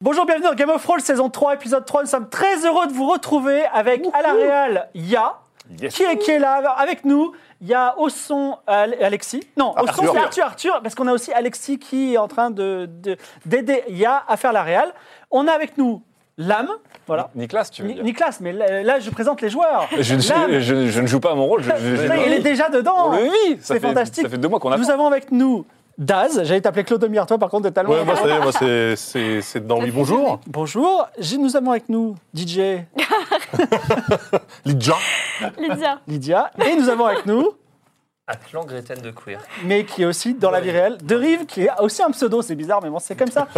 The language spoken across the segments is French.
Bonjour, bienvenue dans Game of Thrones saison 3, épisode 3. Nous sommes très heureux de vous retrouver avec à la Real Ya, Yes. qui, est, qui est là avec nous. Il y a au son Al- Alexis. Non, au son Arthur. c'est Arthur, Arthur, parce qu'on a aussi Alexis qui est en train de- de- d'aider Ya à faire la Real. On a avec nous Lame, voilà. Nicolas, tu veux Ni- dire. Nicolas, mais là, là, je présente les joueurs. Je, ne- Lame, je, je- je ne joue pas mon rôle. Je, je- putain, il est déjà dedans. On le vit. Ça C'est fait, fantastique. Ça fait deux mois qu'on a. Nous avons avec nous Daz. J'allais t'appeler Clodomir, toi par contre, de talent. Ouais, moi, ça y est, moi, c'est- c'est c'est dans oui, bonjour. Bonjour. J'ai- Nous avons avec nous DJ Lidja. Lydia. Lydia. Et nous avons avec nous, Appelant Gretaine de Queer. mais qui est aussi dans la vie réelle, De Rive, qui est aussi un pseudo, c'est bizarre, mais bon, c'est comme ça.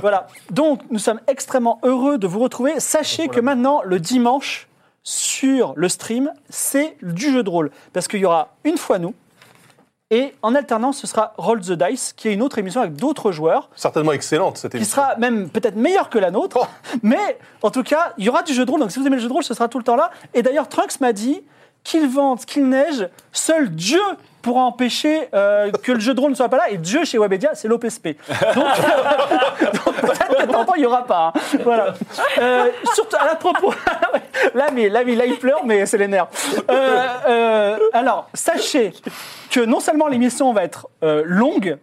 voilà. Donc, nous sommes extrêmement heureux de vous retrouver. Sachez que maintenant, le dimanche, sur le stream, c'est du jeu de rôle. Parce qu'il y aura une fois nous. Et en alternance, ce sera Roll the Dice, qui est une autre émission avec d'autres joueurs, Certainement excellente, cette qui émission. sera même peut-être meilleure que la nôtre. Mais en tout cas, il y aura du jeu de rôle. Donc si vous aimez le jeu de rôle, ce sera tout le temps là. Et d'ailleurs, Trunks m'a dit qu'il vente, qu'il neige, seul Dieu pourra empêcher euh, que le jeu de rôle ne soit pas là. Et Dieu chez Webedia, c'est l'OPSP. Donc, donc peut-être que t'entends, il n'y aura pas. hein. Voilà. Euh, surtout, à la propos, là, mais, là, mais, là, il pleure, mais c'est les nerfs. Euh, euh, alors, sachez que non seulement l'émission va être euh, longue,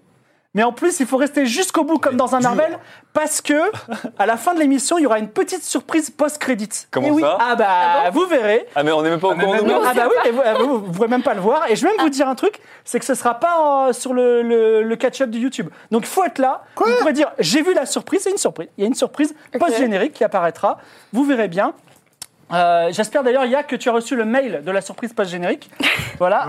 mais en plus, il faut rester jusqu'au bout comme dans un Marvel parce que à la fin de l'émission, il y aura une petite surprise post-crédit. Comment Eh oui. ça Ah bah vous verrez. Ah mais on n'est même pas au courant. nous-mêmes. Ah bah oui, mais vous, ah, vous- vous pourrez même pas le voir. Et je vais même vous dire un truc, c'est que ce sera pas euh, sur le, le- le catch-up de YouTube. Donc il faut être là. vous pourrez dire j'ai vu la surprise, c'est une surprise. Il y a une surprise post-générique qui apparaîtra. Vous verrez bien. Euh, J'espère d'ailleurs, Yann, que tu as reçu le mail de la surprise post-générique. Voilà.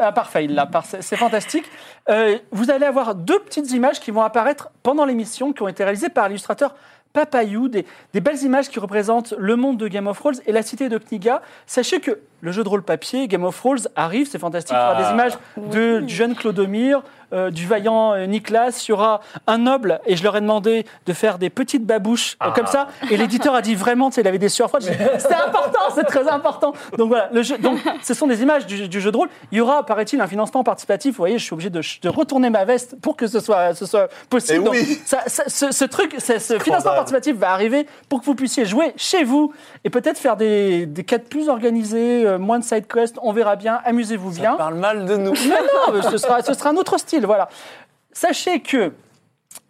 ah, parfait, il l'a. Parfait. C'est fantastique. Euh, vous allez avoir deux petites images qui vont apparaître pendant l'émission, qui ont été réalisées par l'illustrateur Papayou, des, des belles images qui représentent le monde de Game of Thrones et la cité de Kniga. Sachez que le jeu de rôle papier, Game of Thrones, arrive, c'est fantastique. Il y aura Ah. des images de, du jeune Clodomir, euh, du vaillant euh, Nicolas. Il y aura un noble, et je leur ai demandé de faire des petites babouches euh, comme ça. Et l'éditeur a dit vraiment, tu sais, il avait des sueurs froides. J'ai dit, C'était important, c'est très important. Donc voilà, le jeu- donc, ce sont des images du, du jeu de rôle. Il y aura, paraît-il, un financement participatif. Vous voyez, je suis obligé de, de retourner ma veste pour que ce soit, ce soit possible. Eh Donc, oui. ça- ça- ce, ce truc, ce, ce financement participatif va arriver pour que vous puissiez jouer chez vous et peut-être faire des, des quêtes plus organisées, euh, moins de side quest. On verra bien. Amusez-vous bien. Parle mal de nous. Mais non, mais ce sera, ce sera un autre style, voilà. Sachez que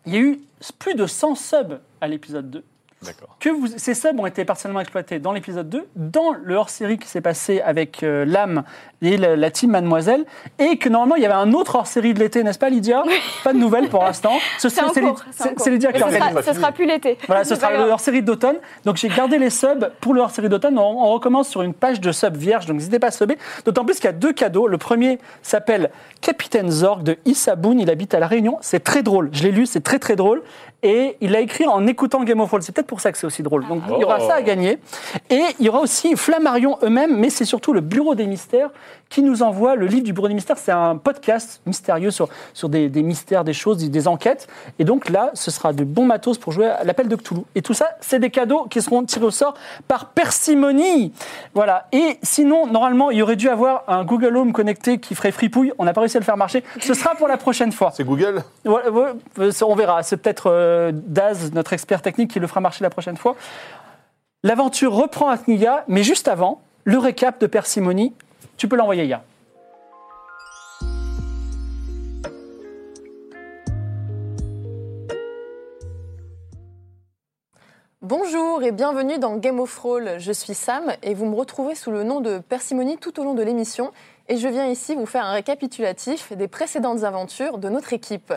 il y a eu plus de 100 subs à l'épisode 2. D'accord. Que vous, ces subs ont été partiellement exploités dans l'épisode 2, dans le hors-série qui s'est passé avec euh, l'âme et la, la team Mademoiselle, et que normalement il y avait un autre hors-série de l'été, n'est-ce pas Lydia Pas de nouvelles pour l'instant. Ce- C'est en Lyd- cours, c'est en c'est- cours. c'est Lydia Ce qui organise. sera, ce sera plus l'été. Voilà, ce C'est sera pas le grave. hors-série d'automne. Donc j'ai gardé les subs pour le hors-série d'automne. On, on recommence sur une page de subs vierge, donc n'hésitez pas à subber. D'autant plus qu'il y a deux cadeaux. Le premier s'appelle Capitaine Zorg de Issaboun. Il habite à La Réunion. C'est très drôle. Je l'ai lu, c'est très très drôle. Et il a écrit en écoutant Game of Thrones. C'est peut-être pour ça que c'est aussi drôle. Donc il y aura Oh. ça à gagner. Et il y aura aussi Flammarion eux-mêmes, mais c'est surtout le Bureau des Mystères qui nous envoie le livre du Bureau des Mystères. C'est un podcast mystérieux sur, sur des, des mystères, des choses, des, des enquêtes. Et donc là, ce sera de bons matos pour jouer à l'appel de Cthulhu. Et tout ça, c'est des cadeaux qui seront tirés au sort par Persimony. Voilà. Et sinon, normalement, il y aurait dû avoir un Google Home connecté qui ferait fripouille. On n'a pas réussi à le faire marcher. Ce sera pour la prochaine fois. C'est Google Voilà, ouais, euh, ça, on verra. C'est peut-être euh, Daz, notre expert technique, qui le fera marcher la prochaine fois. L'aventure reprend à Kniga, mais juste avant, le récap de Persimony, tu peux l'envoyer, Ya. Bonjour et bienvenue dans Game of Roll. Je suis Sam et vous me retrouvez sous le nom de Persimony tout au long de l'émission. Et je viens ici vous faire un récapitulatif des précédentes aventures de notre équipe.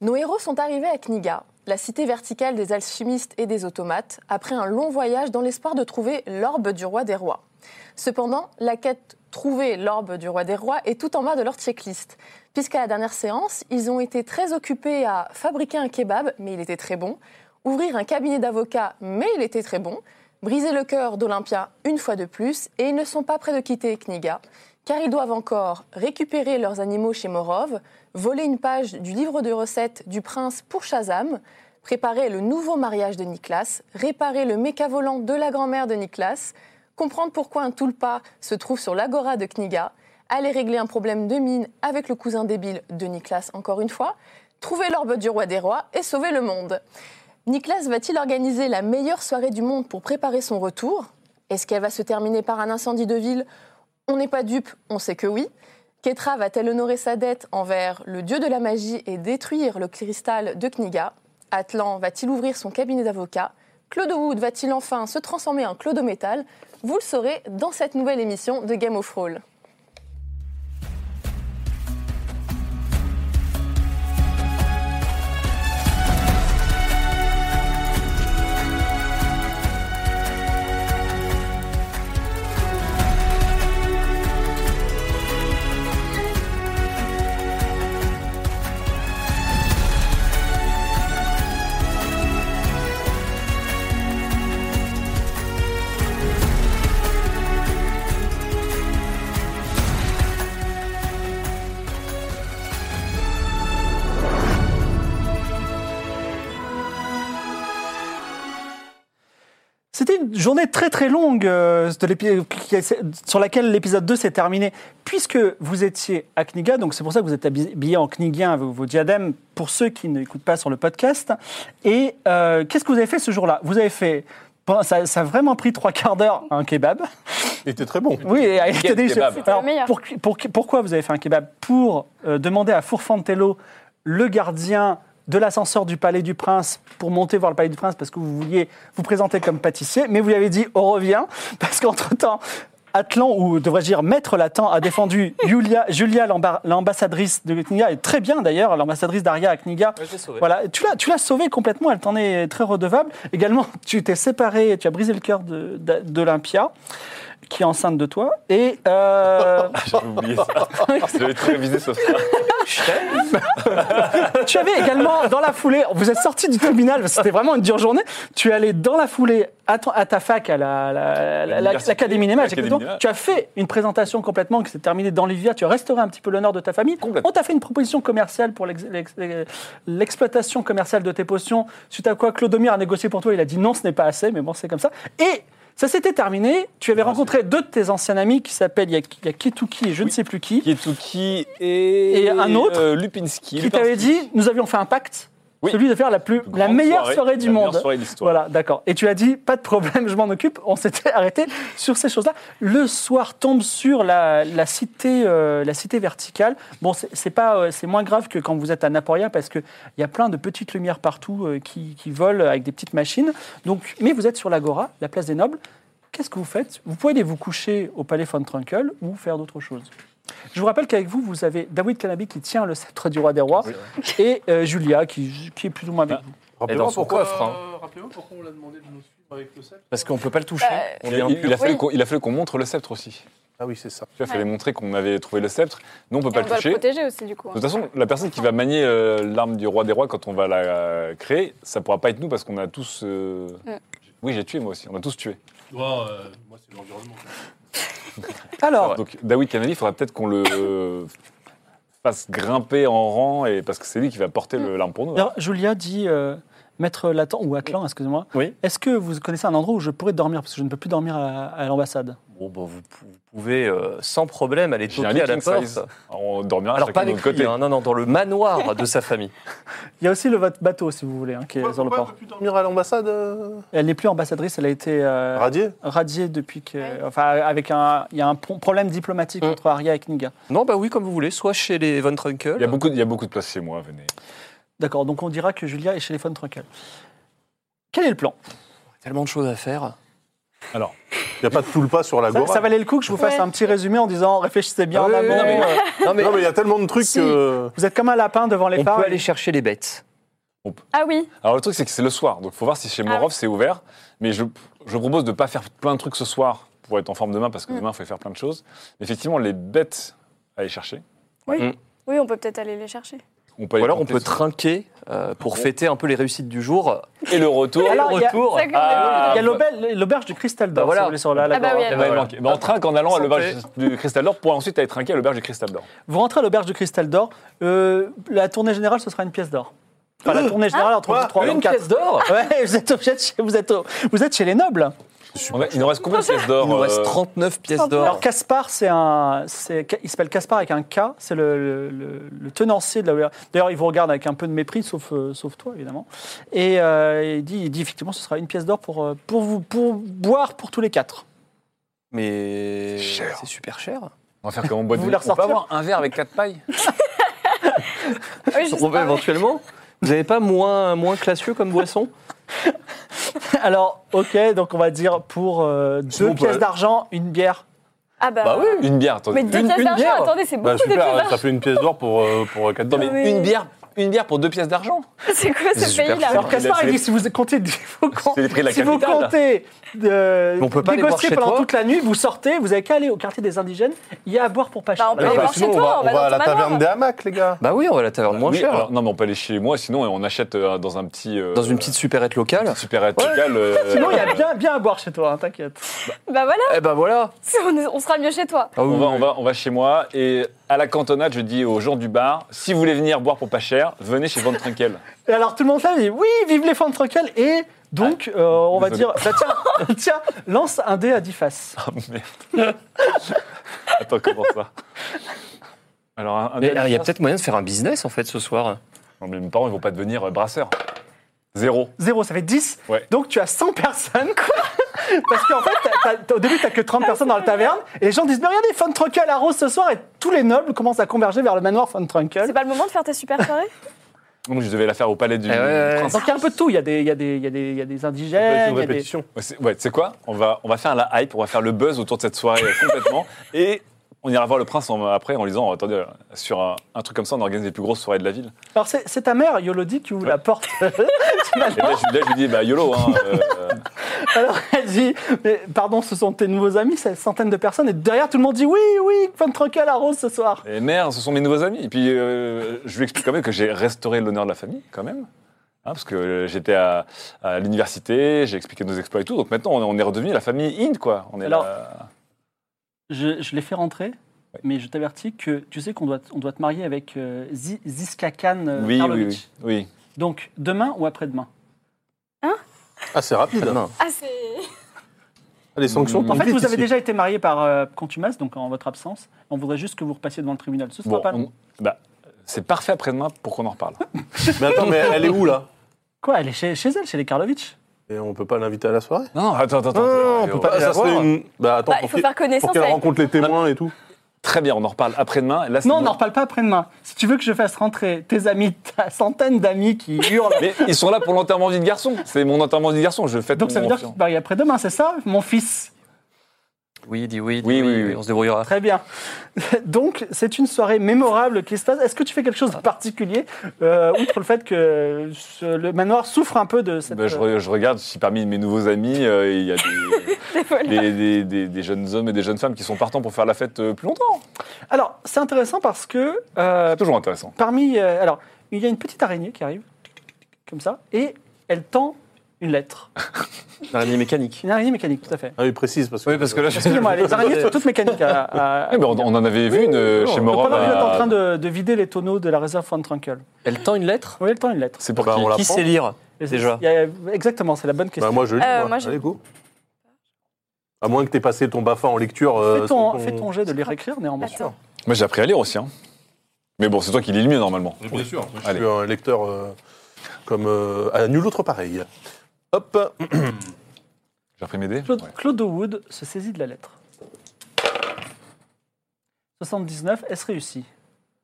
Nos héros sont arrivés à Kniga, la cité verticale des alchimistes et des automates, après un long voyage dans l'espoir de trouver l'orbe du roi des rois. Cependant, la quête trouver l'orbe du roi des rois est tout en bas de leur checklist. Puisqu'à la dernière séance, ils ont été très occupés à fabriquer un kebab, mais il était très bon, ouvrir un cabinet d'avocats, mais il était très bon, briser le cœur d'Olympia une fois de plus, et ils ne sont pas prêts de quitter Kniga, car ils doivent encore récupérer leurs animaux chez Morov, voler une page du livre de recettes du prince pour Shazam, préparer le nouveau mariage de Niklas, réparer le méca volant de la grand-mère de Niklas, comprendre pourquoi un tulpa se trouve sur l'agora de Kniga, aller régler un problème de mine avec le cousin débile de Niklas encore une fois, trouver l'orbe du roi des rois et sauver le monde. Niklas va-t-il organiser la meilleure soirée du monde pour préparer son retour Est-ce qu'elle va se terminer par un incendie de ville On n'est pas dupe, on sait que oui. Ketra va-t-elle honorer sa dette envers le dieu de la magie et détruire le cristal de Kniga Atlan va-t-il ouvrir son cabinet d'avocat Claude Wood va-t-il enfin se transformer en Claude au métal Vous le saurez dans cette nouvelle émission de Game of Thrones. C'était une journée très très longue euh, de l'épi- qui- sur laquelle l'épisode 2 s'est terminé. Puisque vous étiez à Kniga, donc c'est pour ça que vous êtes habillé en Knigien, vos, vos diadèmes, pour ceux qui n'écoutent pas sur le podcast. Et euh, qu'est-ce que vous avez fait ce jour-là Vous avez fait. bon, ça, ça a vraiment pris trois quarts d'heure un kebab. Il était très bon. Oui, et- et- Quel et- kebab alors, C'était le meilleur. pour- pour- pourquoi vous avez fait un kebab Pour euh, demander à Fourfantello, le gardien de l'ascenseur du Palais du Prince, pour monter voir le Palais du Prince parce que vous vouliez vous présenter comme pâtissier, mais vous lui avez dit on revient parce qu'entre-temps, Atlan, ou devrais-je dire Maître Latan, a défendu Julia, Julia l'amba- l'ambassadrice de Kniga, et très bien d'ailleurs, l'ambassadrice d'Aria à Kniga. Je l'ai sauvé. Voilà, tu l'as, tu l'as sauvée complètement, elle t'en est très redevable. Également, tu t'es séparé, tu as brisé le cœur de, de- d'Olympia, qui est enceinte de toi. Et euh, J'avais oublié ça. J'avais tout révisé sauf ça. tu avais également, dans la foulée, vous êtes sorti du tribunal, parce que c'était vraiment une dure journée, tu es allé dans la foulée à, ton- à ta fac, à la, la- la- la- L'université, l'Académie des Mages, l'Académie exactement. des Mages. tu as fait une présentation complètement qui s'est terminée dans l'Ivia, tu as restauré un petit peu l'honneur de ta famille. Complètement. On t'a fait une proposition commerciale pour l'ex- l'ex- l'exploitation commerciale de tes potions, suite à quoi Clodomir a négocié pour toi, il a dit non, ce n'est pas assez, mais bon, c'est comme ça. Et ça s'était terminé, tu avais rencontré deux de tes anciens amis qui s'appellent, il y a- il y a Ketuki et je ne sais plus qui, Kituki et. Et un autre euh, Lupinski. qui Lupinski. t'avait dit, nous avions fait un pacte, Oui. celui de faire la, plus, la Grande meilleure soirée, du la monde. Meilleure soirée de l'histoire. Voilà, d'accord. Et tu as dit, pas de problème, je m'en occupe. On s'était arrêté sur ces choses-là. Le soir tombe sur la, la cité, euh, la cité verticale. Bon, c'est c'est pas, euh, c'est moins grave que quand vous êtes à Naporia parce que il y a plein de petites lumières partout euh, qui, qui volent avec des petites machines. Donc, mais vous êtes sur l'agora, la place des nobles. Qu'est-ce que vous faites Vous pouvez aller vous coucher au palais von Trunkel ou faire d'autres choses. Je vous rappelle qu'avec vous, vous avez David Canabi qui tient le sceptre du roi des rois et euh, Julia qui, qui est plus ou moins avec vous. Et dans Rappelez-moi son pourquoi. coffre, hein. Euh, Rappelez-moi pourquoi on l'a demandé de nous suivre avec le sel. Parce qu'on peut pas le Euh, toucher. Il, il a Oui. fallu qu'on- il a fallu qu'on montre le sceptre aussi. Ah oui, c'est ça. Tu vois, il fallait montrer qu'on avait trouvé le sceptre. Nous, on peut Et pas on le doit le toucher. protéger aussi, du coup. De toute façon, la personne qui va manier euh, l'arme du roi des rois quand on va la euh, créer, ça pourra pas être nous parce qu'on a tous. euh, Mm. Oui, j'ai tué moi aussi. On a tous tué. Moi, euh, moi c'est l'environnement. Ah Alors, Donc David Canali, il faudra peut-être qu'on le euh, fasse grimper en rang et parce que c'est lui qui va porter le- l'arme pour nous. hein. Alors, Julia dit, euh, Maître Latan, ou Atlan, excusez-moi, Oui. est-ce que vous connaissez un endroit où je pourrais dormir Parce que je ne peux plus dormir à, à l'ambassade. Bon, bah, vous, pou- vous pouvez euh, sans problème aller J'ai un toquer à la king porte. size. Alors, on dormira Alors chacun pas de avec notre lui, côté. hein, non, non, dans le manoir de sa famille. Il y a aussi le votre bateau, si vous voulez, hein, qui est Pourquoi, sur le pourquoi on port. peut plus dormir Dormir à l'ambassade euh, Elle n'est plus ambassadrice, elle a été euh, radié radiée depuis que... Ouais. Enfin, avec un... Il y a un pro- problème diplomatique Mm. entre Aria et Kniga. Non, bah oui, comme vous voulez, soit chez les Von Trunkel. Il y, a beaucoup, il y a beaucoup de place chez moi, venez. D'accord, donc on dira que Julia est chez les Von Trunkel. Quel est le plan Tellement de choses à faire. Alors, Il n'y a pas de tulpa sur la ça, ça Gora. valait le coup que je vous fasse Ouais. un petit résumé en disant réfléchissez bien Ah en oui, amont. oui, oui, euh, Non, mais Non, mais il y a tellement de trucs Si. que. Vous êtes comme un lapin devant les on phares. peut aller chercher les bêtes. Ah oui, alors le truc, c'est que c'est le soir. Donc, faut voir si chez Ah Morov, oui. c'est ouvert. Mais je, je propose de ne pas faire plein de trucs ce soir pour être en forme demain, parce que demain, il faut faire plein de choses. Effectivement, les bêtes à aller chercher. Oui, on peut peut-être aller les chercher. On peut Ou aller alors on compter peut sur- trinquer euh, pour fêter un peu les réussites du jour. Et le retour. Et Alors, le il y a- retour. C'est vrai que- Ah, Il y a l'auberge- l'auberge du Cristal d'Or, Bah voilà. si vous voulez, sur la, la Ah bah Gora. oui, Eh alors. ben, il manquait. Ben, on trinque en allant à l'auberge du Cristal d'Or pour ensuite aller trinquer à l'auberge du Cristal d'Or. Vous rentrez à l'auberge du Cristal d'Or. euh, la tournée générale, ce sera une pièce d'or. Enfin, la tournée générale entre vous trois et Euh, Une quatre. pièce d'or Ouais, vous êtes, vous, êtes chez, vous, êtes, vous êtes chez les nobles. On a- il nous reste combien de pièces d'or Il nous reste euh, 39 pièces Alors d'or. Caspar, c'est un, c'est- il s'appelle Caspar avec un K. C'est le, le- le- le tenancier de la. OER. D'ailleurs, il vous regarde avec un peu de mépris, sauf, euh, sauf toi évidemment. Et euh, il, dit, il dit effectivement, ce sera une pièce d'or pour, euh, pour vous, pour boire pour tous les quatre. Mais Cher. c'est super cher. On va faire comme en boîte Vous de voulez nuit. On peut ressortir avoir un verre avec quatre pailles Oui, Se juste trouver pas. éventuellement. Vous n'avez pas moins, moins classieux comme boisson Alors, ok, donc on va dire pour euh, deux Sinon, on peut- bah. pièces d'argent, une bière. Ah bah, Bah oui, une bière. attendez. Mais deux Une- pièces une d'argent, bière. attendez, c'est beaucoup Bah de pièces super, d'argent. ça fait une pièce d'or pour, euh, pour 4 Non, mais Oui. une bière, une bière pour deux pièces d'argent. C'est quoi C'est ce super pays-là Alors Alors, il a- Caspar, il c'est- dit si vous comptez, il faut qu'on- C'est les prix de la si vous capitale. comptez euh, Mais on peut pas aller négocier boire chez pendant toi. toute la nuit, vous sortez, vous avez qu'à aller au quartier des indigènes, il y a à boire pour pas cher. Bah, on peut aller voir chez sinon, on toi, va, on va à dans la ton manoir. taverne des hamacs, les gars. Bah oui, on va à la taverne moins Oui, chère. alors, non, mais on peut aller chez moi, sinon on achète euh, dans un petit. euh, Dans une petite supérette locale. super local. euh, Sinon, il y a bien, bien à boire chez toi, hein, t'inquiète. Bah voilà, Eh ben voilà on est- on sera mieux chez toi. Ah oui, On va, oui. on, va, on va chez moi et à la cantonade, je dis aux gens du bar si vous voulez venir boire pour pas cher, venez chez Van Trinkel. Et alors tout le monde là dit oui, vive les fans troquelles et donc Ah, euh, on va dire désolé. bah, tiens, tiens, lance un dé à 10 faces. Ah merde. Attends, comment ça Alors, un, un Mais, alors, Il y a peut-être. peut-être moyen de faire un business en fait ce soir. Non, mais mes parents, ils vont pas devenir euh, brasseurs. Zéro. Zéro, ça fait 10. Ouais. Donc tu as 100 personnes Parce qu'en fait, t'as- t'as- t'as- au début, t'as que 30 personnes dans la taverne, et les gens disent, mais regardez, Fun Trunkle arrose ce soir, et tous les nobles commencent à converger vers le manoir Fun Trunkle. C'est pas le moment de faire ta super soirée Donc, je devais la faire au palais du. Eh ouais, ouais, ouais. Donc il y a un peu de tout, il y a des, il y a des, il y a des, il y a des C'est indigènes, une il y a des... répétition. Ouais, c'est- Ouais, tu sais quoi on va, on va faire la hype, on va faire le buzz autour de cette soirée euh, complètement. Et on ira voir le prince en- après en lui disant Attendez, euh, sur un, un truc comme ça, on organise les plus grosses soirées de la ville. Alors c'est c'est ta mère, Yolodi, qui ouvre la porte. Et là, je, là, je lui dis Bah, YOLO, hein. euh, Alors elle dit, mais pardon, ce sont tes nouveaux amis, cette centaine de personnes, et derrière tout le monde dit, oui, oui, Fun Trunkle arrose ce soir. Et merde, ce sont mes nouveaux amis. Et puis, euh, je lui explique quand même que j'ai restauré l'honneur de la famille, quand même. Hein, parce que euh, j'étais à, à l'université, j'ai expliqué nos exploits et tout. Donc maintenant, on, on est redevenu la famille Ind, quoi. On est Alors- euh, la- Je, je l'ai fait rentrer, mais je t'avertis que tu sais qu'on doit, on doit te marier avec euh, Zi- Ziska Khan euh, Oui, oui, Karlovic. oui, oui. Donc demain ou après-demain Ah, c'est rapide. Ah, c'est. Ah, les sanctions En tombent fait, vite vous avez ici. déjà été marié par euh, contumace, donc en votre absence. On voudrait juste que vous repassiez devant le tribunal. Ce sera Bon, pas long. on- bah, c'est parfait après-demain pour qu'on en reparle. Mais attends, mais elle est où, là Quoi Elle est chez, chez elle, chez les Karlovitch Et on peut pas l'inviter à la soirée Non, non, attends, attends. attends, Non, on attends, peut pas. attends, Ça attends. serait une. Bah attends, Bah, il pour faut qu'il- faire pour connaissance qu'elle avec. rencontre les témoins et tout. Très bien, on en reparle après-demain. Et là, c'est Non, on bon. n'en reparle pas après-demain. Si tu veux que je fasse rentrer tes amis, ta centaine d'amis qui hurlent. Mais ils sont là pour l'enterrement de vie de garçon. C'est mon enterrement de vie de garçon. Je fête Donc ça veut mon dire que bah, tu te maries après-demain, c'est ça, mon fils Oui, dis oui, dis Oui, oui, oui. on se débrouillera. Très bien. Donc c'est une soirée mémorable qui se passe. Est-ce que tu fais quelque chose de particulier, euh, outre le fait que ce- le manoir souffre un peu de cette... Bah, je, re- je regarde si parmi mes nouveaux amis, euh, il y a des, des, des- des- des jeunes hommes et des jeunes femmes qui sont partants pour faire la fête euh, plus longtemps. Alors, c'est intéressant parce que... euh, C'est toujours intéressant. Parmi. euh, alors, il y a une petite araignée qui arrive, tic, tic, tic, tic, comme ça, et elle tend une lettre. L'araignée mécanique. Une araignée mécanique, tout à fait. Ah oui, précise, parce que. Oui, parce que là, je Excusez-moi, les araignées sont toutes mécaniques. À, à- Eh ben, on, on en avait vu une euh, oui, chez oui. Donc, Oh, Morin. pendant que vous êtes en bah, train de, de vider les tonneaux de la réserve Fun Trunkle, Elle tend une lettre vous voyez, elle tend une lettre. C'est pour Bah, qui on la Qui prend sait lire Et c'est- Déjà. il y a- exactement, c'est la bonne question. Bah moi je lis. Euh, moi. moi, j'ai- Allez, go. À moins que t'aies passé ton baffin en lecture. euh, fais, ton, sans fais ton jet de les réécrire, néanmoins. Attends. Moi, j'ai appris à lire aussi. hein. Mais bon, c'est toi qui lis le mieux normalement. Mais Bien sûr. moi, je- Je suis un lecteur euh, comme euh, à nul autre pareil. Hop. J'ai appris mes dés. Claude, Ouais. Claude Wood se saisit de la lettre. 79, est-ce réussi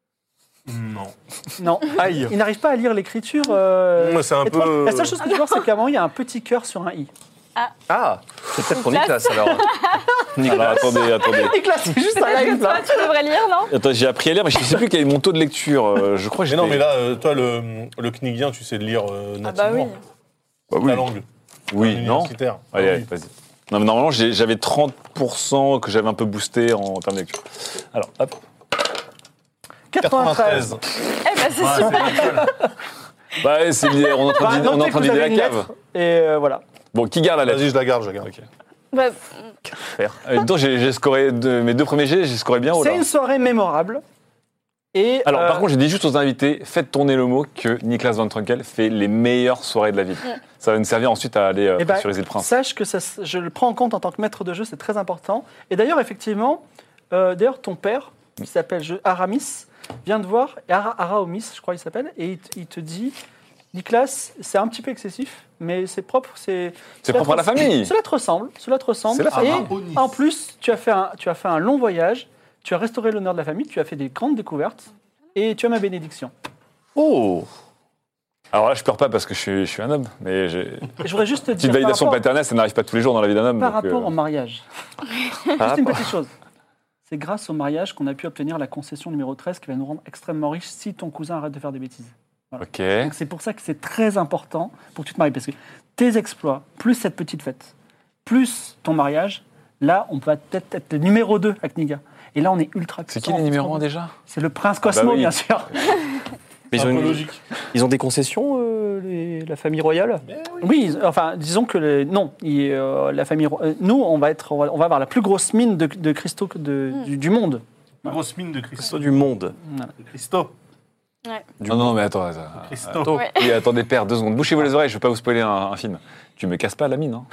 Non. Non. Aïe. Il n'arrive pas à lire l'écriture. euh, Mmh, C'est un étroite. peu. La seule chose que tu vois, c'est qu'à un moment, il y a un petit cœur sur un i. Ah C'est peut-être pour Nicolas alors. Alors, attendez, attendez. Nicolas, c'est juste un Peut-être live que toi, là. tu devrais lire, non Attends, j'ai appris à lire, mais je ne sais plus quel est mon taux de lecture. Euh, Je crois que Mais j'ai. non, mais là, euh, toi, le, le knigien, tu sais le lire euh, Ah bah oui. nativement. Bah oui. La langue. Oui, non universitaire. Allez, Ah allez, oui. vas-y. Non, mais normalement, j'ai- j'avais 30% que j'avais un peu boosté en termes de lecture. Alors, hop. 93. Eh ben, c'est Ouais, super. c'est nickel. Bah, c'est lié, on est en Bah, train d'idée- on est en notez train que vous avez d'idée la une cave. lettre, Et euh, voilà. Bon, qui garde la lettre Vas-y, je la garde, je la garde. Bah, Euh, donc, j'ai j'ai scoré deux- mes deux premiers jets, j'ai scoré bien haut Oh là. C'est une soirée mémorable. Et Alors, euh, par contre, j'ai dit juste aux invités, faites tourner le mot que Nicolas Van Trunkel fait les meilleures soirées de la ville. Ça va nous servir ensuite à aller euh, Eh ben, sur les îles Prince. Sache que ça, se- je le prends en compte en tant que maître de jeu, c'est très important. Et d'ailleurs, effectivement, euh, d'ailleurs, ton père, qui s'appelle je- Aramis, vient te voir, Ara, Araomis, je crois il s'appelle, et il, te- il te dit, Nicolas, c'est un petit peu excessif, mais c'est propre, c'est... C'est cela propre à te la res- famille. Cela te ressemble, cela te ressemble. C'est la et famille. Araonis. en plus, tu as, fait un, tu as fait un long voyage, tu as restauré l'honneur de la famille, tu as fait des grandes découvertes, et tu as ma bénédiction. Oh Alors là, je pleure pas parce que je suis, je suis un homme, mais j'ai. Et je voudrais juste te dire... Petite par validation rapport- paternelle, ça n'arrive pas tous les jours dans la vie d'un homme. Par donc, euh, rapport au mariage. Juste rapport- une petite chose. C'est grâce au mariage qu'on a pu obtenir la concession numéro 13 qui va nous rendre extrêmement riches si ton cousin arrête de faire des bêtises. Ok. Donc c'est pour ça que c'est très important pour que tu te maries. Parce que tes exploits, plus cette petite fête, plus ton mariage, là, on peut peut-être être numéro 2 à Kniga. Et là, on est ultra C'est qui puissant. les numéro 1 déjà C'est le prince Cosmo, Ah bah oui. bien sûr. Mais ils, ont Un peu une- logique. ils ont des concessions, euh, les- la famille royale Eh Oui, ils- enfin, disons que les- non, il- euh, la famille. ro- euh, nous, on va, être, on, va, on va avoir la plus grosse mine de, de cristaux que de- du, du monde. Grosse mine de Christo. Soit du monde. Christo. Non, non, mais attends. attends. Christo. Oh. Attends. Ouais. Oui, attendez, père, deux secondes. Bouchez-vous les oreilles, je ne vais pas vous spoiler un, un film. Tu me casses pas la mine, hein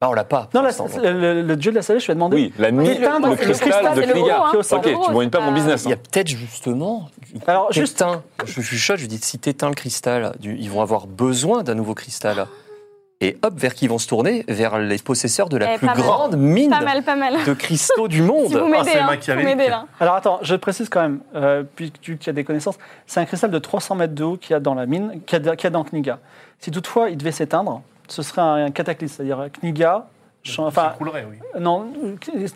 Bah, on l'a pas. Non, la- pour l'instant. le, le dieu de la sagesse, je lui ai demandé. Oui, la mine, le teint, le c'est le cristal cristal, de c'est le Ah. haut, hein, Kniga. c'est Ok, le haut, tu ne c'est pas mon pas- business. Il y a hein. peut-être justement. du- Alors, t'éteins. juste- Je suis choqué, je dis si t'éteins le cristal, du- ils vont avoir besoin d'un nouveau cristal. Et hop, vers qui ils vont se tourner Vers les possesseurs de la Eh, plus pas mal. grande mine pas mal, pas mal. de cristaux du Si vous monde. Ah, c'est m'aidez, hein, si vous machiavélique. m'aidez là. Alors attends, je précise quand même, euh, puisque tu, tu as des connaissances, c'est un cristal de 300 mètres de haut qu'il y a dans la mine, qu'il y, a- qu'il y a dans Kniga. Si toutefois il devait s'éteindre, ce serait un, un cataclysme, c'est-à-dire Kniga, ch- enfin Ça coulerait, oui. non,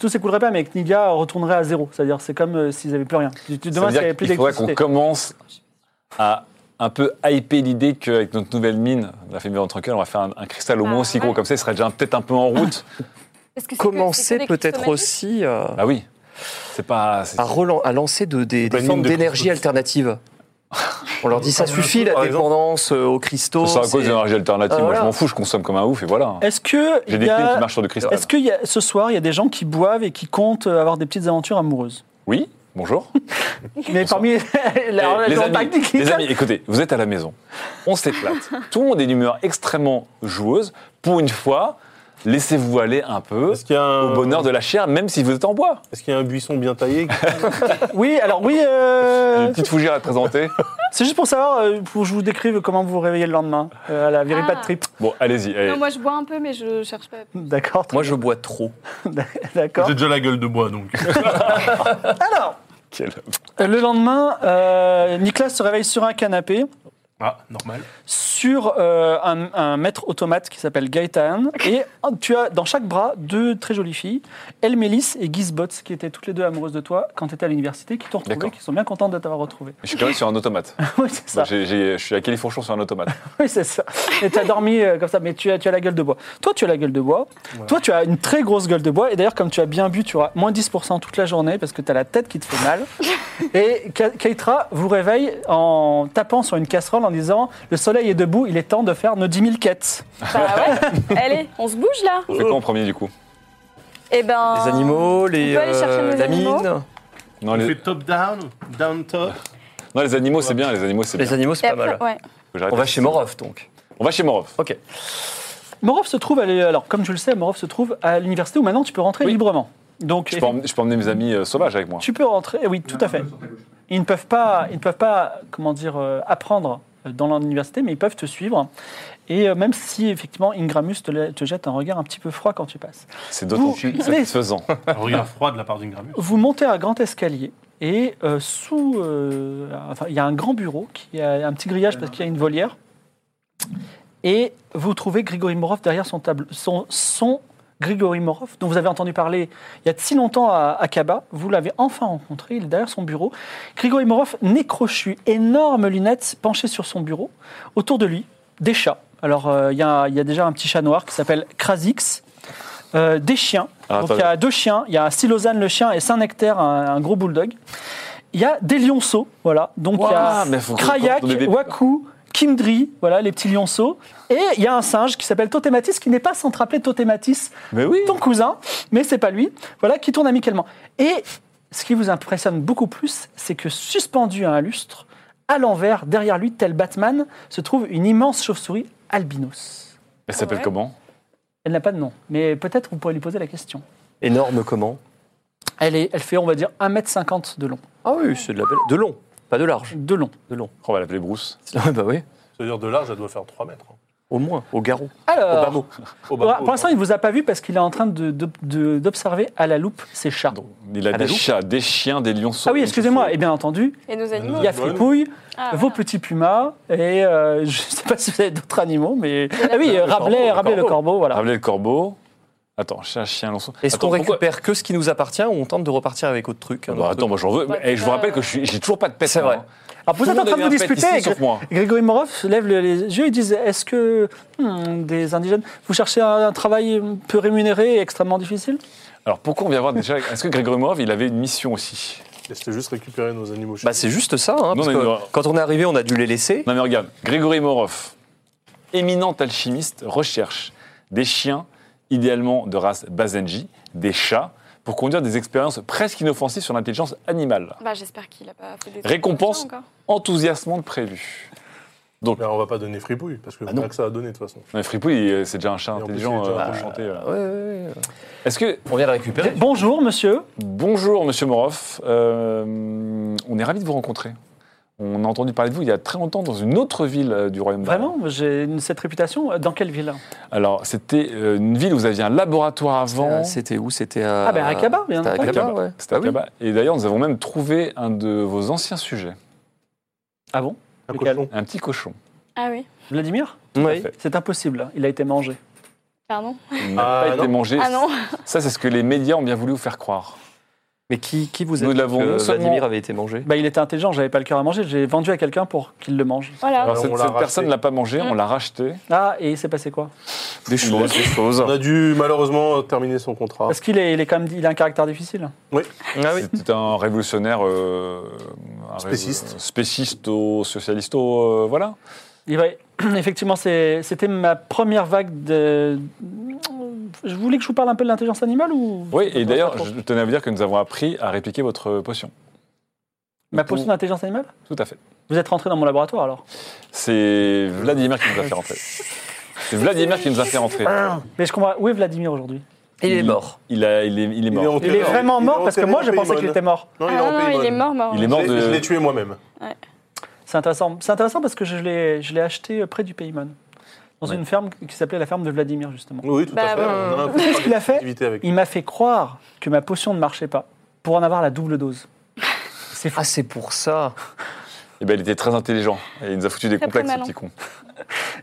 tout s'écoulerait pas, mais Kniga retournerait à zéro, c'est-à-dire c'est comme euh, s'ils n'avaient plus rien. Tu, tu Ça veut demandes s'il n'y avait dire plus qu'il faudrait qu'on d'électricité. commence à un peu hyper l'idée qu'avec notre nouvelle mine, la famille Van Trunkel, on va faire un, un cristal au Bah, Ah, moins aussi gros ouais. comme ça, il serait déjà peut-être un peu en route. Est-ce que c'est que- c'est Commencer que des peut-être cryptomanies aussi euh, Ah oui, c'est pas... c'est- à, relan- à lancer de- des, des Une formes mine de d'énergie cristaux. alternatives. On leur dit ça Ah, Comme suffit le feu, la par exemple. dépendance euh, aux cristaux. Ce sera à cause c'est- d'énergie alternative. Ah, Moi, je voilà. m'en fous, je consomme comme un ouf et voilà. Est-ce que J'ai il des y a- films qui marchent sur du cristal. Eh Est-ce que il y a- ce soir il y a des gens qui boivent et qui comptent euh, avoir des petites aventures amoureuses Oui, bonjour. Mais parmi les, Eh, les, amis, tactique, les amis, écoutez, vous êtes à la maison, on s'éclate. Tout le monde est d'humeur extrêmement joueuse. Pour une fois, laissez-vous aller un peu Est-ce qu'il y a un, au euh, bonheur de la chair, même si vous êtes en bois. Est-ce qu'il y a un buisson bien taillé Oui, alors oui. J'ai euh, Une petite fougère à te présenter. C'est juste pour savoir, euh, pour que je vous décrive comment vous vous réveillez le lendemain euh, à la vérité Ah. trip. Bon, allez-y. allez. Non, moi je bois un peu, mais je cherche pas. D'accord, Moi, je bois trop. d'accord. J'ai déjà la gueule de bois, donc. Alors, Quel- euh, le lendemain, euh, Nicolas se réveille sur un canapé, Ah, normal. sur euh, un, un maître automate qui s'appelle Gaëtan. Et oh, tu as dans chaque bras deux très jolies filles, Elmélis et Gizbot, qui étaient toutes les deux amoureuses de toi quand tu étais à l'université, qui t'ont retrouvé, D'accord. qui sont bien contentes de t'avoir retrouvé. Je suis quand même sur un automate. oui, c'est ça. Moi, j'ai- j'ai- je suis à Califourchon sur un automate. Oui, c'est ça. Et tu as dormi euh, comme ça, mais tu as, tu as la gueule de bois. Toi, tu as la gueule de bois. Toi, tu as une très grosse gueule de bois. Et d'ailleurs, comme tu as bien bu, tu auras moins 10% toute la journée parce que tu as la tête qui te fait mal. Et Ka- Keitra vous réveille en tapant sur une casserole en disant Le soleil est debout, il est temps de faire nos 10 000 quêtes. Bah ouais, allez, on se bouge là. On fait quoi en premier du coup Eh ben. Les animaux, les, peut aller chercher euh, nos la animaux. mine. non On les, fait top down, down top. non, les animaux, c'est bien. Les animaux, c'est bien. Les animaux, et c'est pas après- mal. ouais. Faut que j'arrête. On va chez Morov, donc. On va chez Morov. Ok. Morov se trouve, à l'é- alors comme je le sais, Morov se trouve à l'université où maintenant tu peux rentrer Oui. librement. Donc, Je peux, emmener, je peux emmener mes amis euh, sauvages avec moi. Tu peux rentrer, oui, tout à fait. Ils ne peuvent pas, ils ne peuvent pas comment dire, euh, apprendre dans l'université, mais ils peuvent te suivre. Et euh, même si, effectivement, Ingramus te, la- te jette un regard un petit peu froid quand tu passes. C'est d'autant Vous- plus satisfaisant. Un Ah. regard froid de la part d'une gravure. Vous montez un grand escalier et euh, sous... euh, enfin, il y a un grand bureau, qui a un petit grillage parce qu'il y a une volière. Et vous trouvez Grigory Morov derrière son table, son, son Grigory Morov, dont vous avez entendu parler il y a si longtemps à, à Kaba. Vous l'avez enfin rencontré, il est derrière son bureau. Grigory Morov, nez crochu, énorme lunettes penchées sur son bureau. Autour de lui, des chats. Alors, euh, il y, a- il y a déjà un petit chat noir qui s'appelle Krasix. euh, des chiens. Ah, Donc il y a deux chiens, il y a un Silosane le chien et Saint-Nectaire un, un gros bulldog. Il y a des lionceaux, voilà. Donc il y a Ouah, mais faut- Krayak, faut- faut- faut- Waku, Kindri, voilà les petits lionceaux. Et il y a un singe qui s'appelle Totematis, qui n'est pas sans te rappeler Totematis, Mais oui. ton cousin, mais c'est pas lui, voilà, qui tourne amicalement. Et ce qui vous impressionne beaucoup plus, c'est que suspendu à un lustre, à l'envers, derrière lui, tel Batman, se trouve une immense chauve-souris albinos. Elle s'appelle Ouais. comment Elle n'a pas de nom, mais peut-être vous pourrez lui poser la question. Énorme comment Elle, est, elle fait, on va dire, 1m50 de long. Ah oui, c'est de la belle. De long, pas de large. De long. De long. On va l'appeler Bruce. Ah bah oui, C'est-à-dire de large, elle doit faire 3 mètres. hein. au moins, au garrot. bah, Alors, Obama. Oh, pour bah, oh, pour l'instant, il ne vous a pas vu parce qu'il est en train de- de- de- d'observer à la loupe ses chats. Il a la des loupe chats, des chiens, des lionceaux. Ah oui, excusez-moi, et bien entendu, Et bah, nos animaux. il y a Fripouille, Ah, vos voilà. petits pumas, et euh, je ne sais pas si vous avez d'autres animaux, mais. Ah oui, euh, Rabelais, corbeau, le Rabelais le corbeau. Ah, corbeau, voilà. Rappelez le corbeau. Attends, chien, chien, lionceau. Est-ce Attends, qu'on pourquoi- récupère que ce qui nous appartient ou on tente de repartir avec autre truc Ah un autre bah, Attends, truc moi j'en veux. Bah, Et je vous rappelle que je suis- j'ai toujours pas de pète. C'est vrai. Alors vous Tout êtes le en train de vous monde a eu un pet disputer. ici, sauf Gré- moi. Grégory Morov lève le- les yeux et dit Est-ce que hmm, des indigènes, vous cherchez un, un travail peu rémunéré et extrêmement difficile Alors pourquoi on vient voir déjà Est-ce que Grégory Morov, il avait une mission aussi C'était juste récupérer nos animaux. Bah, c'est juste ça, hein, Non, parce mais euh, que non. quand on est arrivé, on a dû les laisser. Non mais regarde, Grégory Morov, éminent alchimiste, recherche des chiens, idéalement de race Bazenji, des chats, pour conduire des expériences presque inoffensives sur l'intelligence animale. Bah, j'espère qu'il a pas fait des Récompense. trucs comme ça Enthousiasmant de prévu. Mais on va pas donner fripouille, parce que Ah on a que ça à donner de toute façon. Non, mais Fripouille, euh, c'est déjà un chat Et en plus, intelligent, il est déjà euh, intelligent. enchanté, euh. Ouais, ouais, ouais. Est-ce que... On vient le récupérer. Bonjour, monsieur. Bonjour Monsieur Morov, Euh, on est ravis de vous rencontrer. On a entendu parler de vous il y a très longtemps dans une autre ville euh, du Royaume d'Arles. Vraiment, j'ai une- cette réputation. euh, Dans quelle ville Alors, c'était euh, une ville où vous aviez un laboratoire avant. Euh, C'était où C'était à. Ah, ben, Akaba, bien C'était à entendu. Akaba, ouais. C'était Ah à oui. Kaba. Et d'ailleurs, nous avons même trouvé un de vos anciens sujets, Ah bon Un Lequel cochon. un petit cochon. Ah oui, Vladimir Oui. fait. C'est impossible, hein. il a été mangé. pardon. Il n'a Ah, pas été non. mangé. Ah non, Ça, c'est ce que les médias ont bien voulu vous faire croire. Mais qui, qui vous a Nous dit l'avons non que seulement- Vladimir avait été mangé Bah, il était intelligent, j'avais pas le cœur à manger, j'ai vendu à quelqu'un pour qu'il le mange. voilà. Alors, on cette l'a cette racheté. personne ne l'a pas mangé, Mm. on l'a racheté. Ah Ah, et il s'est passé quoi Des choses. Des choses. On a dû malheureusement terminer son contrat. Parce qu'il est, il est quand même, il a un caractère difficile. Ah oui. C'était un révolutionnaire. euh, un Spéciste. révo- Spécisto, socialisto, euh, voilà. Et ouais, effectivement, c'est- c'était ma première vague de. Je voulais que je vous parle un peu de l'intelligence animale ou Oui, et d'ailleurs, pas trop. je tenais à vous dire que nous avons appris à répliquer votre potion. ma potion d'intelligence animale Tout à fait. Vous êtes rentré dans mon laboratoire alors C'est Vladimir qui nous a fait rentrer. C'est Vladimir qui nous a fait rentrer. Mais je comprends. Où est Vladimir aujourd'hui Il est mort. Il, a- il est, il est mort. en Il terre. est vraiment Il est mort parce que enterré moi en je pensais Paymon. qu'il était mort. Non, Ah il est en non, non, il est Paymon. mort, mort. Il est mort Je l'ai- de- Je l'ai tué moi-même. C'est intéressant. C'est intéressant parce que je l'ai, je l'ai acheté près du Paymon, dans une ferme qui s'appelait la ferme de Vladimir justement. Oui, tout Bah, à fait. bon. On a un peu Qu'est-ce qu'il a fait d'activité avec Il m'a fait croire que ma potion ne marchait pas pour en avoir la double dose. C'est fou. Ah, c'est pour ça. Eh ben, il était très intelligent. Et il nous a foutu des Très, très complexes, ce malin. petit con.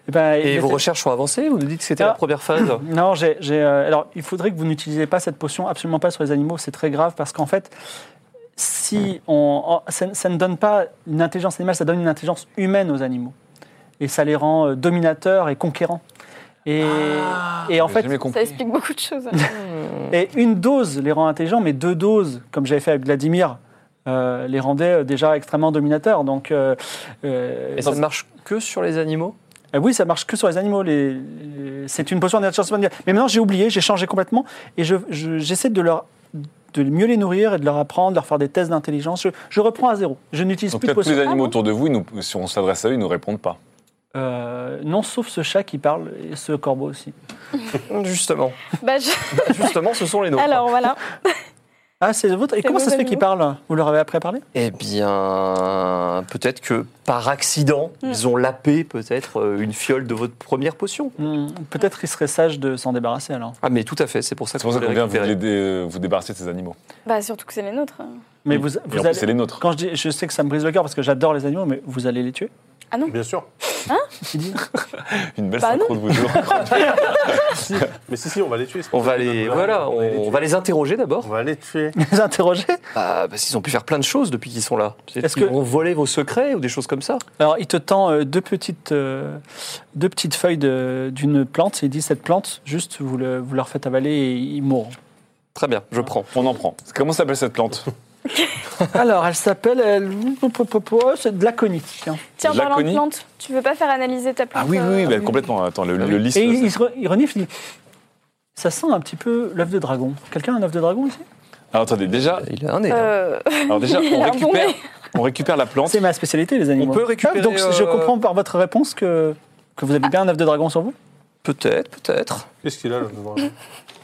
Eh ben, Et mais vos c'est- recherches sont avancées Vous nous dites que c'était Ah. la première phase Non, j'ai, j'ai, euh, alors il faudrait que vous n'utilisez pas cette potion absolument pas sur les animaux, c'est très grave parce qu'en fait, si on, en- ça, ça ne donne pas une intelligence animale, ça donne une intelligence humaine aux animaux et ça les rend euh, dominateurs et conquérants. Et, Ah. et en J'ai fait, jamais compris. Ça explique beaucoup de choses. et une dose les rend intelligents, mais deux doses, comme j'avais fait avec Vladimir, euh, les rendaient euh, déjà extrêmement dominateurs. Donc euh, euh, Et ça ne marche que sur les animaux euh, oui, ça marche que sur les animaux. les- les- C'est une potion d'intelligence animale. Mais maintenant, j'ai oublié, j'ai changé complètement. Et je- je- j'essaie de leur de mieux les nourrir et de leur apprendre, de leur faire des tests d'intelligence. Je, je reprends à zéro. Je n'utilise Donc plus de là, tous potion. les animaux bon autour de vous, ils nous- si on s'adresse à eux, ils ne nous répondent pas. Euh, non, sauf ce chat qui parle et ce corbeau aussi. Justement. bah, je- Justement, ce sont les nôtres. Alors voilà. Ah, c'est le vôtre. Et C'est comment nos ça se fait qu'ils parlent Vous leur avez appris à parler Eh bien, peut-être que par accident, ils ont lapé peut-être euh, une fiole de votre première potion. Hmm, Peut-être qu'il serait sage de s'en débarrasser alors. Ah, mais tout à fait, c'est pour ça C'est pour ça voulait qu'on vient vous, récupérer. aider, euh, vous débarrasser de ces animaux. Bah surtout que c'est les nôtres. Mais Et- vous, et vous en plus, allez- c'est les nôtres. Quand je dis, je sais que ça me brise le cœur parce que j'adore les animaux, mais vous allez les tuer Ah non. Bien sûr. Une belle Bah non. synchro de vous deux. Mais si, si, on va les tuer. c'est On pas va possible. les, voilà, on, on va les interroger d'abord. On va les tuer. Les interroger Ah, parce qu'ils ont pu faire plein de choses depuis qu'ils sont là. Est-ce Est-ce que- qu'ils ont volé vos secrets ou des choses comme ça Alors, il te tend euh, deux, petites, euh, deux petites feuilles de- d'une plante. Il dit cette plante, juste, vous, le- vous leur faites avaler et ils mourront. Très bien, je prends. On en prend. Comment s'appelle cette plante Alors, elle s'appelle. elle- oh, C'est de la conite. tiens. Tiens, parlant de Laconie. plante, tu veux pas faire analyser ta plante Ah oui, oui, oui, euh, bah, complètement. Attends, le, Ah le oui. liste. Et il, il se re- il renifle, il dit Ça sent un petit peu l'œuf de dragon. Quelqu'un a un œuf de dragon ici Alors attendez, déjà, Il a un nez. là. euh, alors, déjà on, Il a un bon récupère, nez. on récupère la plante. C'est ma spécialité, les animaux. On peut récupérer, Ah, donc, je euh, comprends par votre réponse que, que vous avez bien un œuf de dragon sur vous Peut-être, peut-être. Qu'est-ce qu'il a là devant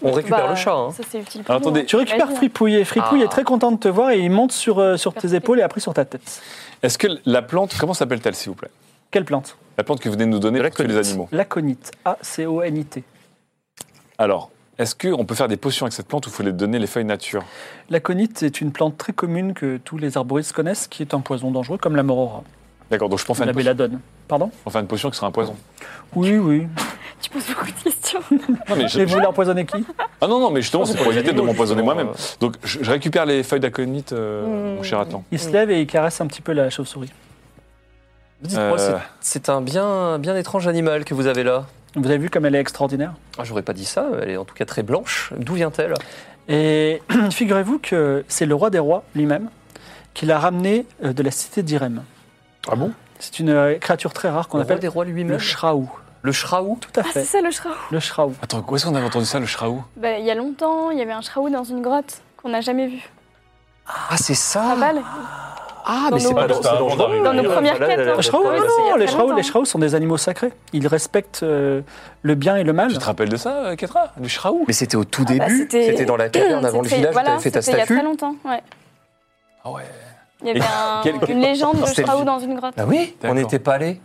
On récupère bah, le chat. hein. Ça, c'est utile. Alors, attendez, Tu récupères Vas-y. Fripouille et Fripouille Ah. est très content de te voir et il monte sur, euh, sur tes Parfait. épaules et après sur ta tête. Est-ce que la plante, comment s'appelle-t-elle s'il vous plaît Quelle plante La plante que vous venez de nous donner pour tuer les animaux. La conite. A-C-O-N-I-T. Alors, est-ce qu'on peut faire des potions avec cette plante ou faut les donner les feuilles nature La conite est une plante très commune que tous les arboristes connaissent qui est un poison dangereux comme la morora, D'accord, donc je peux en faire, la une potion, belladone. Pardon on fait une potion qui sera un poison. Oui, oui. Tu poses beaucoup de questions. Non, mais je- Et vous voulez empoisonner qui Ah non, non, mais justement, c'est pour éviter de m'empoisonner justement, moi-même. euh, Donc je, je récupère les feuilles d'aconite, euh, Hmm. mon cher Atlan. Il se lève et il caresse un petit peu la chauve-souris. Dites-moi, Euh, c'est- c'est un bien, bien étrange animal que vous avez là. Vous avez vu comme elle est extraordinaire Ah, J'aurais pas dit ça, elle est en tout cas très blanche. D'où vient-elle Et figurez-vous que c'est le roi des rois lui-même qui l'a ramené euh, de la cité d'Irem. Ah bon C'est une euh, créature très rare qu'on Le roi appelle des rois le lui-même Shraou. Le Shraou Tout à Ah, c'est fait, ça le shraou le Shraou. Attends, où est-ce qu'on avait entendu ça, le shraou Bah, il y a longtemps, il y avait un shraou dans une grotte qu'on n'a jamais vu. Ah, c'est Pas ça mal. Ah, Dans mais c'est nos- pas C'était avant d'arriver. Dans nos Ouais, premières voilà, quêtes. là, hein. là, Shraou, Ouais, non, c'est il y non, a très les Shraou, longtemps. les Shraou sont des animaux sacrés. Ils respectent euh, le bien et le mal. Tu te rappelles de ça, euh, Ketra Le shraou Mais c'était au tout bah, début, c'était- c'était dans la caverne avant le C'était- village, où voilà, t'avais fait ta c'était Il y a statue. très longtemps, ouais. Ah ouais. Il y avait Et- un- quel- une légende de C'était le- shraou dans une grotte. Ah oui On D'accord. n'était pas allés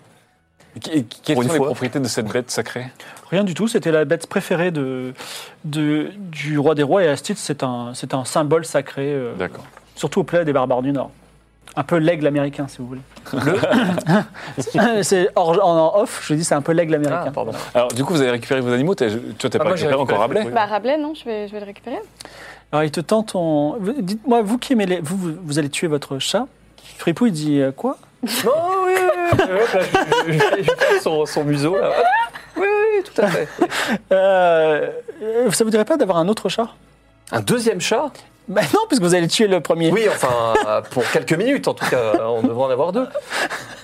Et qui- et qui- Quelles Pour sont une les fois. propriétés de cette bête sacrée Rien du tout, c'était la bête préférée de, de- du roi des rois et à ce titre, c'est un, c'est un symbole sacré, euh, D'accord. surtout auprès des barbares du Nord. Un peu l'aigle américain, si vous voulez. c'est hors- en off, je dis c'est un peu l'aigle américain. Ah, pardon. Alors, du coup, vous avez récupéré vos animaux t'as- Tu vois, t'as pas moi, j'ai récupéré encore récupéré, Rabelais Bah, Rabelais, non, je vais, je vais le récupérer. Alors il te tente ton. vous- Dites-moi, vous qui aimez les. Vous, vous, vous allez tuer votre chat Fripouille dit euh, quoi Non, oui, oui, oui. Hop, là, je- je- je tape son, son museau, là. Oui, oui, tout à fait. euh, euh, Ça vous dirait pas d'avoir un autre chat Un deuxième chat Bah non, puisque vous allez tuer le premier. Oui, enfin, euh, pour quelques minutes, en tout cas, on devrait en avoir deux.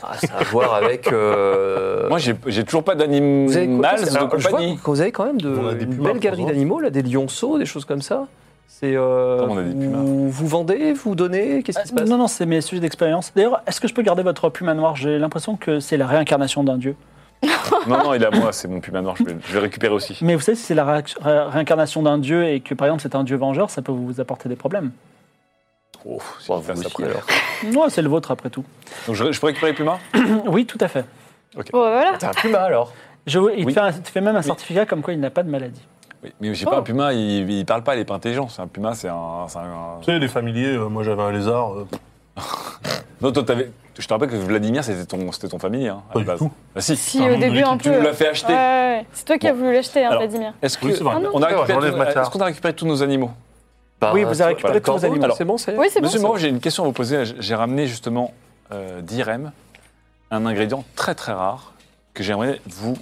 Ah, ça a à voir avec... euh, Moi, j'ai j'ai toujours pas vous avez quoi- d'animal de Alors, je vois compagnie. que vous avez quand même de, On a des une pumas, belle galerie par exemple. d'animaux, là, des lionceaux, des choses comme ça. C'est... euh, Attends, on a des pumas. vous, vous vendez, vous donnez, qu'est-ce qui se Euh, passe Non, non, c'est mes sujets d'expérience. D'ailleurs, est-ce que je peux garder votre puma noire J'ai l'impression que c'est la réincarnation d'un dieu. Non, non, il est à moi, c'est mon puma noir, je vais, je vais récupérer aussi. Mais vous savez, si c'est la ré- ré- réincarnation d'un dieu et que par exemple c'est un dieu vengeur, ça peut vous apporter des problèmes. Oh, si Bah, je fais vous ça aussi, après. alors. Moi, c'est le vôtre après tout. Donc, je, je peux récupérer les pumas Oui, tout à fait. Bon, bah, voilà. T'as un puma, alors Je, il, te Oui. fait un- il te fait même un certificat comme quoi il n'a pas de maladie. Oui, mais j'ai pas Oh. un puma, il, il parle pas, il est pas intelligent. C'est un puma, c'est un. c'est un- Tu sais, les familiers, euh, moi j'avais un lézard. euh, Non, toi, t'avais. Je te rappelle que Vladimir, c'était ton, c'était ton familier, hein, à Pas la du base. tout. Ah, si. Si, un au monde début, de un Tu peu. nous l'as ouais. fait acheter. Ouais, ouais. C'est toi qui as voulu l'acheter, hein, Alors, Vladimir. Est-ce que. Oui, c'est vrai. Ah non. on a récupéré j'enlève tous- ma tarte. est-ce qu'on a récupéré tous nos animaux Oui, vous avez récupéré le tous vos corbeau, animaux. C'est bon, c'est Oui, c'est bon. Monsieur Moreau, j'ai une question à vous poser. J'ai ramené justement euh, d'Irem un ingrédient très très rare que j'aimerais vous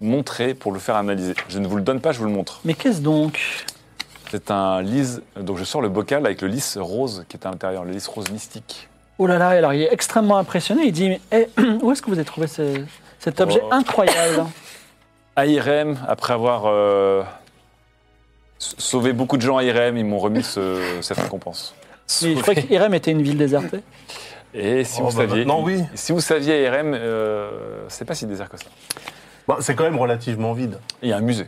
montrer pour le faire analyser. Je ne vous le donne pas, je vous le montre. Mais qu'est-ce donc C'est un lys, donc je sors le bocal avec le lys rose qui est à l'intérieur, le lys rose mystique. Oh là là, alors il est extrêmement impressionné. Il dit mais, eh, Où est-ce que vous avez trouvé ce- cet objet Oh. incroyable À Irem, après avoir euh, s- sauvé beaucoup de gens à Irem, ils m'ont remis ce- cette récompense. Mais Je crois qu'Irem était une ville désertée. Et si Oh, vous bah, saviez, maintenant, oui. si vous saviez Irem, euh, c'est pas si désert que ça. Bah, c'est quand même relativement vide. Il y a un musée,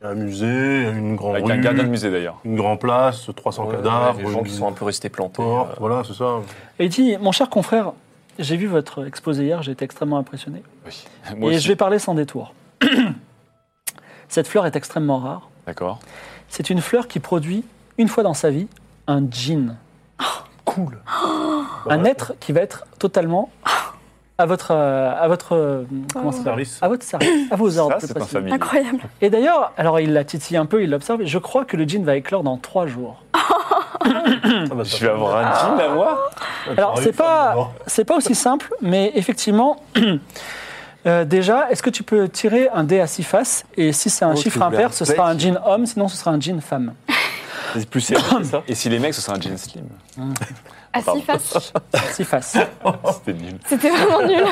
Il y a un musée, une grande avec rue, un gardien de musée d'ailleurs. une grande place, 300 Ouais, cadavres, ouais, les gens qui une sont un peu restés plantés. porte, euh, voilà, c'est ça. Et il dit Mon cher confrère, j'ai vu votre exposé hier, j'ai été extrêmement impressionné. Oui. Moi et aussi. je vais parler sans détour. Cette fleur est extrêmement rare. D'accord. C'est une fleur qui produit, une fois dans sa vie, un Oh. djinn. Cool. Un être qui va être totalement à votre, euh, à votre, euh, comment ça s'appelle Service. à votre service, à vos ordres. Ça, plus c'est un précisément. familier. Incroyable. Et d'ailleurs, alors il la titille un peu, il l'observe. et Je crois que le jean va éclore dans trois jours. Ah, bah, Je vais avoir un jean à moi Ah, Alors c'est pas, c'est pas aussi simple, mais effectivement, euh, déjà, est-ce que tu peux tirer un dé à six faces Et si c'est un Oh, chiffre tu impair, ce sera un blagues. jean homme, sinon ce sera un jean femme. C'est plus serré, c'est ça Et si les mecs, ce serait un jean slim À Pardon. six faces. Six faces. Oh. C'était nul. Ah, C'était vraiment nul.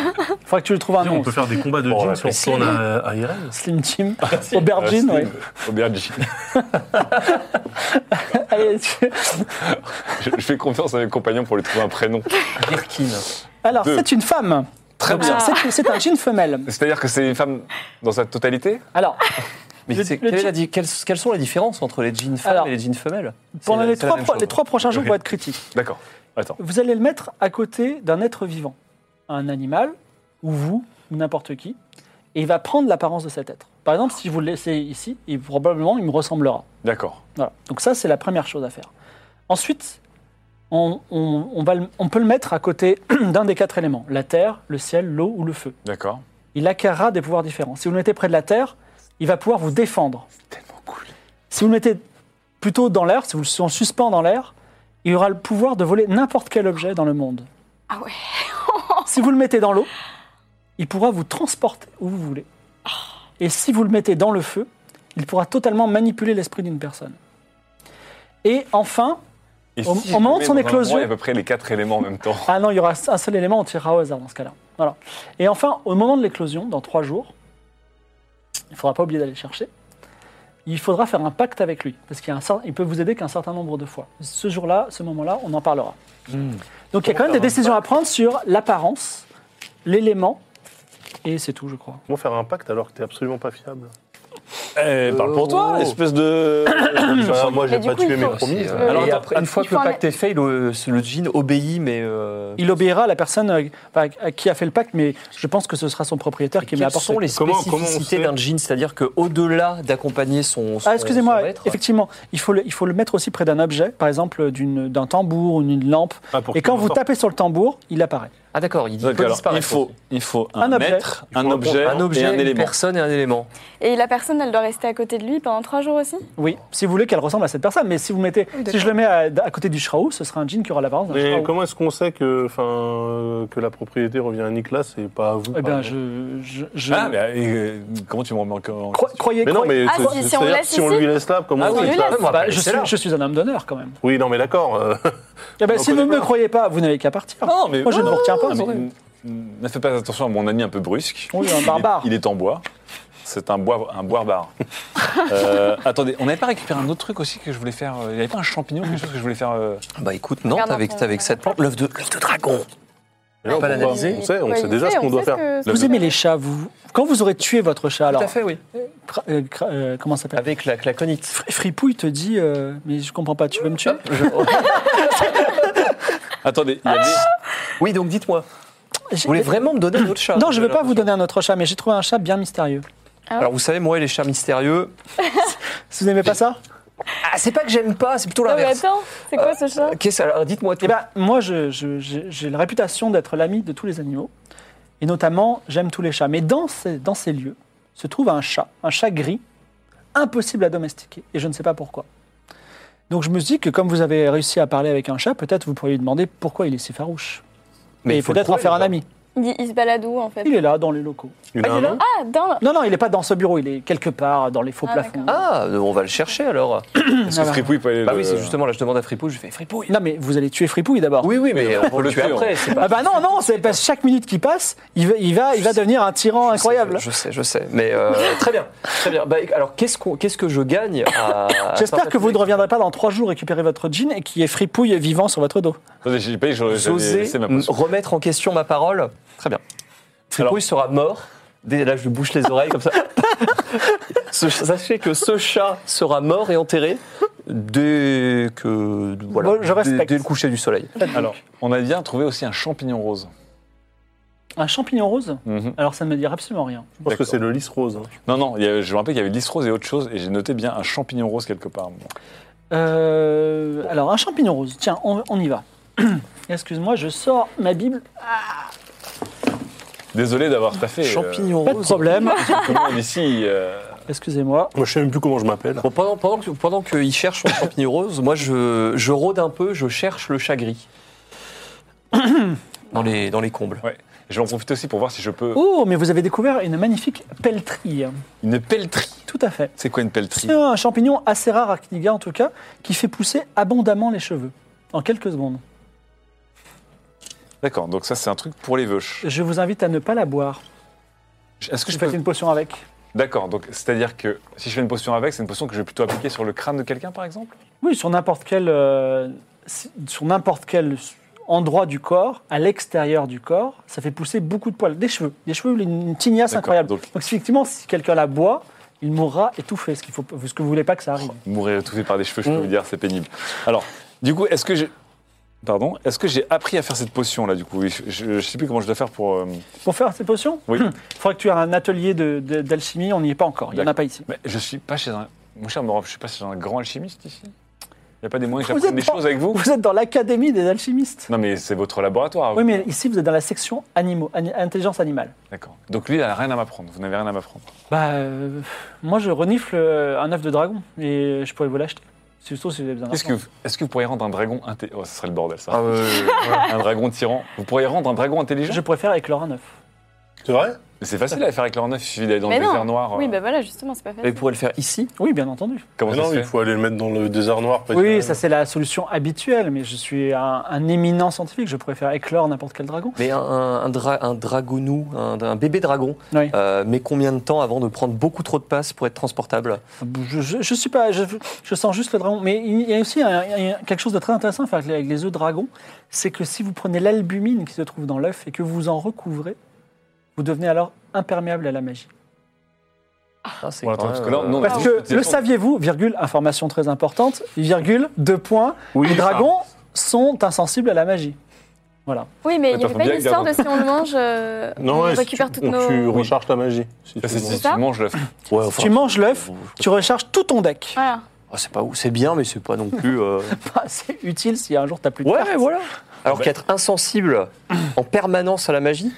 Faudra que tu le trouves un On nom. peut faire des combats de Bon, jeans ouais, si on retourne à, à Irène. Slim Jim, Aubergine, Euh, ouais. slim, Aubergine. Allez, tu- Je, je fais confiance à mes compagnons pour lui trouver un prénom. Birkin. Alors, Deux. c'est une femme. Très Donc, bien. c'est- C'est un jean femelle. C'est-à-dire que c'est une femme dans sa totalité Alors, Mais Le- c'est- le quelle est jean- la di- quelles, quelles sont les différences entre les jeans femmes Alors, et les jeans femelles pendant C'est la- les c'est la trois, même pro- chose. les trois prochains jours Ok. vont être critiques. D'accord. Attends. Vous allez le mettre à côté d'un être vivant, un animal, ou vous, ou n'importe qui, et il va prendre l'apparence de cet être. Par exemple, si vous le laissez ici, il, probablement il me ressemblera. D'accord. Voilà. Donc ça, c'est la première chose à faire. Ensuite, on, on- on va le- on peut le mettre à côté d'un des quatre éléments, la terre, le ciel, l'eau ou le feu. D'accord. il acquérera des pouvoirs différents. Si vous le mettez près de la terre, il va pouvoir vous défendre. C'est tellement cool. Si vous le mettez plutôt dans l'air, si vous le si on le suspend dans l'air, il aura le pouvoir de voler n'importe quel objet dans le monde. Ah ouais. Si vous le mettez dans l'eau, il pourra vous transporter où vous voulez. Et si vous le mettez dans le feu, il pourra totalement manipuler l'esprit d'une personne. Et enfin, Et Au- au si je moment mets de son dans un endroit, éclosion- Il y a à peu près les quatre éléments en même temps. ah non, il y aura un seul élément, on tirera au hasard dans ce cas-là. Voilà. Et enfin, au moment de l'éclosion, dans trois jours, il ne faudra pas oublier d'aller le chercher. Il faudra faire un pacte avec lui, parce qu'il y a un cer- il peut vous aider qu'un certain nombre de fois. Ce jour-là, ce moment-là, on en parlera. Donc il y a quand même des décisions à prendre sur l'apparence, l'élément, et c'est tout, je crois. Comment faire un pacte alors que t'es absolument pas fiable Euh, oh. Eh, parle pour toi, espèce de. Enfin, Moi, j'ai Mais du pas coup, il tué mes faut- promis. euh, Alors, Et attends, une fois il que faut le en pacte est fait, le, le jean obéit, mais. euh, Il obéira à la personne euh, enfin, à qui a fait le pacte, mais je pense que ce sera son propriétaire qui met à Quelles porter. sont les Comment- comment on spécificités sait d'un jean C'est-à-dire qu'au-delà d'accompagner son, son- Ah, excusez-moi, son maître, effectivement, il faut, le, il faut le mettre aussi près d'un objet, par exemple d'une- d'un tambour ou d'une lampe. Ah, Et quand vous tapez sur le tambour, il apparaît. Ah d'accord, il, Donc, peut alors, il disparaître faut, aussi. il faut un, Un objet. maître, Il faut un un objet, un objet, et un une élément. personne et un élément. Et la personne, elle doit rester à côté de lui pendant trois jours aussi Oui, si vous voulez qu'elle ressemble à cette personne, mais si vous mettez, si je le mets à, à côté du Shraou, ce sera un jean qui aura l'apparence d'un Mais Shraou. comment est-ce qu'on sait que, enfin, euh, que la propriété revient à Nicolas et pas à vous Eh bien, pardon je, je, je- Ah, mais euh, comment tu me remets encore en Cro- croyez, Mais non, croyez- mais Ah, c'est- si- si c'est- on c'est-à-dire laisse si on ici lui laisse là, comment Ah on oui, sait lui ça laisse. moi, Bah, après, je, c'est suis, là. je suis un homme d'honneur quand même. Oui, non, mais d'accord. euh, Eh ben, On si vous ne connaît me pas. croyez pas, vous n'avez qu'à partir. Oh. Non, mais Moi, je ne vous retiens pas, Ah, mais attendez. n- Ne fais pas attention à mon ami un peu brusque. Oui, un Il est- barbare. Il est, en bois. C'est un bois, un bois-bar. Euh, attendez, on n'avait pas récupéré un autre truc aussi que je voulais faire. euh, Il n'y avait pas un champignon, quelque chose que je voulais faire. euh, Bah écoute, non, Regarde avec, un peu, avec ouais. cette plante, l'œuf de, l'œuf de dragon. mais non, pas pourquoi l'analyser. On sait, on sait déjà ce qu'on doit faire. Vous aimez les chats, vous Quand vous aurez tué votre chat, alors. Tout à fait, oui. cra- euh, cra- euh, comment ça s'appelle Avec la claconite. Fri- Fripouille te dit, euh, mais je comprends pas, tu veux me tuer Je- Attendez, il y avait. oui, donc dites-moi. Vous J'ai- voulez vraiment me donner un autre chat Non, je ne veux pas vous donner un autre chat, mais j'ai trouvé un chat bien mystérieux. Alors vous savez, moi et les chats mystérieux, Si vous n'aimez pas ça ah, c'est pas que j'aime pas, c'est plutôt Non mais l'inverse. Ah attends, c'est quoi ce chat Qu'est-ce alors Dites-moi tout. Eh ben, moi, je- je- j'ai j'ai la réputation d'être l'ami de tous les animaux. Et notamment, j'aime tous les chats. Mais dans ces, dans ces lieux se trouve un chat, un chat gris, impossible à domestiquer. Et je ne sais pas pourquoi. Donc je me suis dit que comme vous avez réussi à parler avec un chat, peut-être vous pourriez lui demander pourquoi il est si farouche. Mais Mais il faut le peut-être en trouver, faire un déjà. ami. il, il se balade où en fait Il est là, dans les locaux. Il y en a un nom Ah, dans le- Non, non, il n'est pas dans ce bureau, il est quelque part dans les faux Ah, plafonds. Ah, on va le chercher alors. Est-ce que Ah, Fripouille peut aller Bah le- oui, c'est justement là, je demande à Fripouille, je fais Fripouille. Non, mais vous allez tuer Fripouille d'abord. Oui, oui, mais on peut le tuer tuer, après. hein. c'est pas- Ah bah non, non, c'est parce que chaque minute qui passe, il va, il va, il va devenir un tyran incroyable. Je sais, je sais. Mais euh, très bien, très bien. Bah, alors qu'est-ce qu'on, qu'est-ce que je gagne à- à J'espère faire que vous ne cette- reviendrez pas dans trois jours récupérer votre jean et qu'il y ait fripouille vivant sur votre dos. Attendez, j'ai pas j'aurais- j'avais J'osais laissé ma m- potion. remettre en question ma parole. Très bien. Fripouille sera mort. Dès là, je lui bouche les oreilles comme ça. Ce- sachez que ce chat sera mort et enterré dès que voilà, Bon, je dès, respecte. dès le coucher du soleil. Alors, on a bien trouvé aussi un champignon rose. Un champignon rose Mhm. Alors ça ne me dit absolument rien. Je pense que c'est le lys rose. hein. Non, non, il y avait- je me rappelle qu'il y avait lys rose et autre chose, et j'ai noté bien un champignon rose quelque part. moi. Euh, Alors un champignon rose, tiens, on, on y va. Excuse-moi, je sors ma Bible. Ah. Désolé d'avoir taffé. euh, Champignon Pas de rose. problème. tout le monde ici. euh, Excusez-moi. Moi, je sais même plus comment je m'appelle. Bon, pendant, pendant, que, pendant qu'il cherche son champignon rose, moi je, je rôde un peu, je cherche le chat gris. dans, les, dans les combles. je vais en profiter aussi pour voir si je peux. Oh, mais vous avez découvert une magnifique pelleterie. Une pelleterie. Tout à fait. C'est quoi une pelleterie C'est un champignon assez rare, Archniga en tout cas, qui fait pousser abondamment les cheveux. En quelques secondes. D'accord, donc ça c'est un truc pour les veuches. Je vous invite à ne pas la boire. Est-ce que Je je fais peux une potion avec. D'accord, donc c'est-à-dire que si je fais une potion avec, c'est une potion que je vais plutôt appliquer sur le crâne de quelqu'un par exemple Oui, sur n'importe quel, euh, si- sur n'importe quel endroit du corps, à l'extérieur du corps, ça fait pousser beaucoup de poils, des cheveux, des cheveux, une tignasse D'accord, incroyable. Donc, donc- effectivement, si quelqu'un la boit, il mourra étouffé, ce qu'il faut, ce que vous voulez pas que ça arrive. Mourir étouffé par des cheveux, je peux Mm. vous dire, c'est pénible. Alors, du coup, est-ce que j'ai. Pardon Est-ce que j'ai appris à faire cette potion là du coup Oui, je- Je ne sais plus comment je dois faire pour. euh, Pour faire ces potions, Hmm. Oui. il faudrait que tu aies un atelier de- de- d'alchimie. On n'y est pas encore. Il n'y en a D'accord. pas ici. Mais je suis pas chez un. Mon cher Morof, je suis pas chez un grand alchimiste ici Il n'y a pas des moyens que Vous j'apprenne êtes des pas- choses avec vous Vous êtes dans l'académie des alchimistes. Non, mais c'est votre laboratoire. Ah Oui, mais ici, vous êtes dans la section animaux, ani- intelligence animale. D'accord. Donc lui, il n'a rien à m'apprendre. Vous n'avez rien à m'apprendre. Bah, euh, moi, je renifle euh, un œuf de dragon et je pourrais vous l'acheter. Surtout si vous avez besoin Est-ce d'argent. que, vous- est-ce que vous pourriez rendre un dragon intelligent Oh, ce serait le bordel, ça. Ah, ouais, ouais, ouais. Un dragon tyran. Vous pourriez rendre un dragon intelligent Je préfère éclore un œuf. C'est vrai Mais C'est facile à faire avec leur neuf. Il suffit d'aller dans Mais le non. désert noir. Oui, euh, bah voilà, justement, c'est pas Mais facile. vous pourrez le faire ici. Oui, bien entendu. Comment Mais ça Non, se il fait faut aller le mettre dans le désert noir. pas Oui, dire- ça c'est la solution habituelle, mais je suis un, un éminent scientifique, je pourrais faire éclore n'importe quel dragon. Mais un, un, un dra- un dragonou, un, un bébé dragon, Oui. euh, mais combien de temps avant de prendre beaucoup trop de passes pour être transportable Je, je, je suis pas, je, je sens juste le dragon. Mais il y a aussi un- il y a quelque chose de très intéressant à faire avec les, avec les œufs dragons, c'est que si vous prenez l'albumine qui se trouve dans l'œuf et que vous en recouvrez, vous devenez alors imperméable à la magie. Ah, c'est Bon, attends, quand parce même, que là, euh, non, Parce oui, que c'est le sûr. saviez-vous, virgule, information très importante, virgule, deux points, les dragons sont insensibles à la magie. Voilà. Oui, mais il n'y Attends, avait faut pas bien une histoire de garder. si on le mange, euh, Non, on ouais, si récupère tu- toutes on- nos. Tu recharges ta magie. si Ça, tu c'est veux. si ça tu manges l'œuf. ouais, enfin, tu manges l'œuf, Tu recharges tout ton deck. Bah, Voilà. Ah, c'est pas ouf, c'est bien, mais c'est pas non plus. euh, C'est utile si un jour t'as plus de cartes. Ouais, voilà. Alors bah- qu'être insensible en permanence à la magie,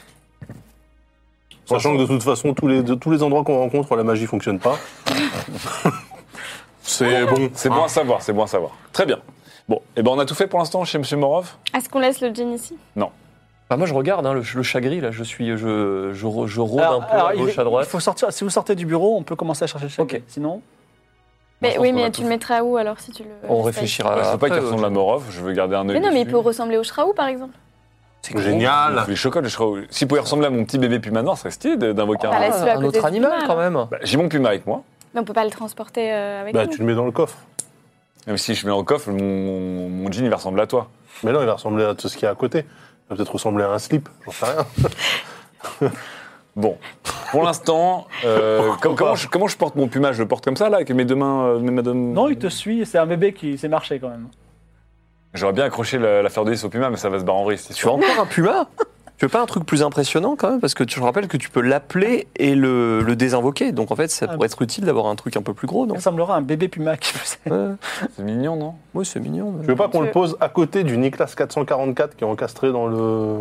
Sachant que de toute façon, tous les, de tous les endroits qu'on rencontre, la magie fonctionne pas. c'est bon. C'est bon à savoir, c'est bon à savoir. Très bien. Bon, et ben on a tout fait pour l'instant chez Monsieur Morov. Est-ce qu'on laisse le djinn ici bah, moi je regarde hein, le, le chat gris, là, je suis, je, je, ro- je rôde Alors- un peu alors, à il- gauche, à droite. il faut sortir, si vous sortez du bureau, on peut commencer à chercher le chèque. Ok. Sinon, je mais, pense Oui, qu'on va mais tout tu le mettras où alors si tu le. On laisses réfléchira. Je à ne veux pas qu'il après, ressemble euh, à Morov, je veux garder un œil. Mais non, mais il dessus. peut ressembler au Shraou, par exemple. c'est Génial. Les chocottes, je serais... S'il pouvait ressembler à mon petit bébé puma noir, ce serait stylé de- d'invoquer Ah, Bah, un. laisse-le à un côté autre du hein. animal puma, quand même. Bah, J'ai mon puma avec moi. Mais on peut pas le transporter euh, avec Bah, nous. tu le mets dans le coffre. Même si je mets en coffre, mon, mon jean il va ressembler à toi. Mais non, il va ressembler à tout ce qu'il y a à côté. Il va peut-être ressembler à un slip, j'en sais rien. Bon, pour l'instant, euh, comme- comment, je, comment je porte mon puma Je le porte comme ça là, avec mes deux mains. euh, mes- mes deux- non, Mm. il te suit. C'est un bébé qui s'est marché quand même. J'aurais bien accroché la, la fleur de lys au puma, mais ça va se barrer en vrille. c'est Tu as sûr. encore un puma Tu veux pas un truc plus impressionnant quand même Parce que tu- je rappelle que tu peux l'appeler et le, le désinvoquer. Donc en fait, ça Ah. pourrait être utile d'avoir un truc un peu plus gros, non Il ressemblera à un bébé puma qui faisait. Ouais, C'est mignon, non Ouais, c'est mignon. mais- Je veux pas qu'on Tu- le pose à côté du Niklas 444 qui est encastré dans le.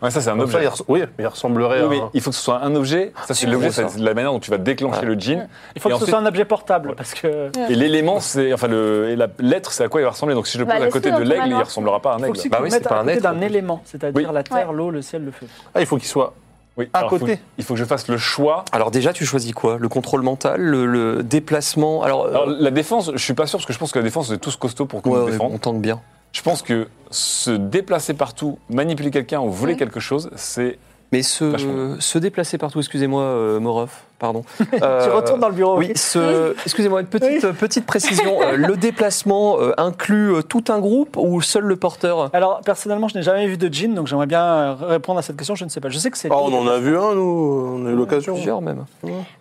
Ouais, ça c'est un Comme ça, objet. il res- Oui, mais il ressemblerait Oui, à. mais un- il faut que ce soit un objet. Ça, c'est C'est l'objet, bon, ça. c'est la manière dont tu vas déclencher Ouais. le jean. Il faut Et que ce ensuite- soit un objet portable parce que Et l'élément, c'est. Enfin, le, et la lettre, c'est à quoi il va ressembler. Donc, si je le Bah, pose à côté laisse-le de dans ton l'aigle, il manoir. ressemblera pas à un il faut que aigle. tu Bah le oui, mettes c'est pas à un côté être, d'un quoi. élément, c'est-à-dire la terre, l'eau, le ciel, le feu. Ah, il faut qu'il soit. Oui, À alors, faut- côté. il faut que je fasse le choix. Alors déjà, tu choisis quoi Le contrôle mental, le, le déplacement. Alors, euh, Alors, la défense, je suis pas sûr, parce que je pense que la défense, c'est tous costauds pour qu'on ouais, nous ouais, défende. on tente bien. Je pense que se déplacer partout, manipuler quelqu'un ou voler Ouais. quelque chose, c'est. Mais Vachement. se, se déplacer partout, excusez-moi, euh, Morov, pardon. Tu retournes dans le bureau. Euh, Oui, ok ce- excusez-moi, une petite, euh, petite précision. Euh, le déplacement euh, inclut euh, tout un groupe ou seul le porteur Alors personnellement, je n'ai jamais vu de jean, donc j'aimerais bien euh, répondre à cette question. Je ne sais pas. Je sais que c'est. Oh, Ah, on en a vu un, nous, on Euh, a eu l'occasion. Plusieurs même.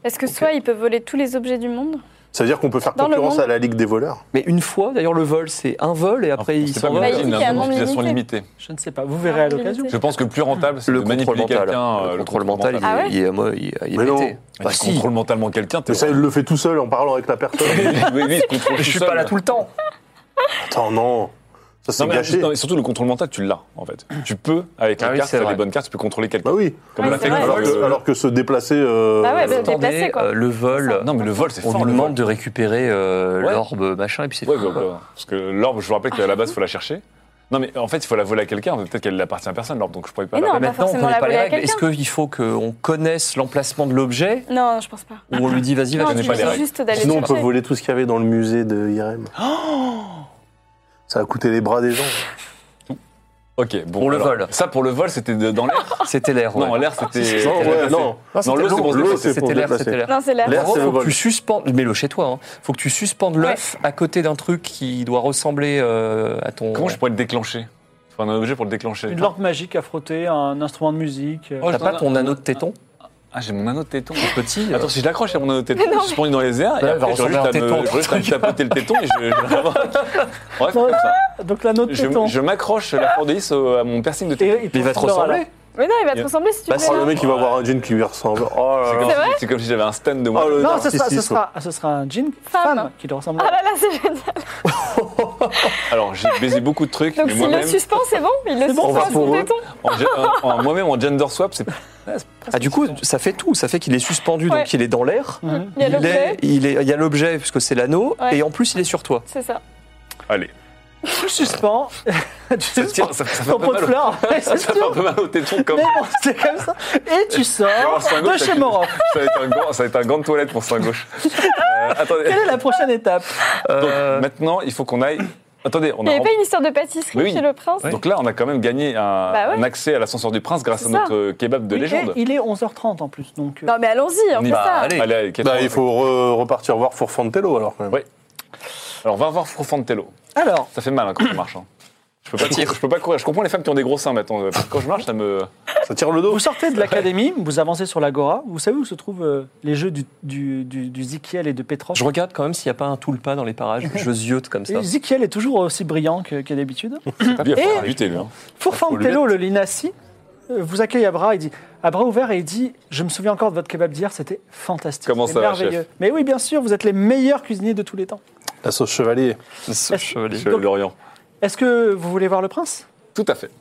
Parce que soit il peut voler tous les objets du monde. C'est-à-dire qu'on peut faire Dans le concurrence monde. à la Ligue des voleurs. Mais une fois, d'ailleurs, le vol, c'est un vol et après, il c'est pas s'en une va. Bah, il dit qu'il y a un nombre utilisation limité. limitée. Je ne sais pas. Vous Ah, verrez à l'occasion. Je pense que le plus rentable, c'est de Le contrôle manipuler mental. quelqu'un. euh, le contrôle mental, Ah ouais il, est- il est, moi, il, il est Mais non. pété. Mais Bah, tu si. contrôles mentalement quelqu'un, t'es. Mais ça, il le fait tout seul en parlant avec la personne. oui, oui, il se contrôle tout Je suis seul. pas là tout le temps. Attends, non. Ça c'est Non, mais en gâché. plus, non, mais surtout, le contrôle mental, tu l'as, en fait. Tu peux, avec Ah les oui, cartes, c'est t'as vrai. des bonnes cartes, tu peux contrôler quelqu'un. Ah, Bah oui. Comme Ouais, on a c'est fait vrai. avec Alors le- que, alors que se déplacer. euh, Bah ouais, bah, euh, déplacé, Attendez, quoi. euh, le vol, C'est Non, mais le vol, c'est on fort, lui le demande vol. de récupérer euh, Ouais. l'orbe, machin, et puis c'est Ouais, tout, bah, quoi. bah, parce que l'orbe, je vous rappelle qu'à la base, il faut la chercher. Non, mais en fait, il faut la voler à quelqu'un. Peut-être qu'elle n'appartient à personne, l'orbe, donc je pourrais pas Mais la non. voler. pas maintenant, on forcément connaît la pas les voler à règles. Est-ce quelqu'un. qu'il faut qu'on connaisse l'emplacement de l'objet Non, je pense pas. ou on lui dit vas-y, va Non, chercher tu pas les dis règles. juste d'aller Sinon, on peut chercher. voler tout ce qu'il y avait dans le musée de IRM. ça a coûté les bras des gens. Ok, bon. Pour le alors, vol. Ça, pour le vol, c'était de- dans l'air. C'était l'air. ouais. Non, l'air, c'était. Non, c'était ouais, déplacé. non. Non, Non, c'était l'eau, c'est pour se l'eau, déplacer. c'est pour C'était l'air, déplacer. c'était l'air. Non, c'est l'air. L'air, Vraiment, c'est le faut que vol. tu suspendes, mets-le chez toi, hein. faut que tu suspendes l'œuf à côté d'un truc qui doit ressembler euh, à ton. Comment je pourrais le déclencher Il faut un objet pour le déclencher. Une lampe magique à frotter, un instrument de musique. euh, Oh, T'as j'en pas ai- ton anneau de téton Ah, j'ai mon anneau de téton. petit euh, Attends, si je l'accroche à mon anneau de téton, Mais non, je suis pendu dans les airs, Ouais, et va après, j'aurais ressembler à un juste à téton, me- j'aurais juste à me tapoter le téton et je je vais avoir. Bref, Non, comme ça. Donc l'anneau de Je, téton. je m'accroche la cordélis au- à mon piercing de Et téton. Mais il va te ressemblera, ressembler. là. Mais non, il va te ressembler si tu hein. Bah, veux. c'est Oh, là. le mec, il va avoir un jean qui lui ressemble. Oh C'est là comme, là. C'est vrai si- c'est comme si j'avais un stand de moi. Oh, le Non, ce sera, ce, narcissisme. sera, ce sera un jean Femme. femme qui le Ah ressemblera. là là, c'est génial. Alors j'ai baisé beaucoup de trucs, Donc mais s'il le moi-même, suspend, c'est bon Il le C'est bon, suspend, on va son pour eux. téton. en, ge- en- en- moi-même en gender swap, c'est Ah, du coup, ça fait tout. Ça fait qu'il est suspendu, Ouais. donc il est dans l'air. Mhm. Il y a il, est, l'objet. il, est- il y a l'objet, puisque c'est l'anneau, Ouais. et en plus, il est sur toi. C'est ça. allez. Tu le suspends. tu Tiens, suspends ça, ça fait un ton peu pot de mal. au- fleurs. Ouais, c'est Ça fait un sûr. peu mal au téton comme. Mais bon, c'est comme ça. Et tu sors Alors, c'est un de gauche, chez ça- Morov. Ça va être un gant, ça va être un gant de toilette pour sein gauche. Euh, attendez. Quelle est la prochaine étape Donc, Euh, maintenant, il faut qu'on aille. Attendez, on Il n'y a. avait pas une histoire de pâtisserie Mais oui. chez le prince Donc là, on a quand même gagné un, Bah ouais. un accès à l'ascenseur du prince grâce C'est à ça. notre euh, kebab de Il est- légende. Il est 11h30 en plus. Donc, euh, Non, mais allons-y, on fait Bah, ça. allez. Allez, allez, quatre Bah, heures. il faut re- repartir voir Forfantello alors quand même. Ouais. Alors, va voir Frofantello. alors, Ça fait mal hein, quand on marche. hein. Je peux, pas courir, je peux pas courir. Je comprends les femmes qui ont des gros seins maintenant. euh, parce que Quand je marche, ça me. Ça tire le dos. vous sortez de l'académie, vous avancez sur l'agora. Vous savez où se trouvent euh, les jeux du, du, du- du Zikiel et de Petrov je regarde quand même s'il n'y a pas un toulpa dans les parages. je ziote comme ça. Et Zikiel est toujours aussi brillant que, que d'habitude. Il va Eh. falloir Et- éviter, lui. hein. Fourfantello, le Linassi, euh, vous accueille à bras, il dit, à bras ouverts, et il dit Je me souviens encore de votre kebab d'hier, c'était fantastique. Comment c'était ça va, chef Mais oui, bien sûr, vous êtes les meilleurs cuisiniers de tous les temps. La sauce chevalier. Ce chevalier. Chevalier de euh, l'Orient. Est-ce que vous voulez voir le prince Tout à Ah, fait.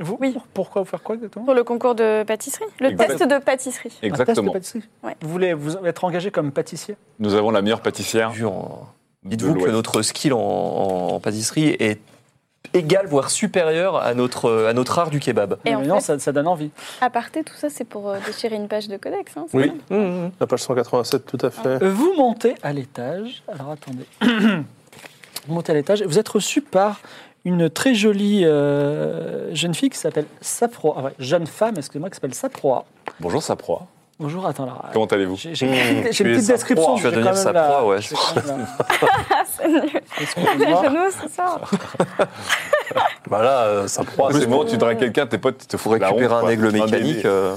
vous, Oui. pour- Pourquoi vous faire quoi exactement Pour le concours de pâtisserie Le Exact. test de pâtisserie. Un test de Exactement. pâtisserie Ouais. Vous voulez vous être engagé comme pâtissier Nous avons la meilleure pâtissière. Vu en- de Dites-vous que l'Ouest. notre skill en, en pâtisserie est égal, voire supérieur à notre, à notre art du kebab. Et en Mais Non, fait- ça, ça donne envie. Aparté, tout ça, c'est pour euh, déchirer une page de codex. Hein, c'est Oui. bien. La page 187, tout à fait. Euh, Vous montez à l'étage. Alors attendez. vous montez à l'étage et vous êtes reçu par une très jolie euh, jeune fille qui s'appelle Saproa. Ah ouais, jeune femme, excusez-moi, qui s'appelle Saproa. Bonjour, sa proie. Bonjour, attends là. Ah, Comment allez-vous J'ai j'ai- Mmh, j'ai tu une es petite sa description. proie, tu vas j'ai devenir quand même sa la- proie, ouais. j'ai quand même la- Ah, c'est nul. Les Excusez-moi. genoux, c'est ça. Bah là, euh, ça proie. C'est c'est- bon, tu dragues quelqu'un, tes potes, ils te font Pour récupérer un aigle mécanique. euh,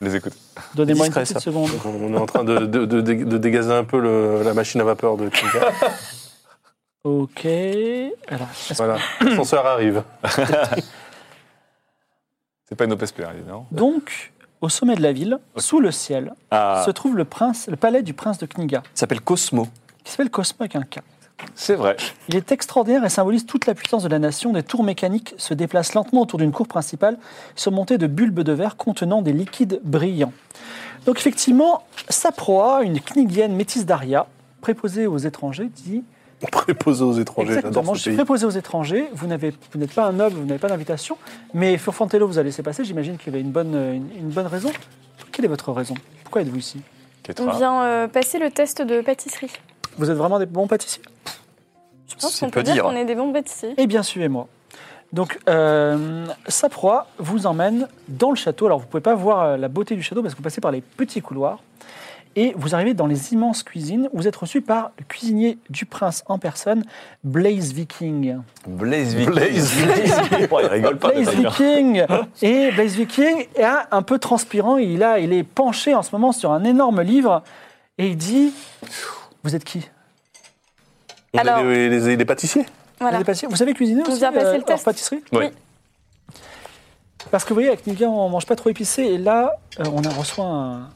Les écoute. Donnez-moi une Discret, petite ça. seconde. On est en train de, de, de- de dégazer un peu le- la machine à vapeur de Kinga. Ok. Alors, est-ce Voilà, l'ascenseur arrive. C'est pas une OPSP, hein, évidemment. Donc, au sommet de la ville, sous le ciel, Ah, se trouve le, prince, le palais du prince de Kniga, il s'appelle Cosmo. qui s'appelle Cosmo avec un K. c'est vrai. Il est extraordinaire et symbolise toute la puissance de la nation. Des tours mécaniques se déplacent lentement autour d'une cour principale, surmontée de bulbes de verre contenant des liquides brillants. Donc, effectivement, sa proie, une Knigienne métisse d'Aria, préposée aux étrangers, dit Préposé aux étrangers, Exactement, j'adore je ce suis pays. préposé aux étrangers, vous n'avez- vous n'êtes pas un noble, vous n'avez pas d'invitation, mais Furfantello vous a laissé passer, j'imagine qu'il avait une bonne, euh, une, une bonne raison. Quelle est votre raison Pourquoi êtes-vous ici On Ketra. vient euh, passer le test de pâtisserie. Vous êtes vraiment des bons pâtissiers Je pense C'est qu'on peut peu dire, dire. qu'on est des bons pâtissiers. Eh bien, suivez-moi. Donc, euh, sa proie vous emmène dans le château. Alors, vous ne pouvez pas voir euh, la beauté du château parce que vous passez par les petits couloirs. Et vous arrivez dans les immenses cuisines. Vous êtes reçu par le cuisinier du prince en personne, Blaze Viking. Blaze Viking. Blaze Ouais, il rigole pas, Blaze Blaze Viking et Blaze Viking est un- un peu transpirant. Il a, il est penché en ce moment sur un énorme livre et il dit Vous êtes qui On est Alors- les, les- les pâtissiers Vous Voilà. avez passé- Vous avez cuisiné On aussi vient passer le hors test. pâtisserie Oui. euh, Parce que vous voyez, avec Niga, on mange pas trop épicé et là, euh, on a reçu un,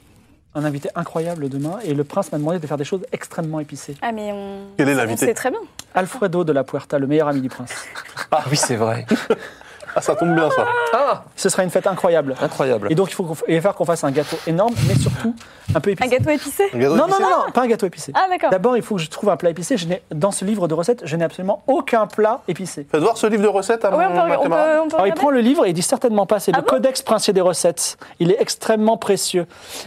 un invité incroyable demain et le prince m'a demandé de faire des choses extrêmement épicées. Ah, mais on. Quel est on l'invité sait très bien. Alfredo de la Puerta, le meilleur ami du prince. Ah oui, c'est vrai. Ah, ça tombe bien, ça. Ah, Ce sera une fête incroyable. incroyable. Et donc il faut qu'on f- il va falloir qu'on fasse un gâteau énorme, mais surtout un peu Un épicé. gâteau épicé Regardez, Non, non, non, non, pas un gâteau épicé. Ah, d'accord. D'abord, il faut que je trouve un plat épicé. Je n'ai- dans ce livre de recettes, je n'ai absolument aucun plat épicé. Faites voir ce livre de recettes à Ah mon ouais, on peut, ma on camarade. peut, on peut Alors, il regarder prend le livre et il dit certainement pas. C'est Ah le bon Codex princier des recettes. Il est extrêmement précieux.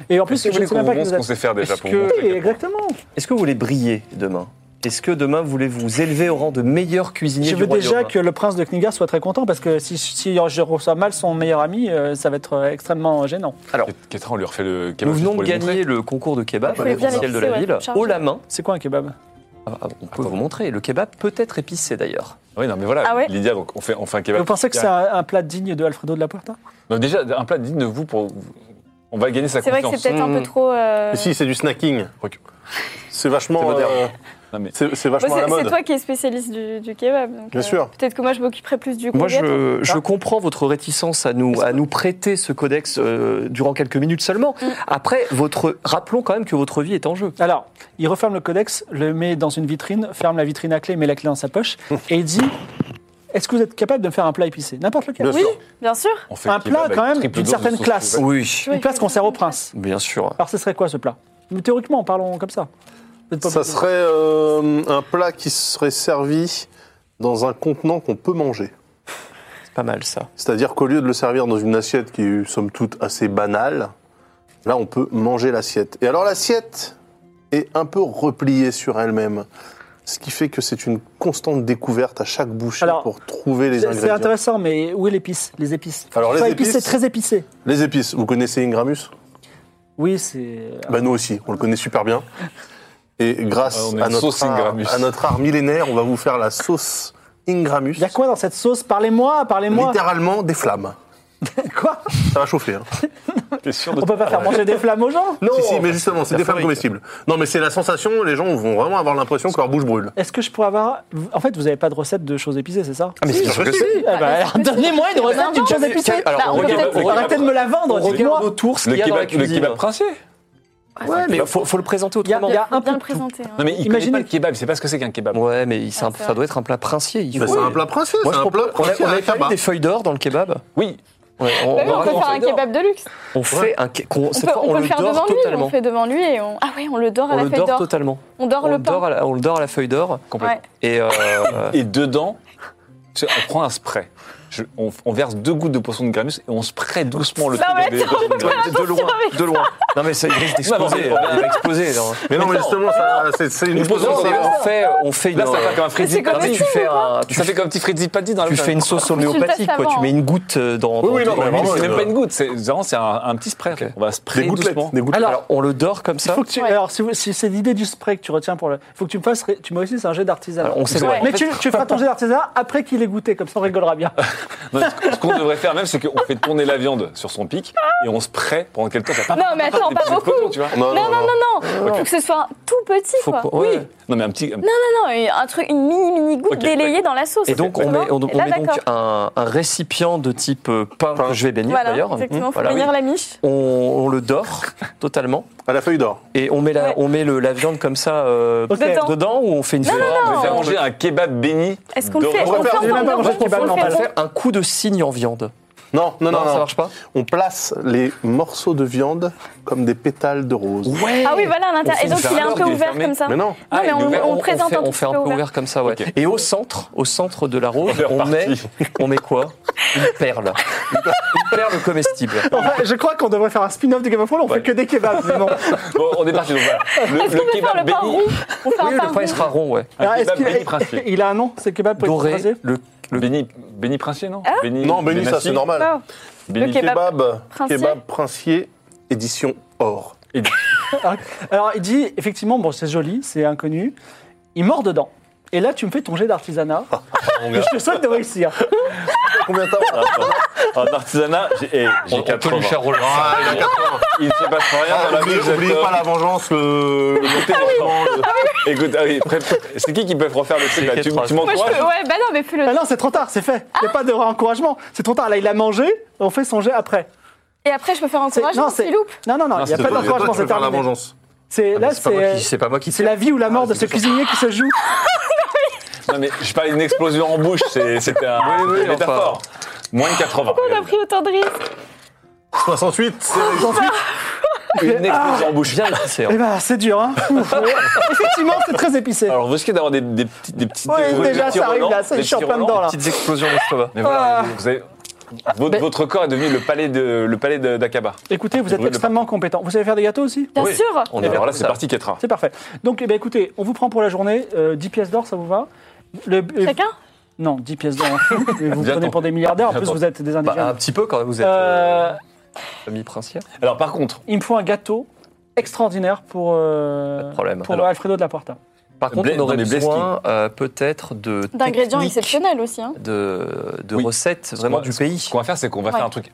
Et en plus, Est-ce que je vous ne voulez sais qu'on même vous pas qui nous montre ce a- qu'on sait faire déjà Est-ce pour que- vous montrer à Oui, quel point- exactement. Est-ce que vous voulez briller demain Est-ce que demain vous voulez vous élever au rang de meilleur cuisinier Je du veux déjà royaume que le prince de Kniga soit très content parce que si, si je reçois mal son meilleur ami, euh, ça va être euh, extrêmement gênant. Kétra, on lui refait le Nous camouflage venons pour de lui montrer. gagner le concours de kebab Il faut les bien officiel de la mixer, ouais, ville, charger. haut la main. C'est quoi un kebab Eh Ah, ah, on peut vous montrer. Le kebab peut être épicé d'ailleurs. Oui, non, mais voilà, Ah ouais Lydia, donc on fait, on fait un kebab. Vous pensez que c'est un, un plat digne de Alfredo de la Puerta Non, déjà, un plat digne de vous pour. On va gagner sa C'est vrai que confiance. c'est peut-être un peu trop. euh, Mais si, c'est du snacking. C'est C'est vachement. moderne. euh, Non, mais- C'est c'est bon, vachement à la Bah, c'est- c'est mode. toi qui es spécialiste du, du kebab. donc, Bien sûr. Peut-être que moi, je m'occuperai plus du Moi, courgette. je, je Ah. comprends votre réticence à nous, à nous prêter ce codex euh, durant quelques minutes seulement. Après, votre, rappelons quand même que votre vie est en jeu. Alors, il referme le codex, le met dans une vitrine, ferme la vitrine à clé, met la clé dans sa poche et il dit Est-ce que vous êtes capable de me faire un plat épicé N'importe lequel. Bien oui, sûr. Bien sûr. on fait un le kebab plat, avec quand même, triple d'une dose de certaine sauce classe. tomate. Oui, une place qu'on sert au prince. bien sûr. Alors, ce serait quoi ce plat Mais Théoriquement, parlons comme ça. Vous êtes pas- Ça serait euh, un plat qui serait servi dans un contenant qu'on peut manger. C'est pas mal ça. C'est-à-dire qu'au lieu de le servir dans une assiette qui est somme toute assez banale, là on peut manger l'assiette. Et alors l'assiette est un peu repliée sur elle-même, ce qui fait que c'est une constante découverte à chaque bouchée Alors, pour trouver les C'est c'est ingrédients. intéressant, mais où est l'épice Les épices. Alors, les Pas épicé, épices- très épicé. Les épices, vous connaissez Ingramus Oui, c'est. Bah nous aussi, on le connaît super bien. Et grâce On a à une notre, sauce art, Ingramus. à notre art millénaire, on va vous faire la sauce Ingramus. Il y a quoi dans cette sauce Parlez-moi, parlez-moi. Littéralement des flammes. Quoi Ça va chauffer. hein. T'es sûr de On peut pas faire manger des flammes aux gens si, si, mais justement, c'est la des flammes fabrique. comestibles. Non, mais c'est la sensation, les gens vont vraiment avoir l'impression que leur bouche brûle. Est-ce que je pourrais avoir. En fait, vous n'avez pas de recette de choses épicées, c'est ça Ah, mais Si, c'est sûr que c'est. Eh ben, alors, Donnez-moi une recette d'une chose épicée. Alors, Bah, on on regarde- peut-être- on regarde- Arrêtez de me la vendre, on dites-moi. regarde autour ce Le qu'il y a dans la kebab, le cuisine. kebab princier Ouais, mais faut, faut le présenter Il y a, autrement. il y a un peu bien de le tout. présenter. hein. Non, mais il Imaginez- Imaginez... pas le kebab, il sait pas ce que c'est qu'un kebab. Ouais, mais c'est un- Ah, c'est ça vrai. doit être un plat princier. Il Bah, faut- c'est un plat princier, Moi, c'est je un plat propose. On a- princier on à la avait pas mis cabane. des feuilles d'or dans le kebab. Oui, Ouais, on, Bah oui, on on- peut faire un kebab de luxe. on fait un. ke- qu'on- On cette peut, fois, on peut le faire dore devant lui. totalement. On fait devant lui et on. Ah ouais, on le dort à On la le feuille dort d'or. totalement. On dort On le le dort pain. à la- on le dort à la feuille d'or. Ouais. Et euh, et dedans, tu sais, on prend un spray. Je- on, on verse deux gouttes de poisson de Gramus et on spray doucement le Non, mais attends, poisson de Gramus. de, de loin, de loin. Non mais ça il risque Non, d'exploser, mais- il va exploser. non. Mais non, mais justement, ça- c'est c'est une Une pause, Non, explosion. c'est- mais on fait, on fait une. Là, ça fait comme un frizzy Non, mais patty. tu fais un, tu, Ça fait comme un petit frizzy patty dans la tu fais une sauce homéopathique, quoi. avant, Tu mets une goutte euh, dans. Oui, oui, dans- non, mais dans- vraiment, C'est même euh, pas une goutte, c'est vraiment, c'est un, un petit spray. On va Des sprayer gouttelettes. doucement. Des gouttelettes. Alors, on le dort comme Il ça. faut que tu- Ouais. Alors, si, vous- si c'est l'idée du spray que tu retiens pour le. Il faut que tu me fasses. ré- Tu me aussi, c'est un jet d'artisanat. Alors, on s'éloigne. Mais tu, tu feras ton jet d'artisanat après qu'il ait goûté, comme ça on rigolera bien. Non, ce ce qu'on devrait faire même, c'est qu'on fait tourner la viande sur son pic et on spray pendant quelques temps. Ça fait Non, mais attends, des pas petites beaucoup. explosions, tu vois. Non, Non, non, non, non. Faut que ce soit tout petit, Faut quoi. pas- Oui. ouais. Non, mais un petit. un- Non, non, et un truc, une mini mini goutte Ok, délayée dans la sauce. Et donc, on Exactement. met, on, donc, Et on là, met donc d'accord. un, un récipient de type euh, pain, que je vais baigner Voilà, d'ailleurs. exactement. Mmh, Faut voilà, venir oui. la miche. on, on le dort totalement. À la feuille d'or. Et on met la, Ouais. on met le, la viande comme ça euh, Ok. Dedans. dedans ou on fait une Non, feuille- On va faire non. manger un kebab béni. Est-ce qu'on le doré. fait On va on le faire- fait en j'ai même pas dehors, mangé de on le kebab, fait non, en pas le dehors. faire un coup de signe en viande. Non, non, non, Non, non. ça marche pas. On place les morceaux de viande comme des pétales de rose. Ouais. Ah oui, voilà, à l'intérieur. On Et donc, fait il est un peu une valeur, il est ouvert fermé. comme ça. Mais non. Non, Ah, mais il est on, ouvert, on on présente fait, un on petit fait un peu peu ouvert. ouvert comme ça, ouais. Ok. Et au centre, au centre de la rose, On est on met, reparti. on met quoi Une perle, une perle comestible. Enfin, je crois qu'on devrait faire un spin-off du Game of Thrones, on Ouais. fait que des kebabs. mais bon. Bon, on est parti. Donc voilà. Le, Est-ce qu'on le peut faire kebab le pain béni. rond On fait Oui, un le pain il pain rond. sera rond, ouais. Alors, Un est-ce kebab qu'il béni a, princier. il a un nom, c'est kebab pour Doré, le, le- Béni, béni princier, non Béni- Non, béni, ça c'est bénassi, normal. Ah, Béni Hein? Le kebab Kebab, princier. kebab princier, édition or. Alors, il dit, effectivement, bon, c'est joli, c'est inconnu. Il mord dedans. Et là, tu me fais ton jet d'artisanat. Ah, Et je te souhaite de réussir. Ah, Combien de temps En artisanat, j'ai eh, j'ai 80. rouler. Ah, il a 80. Il ne se passe rien Ah, dans la N'oubliez vie. vous n'oubliez êtes, pas la vengeance, le, le côté vraiment, le- euh, Écoute, ah oui, pré- c'est qui qui peut refaire le truc là Tu, Kétra. tu Moi, je peux. m'encourages Ouais, bah non, mais fais le. Ah. Ah non, c'est trop tard, c'est fait. Il n'y a pas de réencouragement. C'est trop tard. Là, il a mangé, on fait son jet après. Et après, je peux faire non, encouragement c'est- qui loupe. Non, non, non, Non, il n'y a c'est pas toi- c'est d'encouragement, toi qui c'est veux faire la terminé. vengeance. C'est Ah, mais là, c'est pas moi c'est qui- Ah, c'est pas moi qui c'est la vie ou la mort de ce cuisinier qui se joue. Non, mais je parlais d'une explosion en bouche, c'est- c'était un, oui, c'était une enfin. métaphore. Moins de 80. On a pris autant de risques. 68, c'est réussi. Une explosion en Ah. bouche. Bien là, c'est. Eh ben, c'est dur, hein. Ouf. Effectivement, c'est très épicé. Ah. Alors, vous risquez d'avoir des, des petites. Des petites Oui, des bruits, déjà, des petits ça arrive, relents, là, ça, des je suis en petits plein relents. dedans, là. Petites explosions d'estomac. Mais voilà, Ah. vous avez- votre, Mais- votre corps est devenu le palais de- le palais de- d'Akaba. Écoutez, vous Le êtes bruit de- extrêmement compétent. Vous savez faire des gâteaux aussi Bien Oui. sûr. On Et est alors là, là, c'est parti, Ketra. C'est parfait. Donc, eh ben, écoutez, on vous prend pour la journée. euh, 10 pièces d'or, ça vous va Le- euh, Chacun Non, 10 pièces d'or. hein. Mais vous Viens prenez t'en. pour des milliardaires. En plus, Viens vous êtes des Bah, un indigènes. petit peu quand vous êtes Euh, euh, famille princière. Alors, par contre, il me faut un gâteau extraordinaire pour, euh, Pas de problème. pour Alors. Alfredo de la Porta. Par contre, Bla- on aurait non, mais Blaise besoin euh, peut-être de D'ingrédients techniques, exceptionnels aussi. hein. de, de Oui. recettes vraiment qu'on va- du pays. ce qu'on va faire, c'est qu'on va Ouais. faire un truc.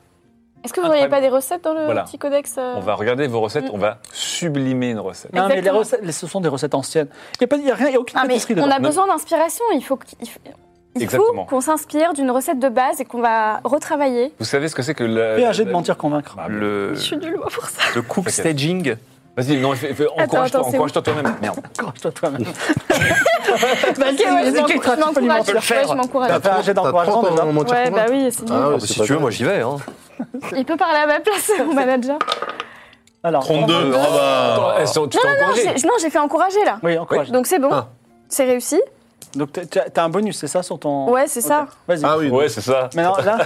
Est-ce que vous n'auriez Incroyable. pas des recettes dans le Voilà. petit codex euh, On va regarder vos recettes, Mm. on va sublimer une recette. Non, mais les Exactement. recettes, ce sont des recettes anciennes. Il n'y a, pas- il y a rien, il n'y a aucune Ah, mais pâtisserie on dedans. a besoin d'inspiration. Il faut qu'il- il faut- il faut Exactement. qu'on s'inspire d'une recette de base et qu'on va retravailler. Vous savez ce que c'est que le. Fais un jet de mentir convaincre. Euh, Bah, le- Le, Je suis nulle moi pour ça. le cook T'inquiète. staging. Vas-y, non, fais- fais- encourage-toi attends, c'est où encourage-toi toi-même. Merde. Encourage-toi toi-même. Ok, ouais, je vas-y, m'encourage. Kétra, Je tu peux lui m'encourage. mentir. Ouais, je m'encourage. T'as fait un jet T'as d'encouragement 30 déjà. en mentir Ouais, pour bah moi. oui, c'est Ah nul. ouais, Bah, c'est si pas tu veux, grave. moi j'y vais. Hein. Il peut parler à ma place, mon manager. Alors, euh, 32. Ah bah. Attends, elles sont- tu t'es Non, encouragé. j'ai non, j'ai fait encourager là. Oui, encourage. Donc c'est bon. C'est réussi Donc, t'as- t'as t'as un bonus, c'est ça, sur ton. Ouais, c'est Ok, ça. Vas-y. Ah oui, Ouais, c'est ça. Maintenant, là,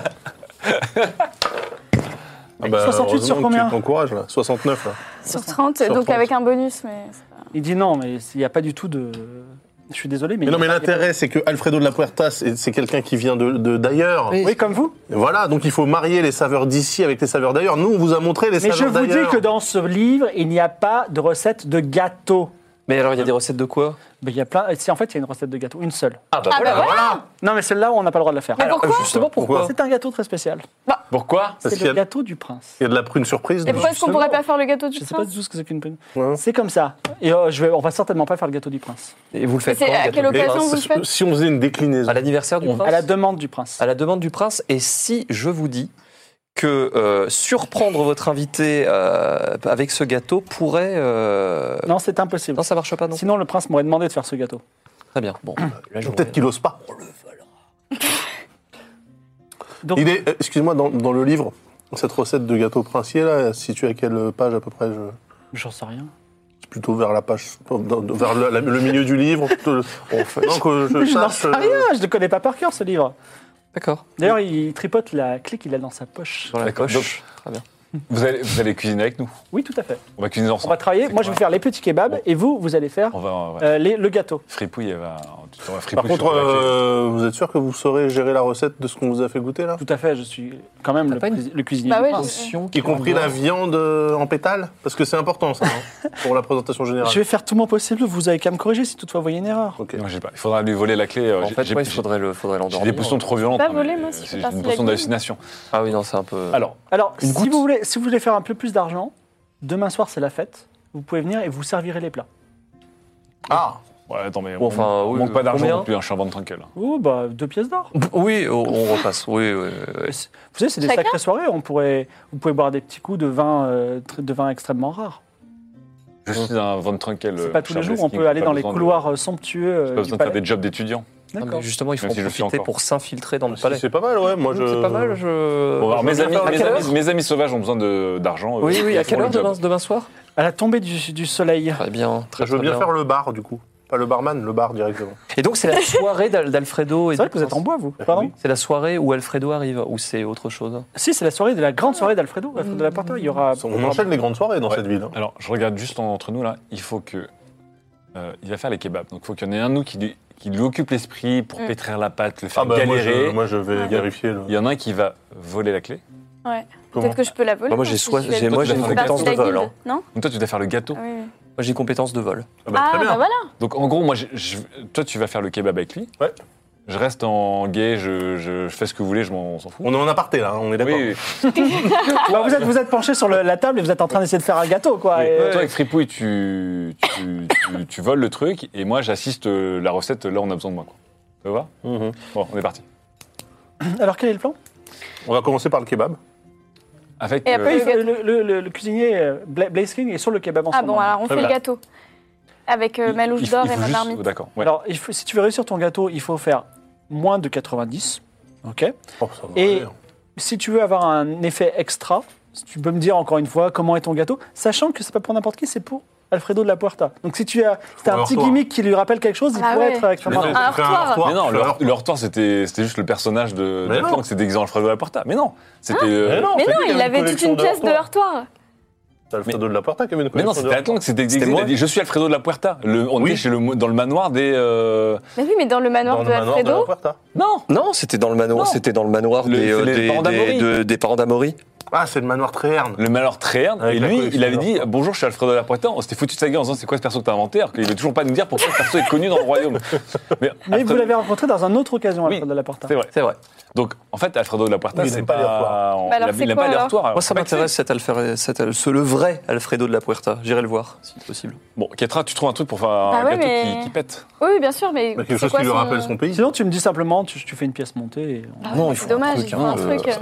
Ah bah, 68 sur heureusement que combien Tu t'encourages là, 69 là. Sur 30, Sur donc 30. avec un bonus. Mais... c'est pas- il dit non, mais il n'y a pas du tout de. Je suis désolé, mais. Mais non, mais il y a- l'intérêt, c'est que Alfredo de la Puerta, c'est c'est quelqu'un qui vient de de- d'ailleurs. Oui, comme vous. Voilà, donc il faut marier les saveurs d'ici avec les saveurs d'ailleurs. Nous, on vous a montré les Mais je saveurs vous dis d'ailleurs. que dans ce livre, il n'y a pas de recette de gâteau. Mais alors, il y a des recettes de quoi Mais il y a plein. Si en fait, il y a une recette de gâteau, une seule. Ah bah Ah voilà. bah voilà Non, mais celle-là, on n'a pas le droit de la faire. Mais Ah, pourquoi Justement, pourquoi, C'est un gâteau très spécial. Pourquoi Parce C'est qu'il y le a- gâteau du prince. Il y a de la prune surprise. hein. Et pourquoi est-ce qu'on pourrait Justement. pas faire le gâteau du Je sais pas prince du tout ce que c'est qu'une prune. Ouais. C'est comme ça. Et euh, je vais, on va certainement pas faire le gâteau du prince. Et vous le faites Mais c'est quand, à le quelle gâteau du occasion prince vous le faites Si on faisait une déclinaison. À l'anniversaire du prince À la demande du prince. Ah. à la demande du prince. Et si je vous dis que euh, surprendre votre invité euh, avec ce gâteau pourrait... euh, Non, c'est impossible. Non, ça marche pas, non Sinon, le prince m'aurait demandé de faire ce gâteau. Très bien. Ah, Bon, là, je Peut-être qu'il ose pas. Donc- Il est, euh, excuse-moi, dans, dans le livre, cette recette de gâteau princier là, située à quelle page à peu près je... J'en sais rien. C'est plutôt vers la page, dans- dans- vers le, la- le milieu du livre. plutôt le- on fait- non, que je Je n'en sache. sais euh, rien. Je ne connais pas par cœur ce livre. D'accord. D'ailleurs, il tripote la clé qu'il a dans sa poche. Dans la D'accord. poche. Donc- Très bien. vous allez, vous allez cuisiner avec nous. Oui, tout à fait. On va cuisiner On ensemble. va travailler. Moi, je vais faire les petits kebabs et vous, vous allez faire On va. ouais. euh, les- le gâteau. Fripouille, elle va. on va Par fripouille contre, sur la clé. euh, vous êtes sûr que vous saurez gérer la recette de ce qu'on vous a fait goûter là Tout à fait. Je suis quand même le, pas une- cuisi- le cuisinier. Bah du ouais, prince. Y compris la viande euh, en pétale Parce que c'est important ça, hein, pour la présentation générale. Je vais faire tout mon possible. Vous avez qu'à me corriger si toutefois vous voyez une erreur. Ok. Non, j'ai pas. Il faudra lui voler la clé. euh, En j'ai- fait, j'ai- moi, il j'ai- faudrait le- faudrait j'ai l'endormir. des potions trop violentes. Pas hein, mais, voler, moi, si euh, je C'est passe une la potion gueule. d'hallucination. Ah oui, non, c'est un peu... Alors, Alors, Une si goutte. vous, voulez, si vous voulez faire un peu plus d'argent, demain soir, c'est la fête. Vous pouvez venir et vous servirez les plats. Ah ouais, attends, mais. Bon, on- enfin, on oui, manque pas d'argent combien non plus, hein, je suis un ventre tranquille. Oh, bah, deux pièces d'or. Oui, on, on repasse. Oui, oui, oui. Vous savez, c'est des Chacun sacrées soirées. On pourrait, vous pouvez boire des petits coups de vin, euh, tr- de vin extrêmement rare. Je suis un ventre tranquille. euh, C'est pas tous les jours. On peut aller dans les couloirs euh, somptueux. euh, Pas besoin du de faire palais. des jobs d'étudiant. Ah, mais D'accord. justement, il faut Même en si je suis profiter encore. pour s'infiltrer dans le Si, palais. C'est pas mal, ouais. Moi, Mmh, Donc, je... C'est pas mal, je... Bon, alors, mes, amis, À mes, quelle amis, heure mes amis sauvages ont besoin de- d'argent. euh, Oui, oui, ils à font quelle le heure demain, job. demain soir À la tombée du, du soleil. Ah Très bien, très, Je veux très bien faire le bar du coup. Pas le barman, le bar directement. Et donc, c'est la soirée d'Al- d'Alfredo. et C'est vrai du que vous êtes prince. en bois, vous. Pardon Oui. C'est la soirée où Alfredo arrive, ou c'est autre chose Si, c'est la soirée de la grande soirée d'Alfredo, Alfredo de la Porta. Il y aura. On enchaîne les grandes soirées dans Ouais. cette ville. hein. Alors, je regarde juste en- entre nous là. Il faut que. euh, il va faire les kebabs. Donc, il faut qu'il y en ait un de nous qui lui, qui lui occupe l'esprit pour Mm. pétrir la pâte, le faire Ah bah moi je, galérer. moi, je vais vérifier. Le... Il y en a un qui va voler la clé. Ouais. Comment Peut-être que je peux la voler. Bah, moi, j'ai parce que soit- je suis j'ai- moi, la- j'ai une je fais partie compétence la de vol, guilde, hein. Non Donc, toi, tu dois faire le gâteau. Ah oui, oui. Moi, j'ai compétence de vol. Ah bah, Ah, très bah bien. voilà. Donc, en gros, moi, je- je- toi, tu vas faire le kebab avec lui. Ouais. Je reste en gay, je, je- je fais ce que vous voulez, je m'en on s'en fous. On est en aparté là, hein, on est d'accord. Oui, oui. Bah, vous êtes, vous êtes penché sur le- la table et vous êtes en train d'essayer de faire un gâteau, quoi. Ah, et- Toi, avec Fripouille, tu, tu, tu- tu voles le truc et moi, j'assiste euh, la recette. Là, on a besoin de moi. Quoi. Ça va Mhm. Bon, on est parti. Alors, quel est le plan On va commencer par le kebab. Avec, Et euh, Oui, après, le le, gâteau. le- le- le cuisinier euh, Bla- Blaze King est sur le kebab en ce Ah bon, moment. alors on fait Voilà. le gâteau. Avec euh, il- ma il- louche il d'or faut et ma juste- marmite. oh, D'accord. ouais. Alors, il faut- si tu veux réussir ton gâteau, il faut faire moins de 90. OK Oh, ça va Et aller. si tu veux avoir un effet extra, si tu peux me dire encore une fois comment est ton gâteau, sachant que c'est pas pour n'importe qui, c'est pour Alfredo de la Puerta. Donc si tu as, si t'as un Faut petit avoir. gimmick qui lui rappelle quelque chose, il Ah pourrait ouais. être avec ton Mais non. marteau. Un heurtoir. Mais non, le, le Hortoir, c'était c'était juste le personnage de Mais d'Atlan non. qui s'est déguisé en Alfredo de la Porta. Mais non, c'était euh, Mais non, Mais c'est non, lui qui il avait toute une pièce de heurtoir. heurtoir. C'est Alfredo de la Porta qui avait une mais non, collection de c'était Atlan qui s'est déguisé. C'était Il moi. a dit, je suis Alfredo de la Puerta. Le- on Oui. est chez le, mo- dans le manoir des. euh, Mais oui, mais dans le manoir Dans de le manoir de la Alfredo. Porta. Non. Non, c'était dans le Non. manoir, c'était dans le manoir Le- des, euh, c'est les des- parents des- d'Amaury. de- des parents d'Amaury. Ah, c'est le manoir Tréherne. Le malheur Tréherne. Avec Et la lui, collection il avait de dit Bonjour, je suis Alfredo de la Puerta. On s'était foutu de sa gueule en disant C'est quoi ce perso que t'as inventé Alors qu'il veut toujours pas nous dire pourquoi ce perso est connu dans le royaume. Mais, Mais Alfredo- vous l'avez rencontré dans une autre occasion, Oui. Alfredo de la Porta. C'est vrai. C'est vrai. Donc, en fait, Alfredo de la Puerta, Oui, il c'est aime pas les pas. heurtoirs. on- Bah alors, il aime- c'est il aime quoi, pas les alors heurtoirs. Moi, ça Pas que m'intéresse, cet Alfred- cet Al- ce- le vrai Alfredo de la Puerta. J'irai le voir, si possible. Bon, Ketra, tu trouves un truc pour faire un Bah ouais, gâteau qui- mais- qui pète. Oui, oui, bien sûr, mais. Bah, c'est Quelque chose quoi qui lui rappelle son pays. Sinon, tu me dis simplement, tu, tu fais une pièce montée. et- Ah Non, ouais, il c'est faut un dommage, truc, il faut un hein, euh, truc. ça-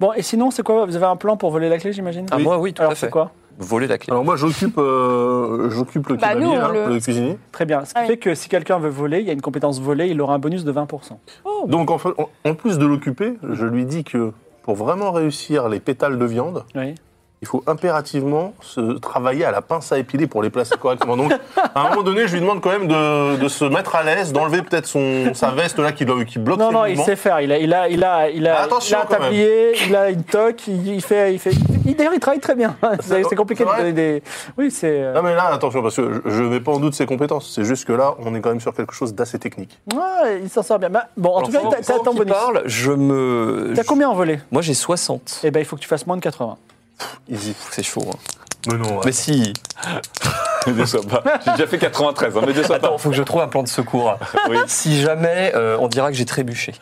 Bon, et sinon, c'est quoi Vous avez un plan pour voler la clé, j'imagine Ah, moi, oui, tout Alors, à fait. c'est quoi Voler la clé. Alors moi, j'occupe euh, j'occupe le Bah, cavalier, nous, on là, le- le... cuisinier. Très bien. Ce qui Ah oui. fait que si quelqu'un veut voler, il y a une compétence volée, il aura un bonus de 20%. Donc en, fait, en- en plus de l'occuper, je lui dis que pour vraiment réussir les pétales de viande, Oui. il faut impérativement se travailler à la pince à épiler pour les placer correctement. Donc à un moment donné, je lui demande quand même de, de se mettre à l'aise, d'enlever peut-être son sa veste là qui, doit- qui bloque Non, ses non, il mouvements. sait faire. Il a, il a, il a, il a, il Attention, a un quand même. tablier, il a une toque, il, il fait, il fait. il- D'ailleurs, il travaille très bien. C'est c'est compliqué C'est de donner vrai des. Oui, c'est. euh, Non mais là, attention, parce que je- je ne vais pas en doute ses compétences. C'est juste que là, on est quand même sur quelque chose d'assez technique. ouais, il s'en sort bien. Bah, Bon, en tout cas, Alors, t'as- t'as pendant ton qu'il bonus. parle, je me. T'as je- combien en volée Moi, j'ai 60. Eh ben, il faut que tu fasses moins de 80. Easy. C'est chaud. hein. Mais non, Mais si. Ne déçois pas. J'ai déjà fait 93, hein, mais ne déçois pas. Attends, faut que je trouve un plan de secours. Oui. Si jamais, euh, on dira que j'ai trébuché.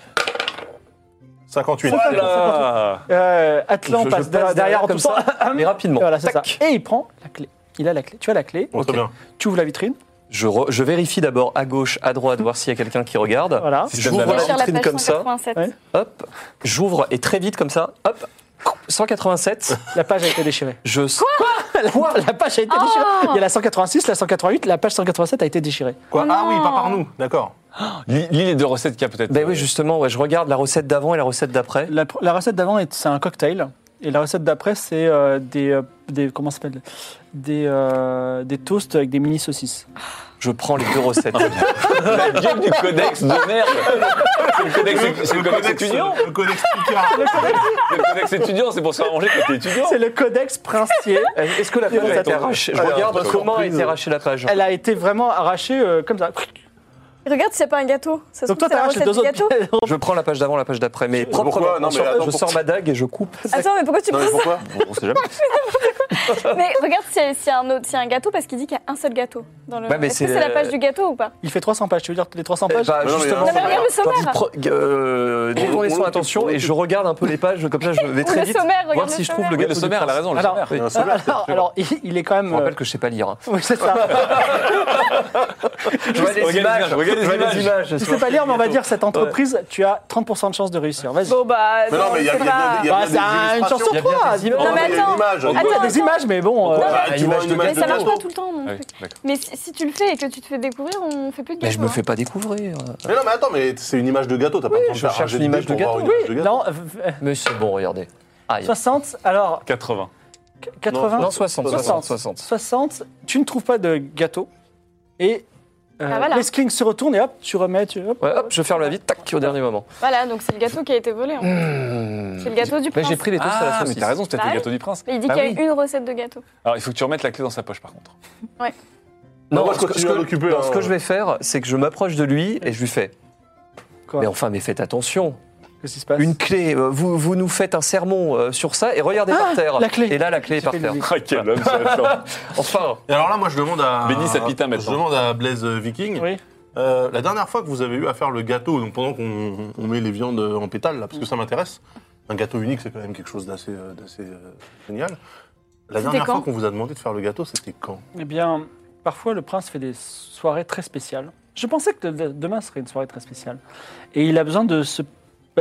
58. Voilà Euh, Atlan Je- je passe, passe derrière, derrière en comme tout ça. Mais rapidement. voilà, c'est ça. Tac. Et il prend la clé. Il a la clé. Tu as la clé. Bon, très Ok. bien. Tu ouvres la vitrine. Je, re- je vérifie d'abord à gauche, à droite, voir s'il y a quelqu'un qui regarde. Voilà. Système J'ouvre On d'alarme. la tire la vitrine page comme ça. 187. Ouais. Hop, j'ouvre et très vite comme ça, hop, 187. La page a été déchirée. Je Quoi La page a été Oh déchirée. Il y a la 186, la 188, la page 187 a été déchirée. Quoi Ah oui, non. pas par nous, d'accord. Lis lis les deux recettes qu'il y a peut-être. Ben oui, justement, ouais, je regarde la recette d'avant et la recette d'après. La, pr- la recette d'avant, est- c'est un cocktail. Et la recette d'après, c'est euh, des, euh, des. Comment ça s'appelle des, euh, des toasts avec des mini saucisses. Je prends les deux recettes. La gueule du codex de merde C'est le codex, c'est le codex étudiant Le codex Picard. Le codex étudiant, c'est pour se faire manger quand t'es étudiant C'est le codex princier. Est-ce que la page Ouais, a été attends. arrachée Je Alors, regarde surprise. comment a été arrachée la page. Elle a été vraiment arrachée euh, comme ça. Regarde s'il n'y a pas un gâteau. Ça se Donc toi, trouve, c'est la t'arraches les recette deux du gâteau. Eh ben, autres. Je prends la page d'avant, la page d'après, mais Eh Pourquoi proprement. Non, mais sur- attends, je sors ma dague et je coupe. Attends, mais pourquoi tu Non mais prends ça pourquoi Bon, on sait jamais. Mais regarde s'il y, a- s'il y a un autre- s'il y a un gâteau parce qu'il dit qu'il y a un seul gâteau. dans le- Ouais, mais Est-ce c'est que c'est la le- page du gâteau ou pas Il fait 300 pages. Tu veux dire les 300 Eh pages ben, Non, mais justement, Non, mais regarde le Tandis sommaire. pro- euh, détournez son attention et je regarde un peu les pages, comme ça je vais Ou très le vite sommaire, regarde voir le si je trouve sommaire. le Oui, le gâteau. sommaire, elle a raison. Le Alors, sommaire. Oui. Un seul acte, alors, c'est alors, il, il est quand Je même. me rappelle euh, que je sais pas lire. hein. Oui, c'est ça. Je vois les Regarde les images, images. regarde les je vois images. images. Je sais pas lire, mais on va dire cette entreprise, tu as 30% de chance de réussir. Vas-y. Bon, bah. Mais non, mais il y a c'est il y a Bah, pas- bien des- il y c'est a bien des une chance illustrations. sur Il y a bien trois. des dis images. donc. Non, mais Il y a attends. une image. Attends, Il y a des attends. images, mais bon. euh, Bah, tu image vois une de image Mais de ça marche gâteau. pas tout le temps non Ah oui, plus. d'accord. Mais si, si tu le fais et que tu te fais découvrir, on fait plus de gâteau. Mais je me hein. fais pas découvrir. Mais non, mais attends, mais c'est une image de gâteau, t'as pas besoin de je faire un cherche jet une de image dés de pour avoir gâteau. une image Oui, de gâteau. non, euh, euh, Mais c'est bon, regardez. Aïe. 60, alors 80. 80. Non, 60, 60, 60. 60, tu ne trouves pas de gâteau. Et euh, Ah, voilà. les skings se retournent et hop, tu remets. Tu, hop. Ouais, hop, je ferme la vitre, tac, au dernier moment. Voilà, donc c'est le gâteau qui a été volé. en fait. C'est le gâteau du Mais prince. Bah, j'ai pris les toasts à la Ah, mais saucisse. t'as raison, c'est peut-être Bah le oui. gâteau du prince. Mais il dit Bah qu'il y a oui. une recette de gâteau. Alors, il faut que tu remettes la clé dans sa poche, par contre. Non, moi, je ce que- continue ce que- à m'occuper, non, hein. ce que je vais faire, c'est que je m'approche de lui et je lui fais. Quoi Mais enfin, mais faites attention. Qu'est-ce qui se passe Une clé, euh, vous, vous nous faites un sermon euh, sur ça et regardez par terre. Ah, la clé. Et là, la clé est Tu par fais terre. le- Ah, quel homme, c'est Atlan. Enfin, Et alors là, moi, je demande à. Bénis sa pita maintenant. Je demande à Blaise Viking. Oui. euh, la dernière fois que vous avez eu à faire le gâteau, donc pendant qu'on on met les viandes en pétales, là, parce que ça m'intéresse, un gâteau unique, c'est quand même quelque chose d'assez euh, d'assez, euh, génial. La dernière quand fois qu'on vous a demandé de faire le gâteau, c'était quand Eh bien, parfois le prince fait des soirées très spéciales. Je pensais que de- demain serait une soirée très spéciale. Et il a besoin de ce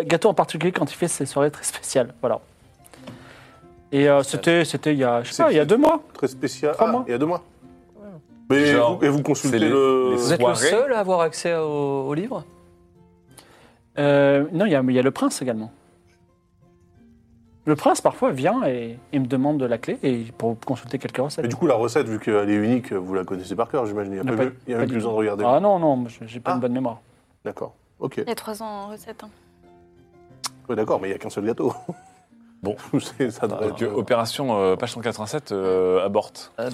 gâteau en particulier quand il fait ses soirées très spéciales. Voilà. Et euh, c'était, c'était il y a, je sais pas, il y a deux mois. Très spécial. Trois Ah, mois. il y a deux mois. Mais Genre, vous, et vous c'est consultez les- le. les- Vous êtes Soirée. le seul à avoir accès au, au livre Euh, non, il y, a- il y a le prince également. Le prince parfois vient et, et me demande de la clé et pour consulter quelques recettes. Mais du coup, la recette, vu qu'elle est unique, vous la connaissez par cœur, j'imagine. Il n'y Non, a, pas- pas, il y a pas même du plus besoin de regarder. Ah non, non, moi, j'ai j'ai pas Ah. une bonne mémoire. D'accord. Ok. Il y a 3 ans en recette. hein. Ouais, D'accord, mais il n'y a qu'un seul gâteau. Bon. C'est- ça devrait Donc, être- euh, opération euh, page 187 euh, aborte. ah ben,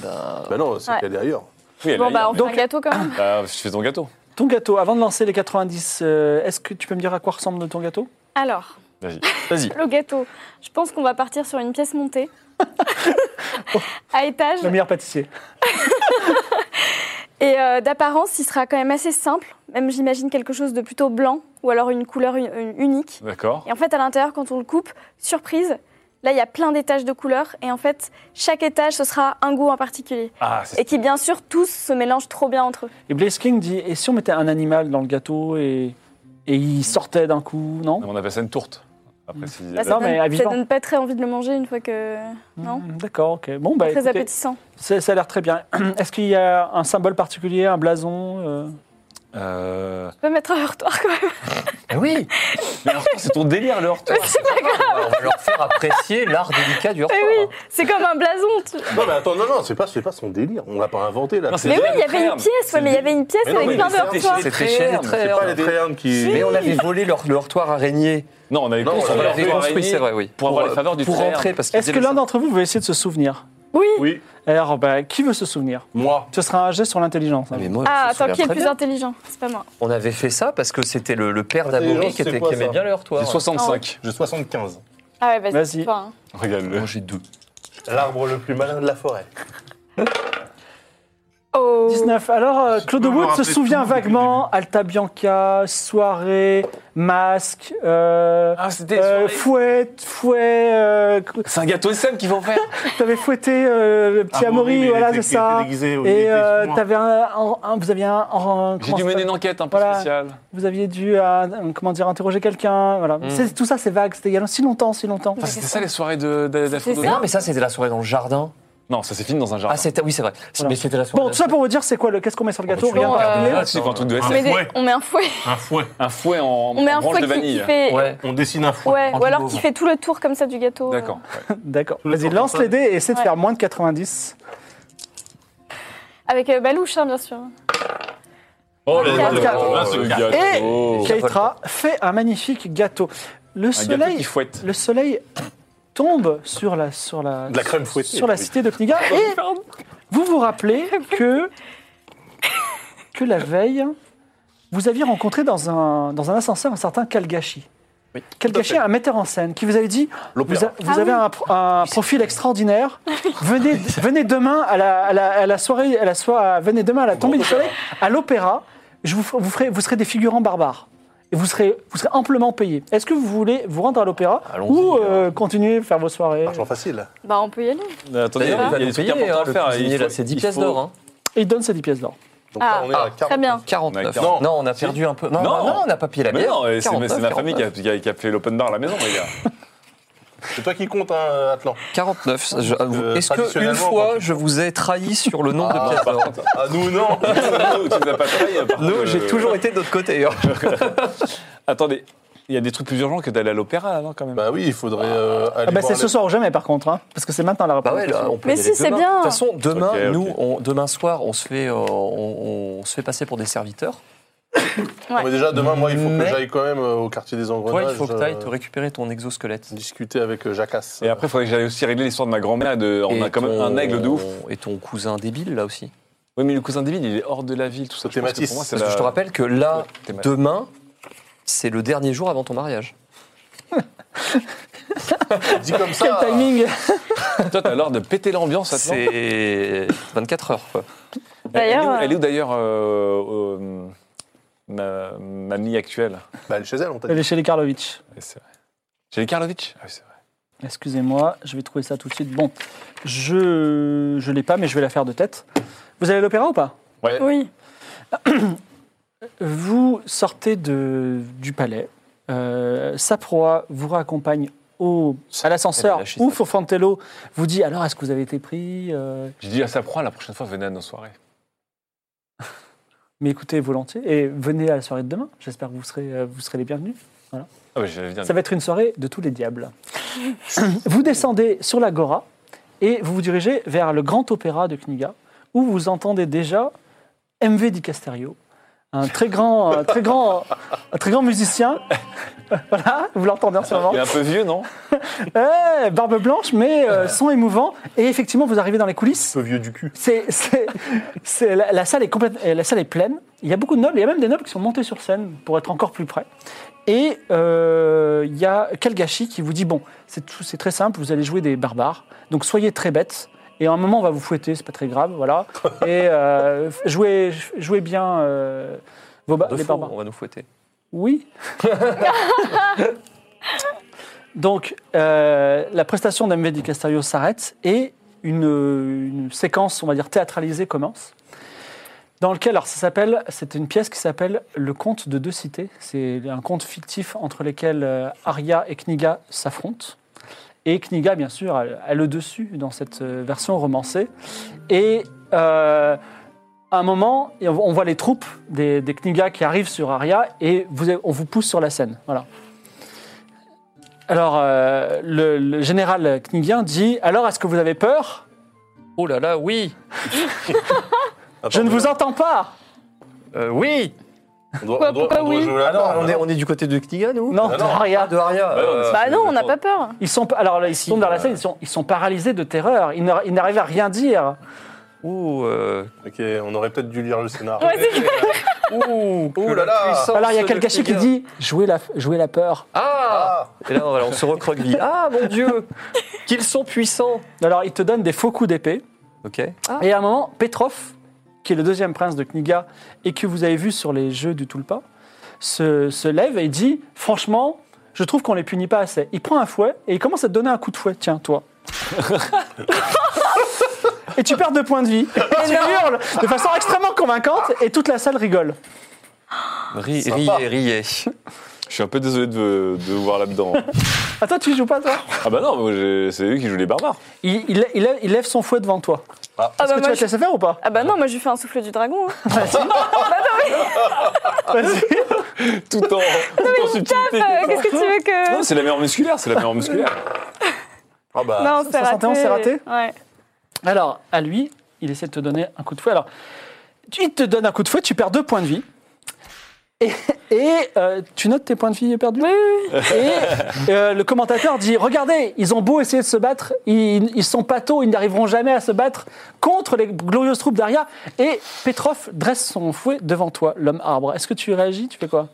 Bah non, c'est Ouais. qu'elle est ailleurs. Oui, elle Bon, bah, a on fait un gâteau quand même. je fais ton gâteau. Ton gâteau, avant de lancer les 90, euh, est-ce que tu peux me dire à quoi ressemble ton gâteau Alors, Vas-y. Vas-y. le gâteau. Je pense qu'on va partir sur une pièce montée. à étage. Le meilleur pâtissier. Et euh, d'apparence, il sera quand même assez simple. Même, j'imagine, quelque chose de plutôt blanc ou alors une couleur u- une- unique. D'accord. Et en fait, à l'intérieur, quand on le coupe, surprise, là, il y a plein d'étages de couleurs. Et en fait, chaque étage, ce sera un goût en particulier. Ah, c'est Et qui, bien sûr, tous se mélangent trop bien entre eux. Et Blaze King dit et si on mettait un animal dans le gâteau et, et il sortait d'un coup, non on appelle ça une tourte. Après, si- Bah, Non, ça, mais à donne, ça vivant. donne pas très envie de le manger une fois que. Non Hmm, D'accord, ok. Bon, bah, Très écoutez, appétissant. c'est- ça a l'air très bien. Est-ce qu'il y a un symbole particulier, un blason euh Euh, On peut mettre un heurtoir quand même. Eh Ah oui Mais alors, c'est ton délire, le hortoir. Mais c'est pas grave, On va leur faire apprécier l'art délicat Eh du hortoir. oui. c'est comme un blason. tu- Non, mais attends, non, non, c'est pas, c'est pas son délire. On l'a pas inventé, là. Non, C'est Mais déjà oui, il y le avait une terme. pièce, ouais, mais il y avait une pièce Mais non, avec mais plein c'est- d'heurtoirs. c'est- C'était chez les pas les Tréhères. Tréherne qui. Mais on avait volé leur, le hortoir araignée. Non, on avait Non, construit on On leur avait l'avait tour construit, araignée c'est vrai, oui. Pour avoir les faveurs du Pour Tréherne. rentrer, parce qu'ils Est-ce que disaient l'un ça. d'entre vous veut essayer de se souvenir Oui. Oui, Alors, bah, qui veut se souvenir moi. Ce sera un jet sur l'intelligence. hein. Ah, mais moi, je Ah, me attends, qui souviens est le très plus bien. intelligent C'est pas moi. On avait fait ça parce que c'était le, le père d'Amaury Intelligence, qui, c'est était- quoi, qui aimait ça bien le hortoir. J'ai 65. J'ai 75. Ah ouais, vas-y. Vas-y. toi, hein. Regarde-le. j'ai deux. L'arbre le plus malin de la forêt. Oh. 19. Alors, euh, Claude peux me Wood se rappeler souvient tout depuis le vaguement Alta Bianca, soirée, masque, euh, Ah, c'était. euh, fouet, fouet. euh, C'est un gâteau SM qu'il faut faire. t'avais fouetté euh, le Ah, Ah, petit Amaury, voilà, c'est ça. Et euh, t'avais un, un- un- vous aviez un, un- comment J'ai dû ça mener s'appelle une enquête un peu Voilà. spéciale. vous aviez dû euh, un- comment dire interroger quelqu'un voilà C'est- tout ça c'est vague c'était il y a si longtemps si longtemps Hmm. Ah, c'était ça les soirées de- de- d'Aphrodite Ah, Mais non, mais ça, c'était la soirée dans le jardin. Non, ça s'est fini dans un jardin. Ah, c'était, oui, c'est vrai. Voilà. Mais c'était la soirée. bon tout ça pour vous dire c'est quoi le qu'est-ce qu'on met sur le gâteau tu viens Rien de particulier. Ah, c'est quoi un truc de On Un met, SF des- fouet. on met un fouet. Un fouet. Un fouet en, en On met un branche fouet de qui, qui vanille. fait. Ouais, Ouais. On dessine un fouet. en ou alors guimauve. qui fait tout le tour comme ça du gâteau. euh. D'accord. d'accord les vas-y temps lance comme ça. les dés et essaie de Ouais. faire moins de 90 Avec euh, Balouche, hein, bien sûr. Oh là là, là, c'est c'est le le Oh. et gâteau. Keitra fait un magnifique gâteau le Un gâteau soleil qui fouette. le soleil tombe sur la sur la, De la crème fouettée. sur la oui. cité de Kniga et vous vous rappelez que que la veille vous aviez rencontré dans un dans un ascenseur un certain Kalgashi. Kalgashi, un metteur en scène qui vous avait dit vous, L'opéra. a- vous Ah avez oui. un pro- un, profil extraordinaire. Venez, venez demain à la, à la- à la soirée, à la soirée, venez demain à la tombée du soleil, à l'opéra. Je vous, fer- vous ferez, vous serez des figurants barbares et vous serez, vous serez amplement payés. Est-ce que vous voulez vous rendre à l'opéra Allons-y, ou alors. euh, continuer à faire vos soirées Argent facile. Bah, on peut y aller. Attendez, D'ailleurs, il va y a nous des trucs payer, hein, importants à le faire. cuisinier, Il Ah, faut- là, c'est 10 il pièces faut- d'or. Hein. Et il donne ses 10 pièces d'or. Donc Ah, là, on est à 40. Très bien. 49. On a Non, quarante. non, on a perdu un peu. Non, Non. non, non, on n'a pas pillé la Mais bière. non, c'est c'est ma 49, famille qui a, qui a- qui a fait l'open bar à la maison, les gars. C'est toi qui compte, hein, Atlan. 49. Je- Euh, Est-ce que une traditionnellement, quand fois tu- je vous ai trahi sur le nombre de pièces par d'or contre. Ah, nous, non. Nous, tu nous as Ah, pas trahi, par contre, Non, j'ai euh, toujours été de l'autre côté. hein. Attendez, il y a des trucs plus urgents que d'aller à l'opéra, là, non, quand même Bah oui, il faudrait euh, aller. Ah bah, voir c'est ce les- Ah, soir ou jamais par contre, hein, parce que c'est maintenant la Bah réponse. ouais, là, on peut y Mais aller si, c'est demain. bien. De toute façon, demain, Ok, ok. nous, on- demain soir, on se fait, euh, on, on se fait passer pour des serviteurs. Non, mais déjà, demain, moi, il faut Mais- que j'aille quand même euh, au quartier des Toi, engrenages. il faut que tu ailles te euh, récupérer ton exosquelette. Discuter avec euh, Jacasse. Et après, il faudrait que j'aille aussi régler l'histoire de ma grand-mère. et de- On Et a quand même ton- un aigle de ouf. Et ton cousin débile, là aussi. Oui, mais le cousin débile, il est hors de la ville, tout ça. C'était Je pense que Matisse. pour moi, c'est Parce que la- je te rappelle que là, T'es mal. demain, c'est le dernier jour avant ton mariage. Dit comme Quel ça. timing Toi, t'as l'ordre de péter l'ambiance, ça te C'est 24 heures. quoi. elle, est où- D'ailleurs, elle est où d'ailleurs euh, euh, ma mamie actuelle Bah, elle est chez elle, on t'a Elle dit. est chez les Karlovitch. Oui, C'est vrai. Chez les Karlovitch Ah oui, c'est vrai. Excusez-moi, je vais trouver ça tout de suite. Bon, je je l'ai pas, mais je vais la faire de tête. Vous allez à l'opéra ou pas oui. Vous sortez de, du palais. Euh, sa proie vous raccompagne au, à l'ascenseur Elle a lâché ou ça. Fofantello vous dit alors est-ce que vous avez été pris euh, J'ai dit à sa proie, la prochaine fois, venez à nos soirées. Mais écoutez volontiers et venez à la soirée de demain. J'espère que vous serez, euh, vous serez les bienvenus. Ah, bah, j'allais dire. Ça va être une soirée de tous les diables. vous descendez sur l'agora et vous vous dirigez vers le grand opéra de Kniga, où vous entendez déjà MV Di Casterio, un très grand, euh, très grand, un très grand musicien. voilà, vous l'entendez en ce moment. Il est un peu vieux, non Eh, barbe blanche, mais euh, son émouvant. Et effectivement, vous arrivez dans les coulisses. peu vieux du cul. C'est, c'est- c'est- la, la salle est complète- euh, la salle est pleine. Il y a beaucoup de nobles. Il y a même des nobles qui sont montés sur scène pour être encore plus près. Et euh, il y a Kalgashi qui vous dit bon, c'est, tout- c'est très simple. Vous allez jouer des barbares. Donc soyez très bêtes. Et à un moment, on va vous fouetter. C'est pas très grave, voilà. Et euh, f- jouez, jouez bien euh, vos ba- Bah, De les faux, barbares. on va nous fouetter. Oui. Donc, euh, la prestation d'MV Di Castario s'arrête et une, une séquence, on va dire, théâtralisée commence. Dans lequel, alors ça s'appelle, c'est une pièce qui s'appelle Le conte de deux cités. C'est un conte fictif entre lesquels euh, Arya et Kniga s'affrontent. Et Kniga, bien sûr, a, a le dessus dans cette euh, version romancée. Et euh, à un moment, et on on voit les troupes des, des Kniga qui arrivent sur Arya et vous- on vous pousse sur la scène. Voilà. Alors, euh, le, le général Knigien dit Alors, est-ce que vous avez peur Oh là là, oui Je ne vous entends pas Euh, Oui On doit, Pourquoi- on doit- pourquoi on doit oui jouer la carte, Ah, on est, hein. on est du côté de Kniga, nous Non, Ah non. Arya. de Euh, Aria. Bah non, mais Bah non, on n'a pas peur. Ils sont, alors là, ils tombent dans la scène, ils sont, ils sont paralysés de terreur. Ils n'ar- ils n'arrivent à rien dire. Ouh, euh, Ok, on aurait peut-être dû lire le scénario. Ouais, c'est- ouh, que Ouh la là là. puissance Alors, il y a de quelqu'un qui Kniga. dit Jouez la, jouez la peur. Ah Ah, Et là, voilà, on se recroqueville. Ah, mon Dieu Qu'ils sont puissants Alors, il te donne des faux coups d'épée. Ok. Ah. Et à un moment, Petrov, qui est le deuxième prince de Kniga et que vous avez vu sur les jeux du Tulpa, se, se lève et dit Franchement, je trouve qu'on les punit pas assez. Il prend un fouet et il commence à te donner un coup de fouet. Tiens, toi. et tu perds deux points de vie. Et tu hurles de façon extrêmement convaincante et toute la salle rigole. Ri- Sympa. Riez, riez. Je suis un peu désolé de, de vous voir là-dedans. Ah, toi, tu joues pas, toi ah bah non, moi, j'ai- c'est eux qui jouent les barbares. il, il- il lève, il lève son fouet devant toi. Ah Est-ce que bah tu moi, vas te je- laisser faire ou pas Ah bah non, moi je lui fais un souffle du dragon. hein. Vas-y. Tout en, tout en subtilité. Euh, Qu'est-ce que tu veux Non, que. c'est la meilleure musculaire, c'est la meilleure musculaire. ah bah, Non, c'est 61, raté. c'est raté Ouais. Alors, à lui, il essaie de te donner un coup de fouet. Alors, tu- il te donne un coup de fouet, tu perds deux points de vie. Et, et, euh, tu notes tes points de vie perdus Et euh, le commentateur dit Regardez, ils ont beau essayer de se battre, ils, ils sont patos, ils n'arriveront jamais à se battre contre les glorieuses troupes d'Aria. Et Petrov dresse son fouet devant toi, l'homme arbre. Est-ce que tu réagis Tu fais quoi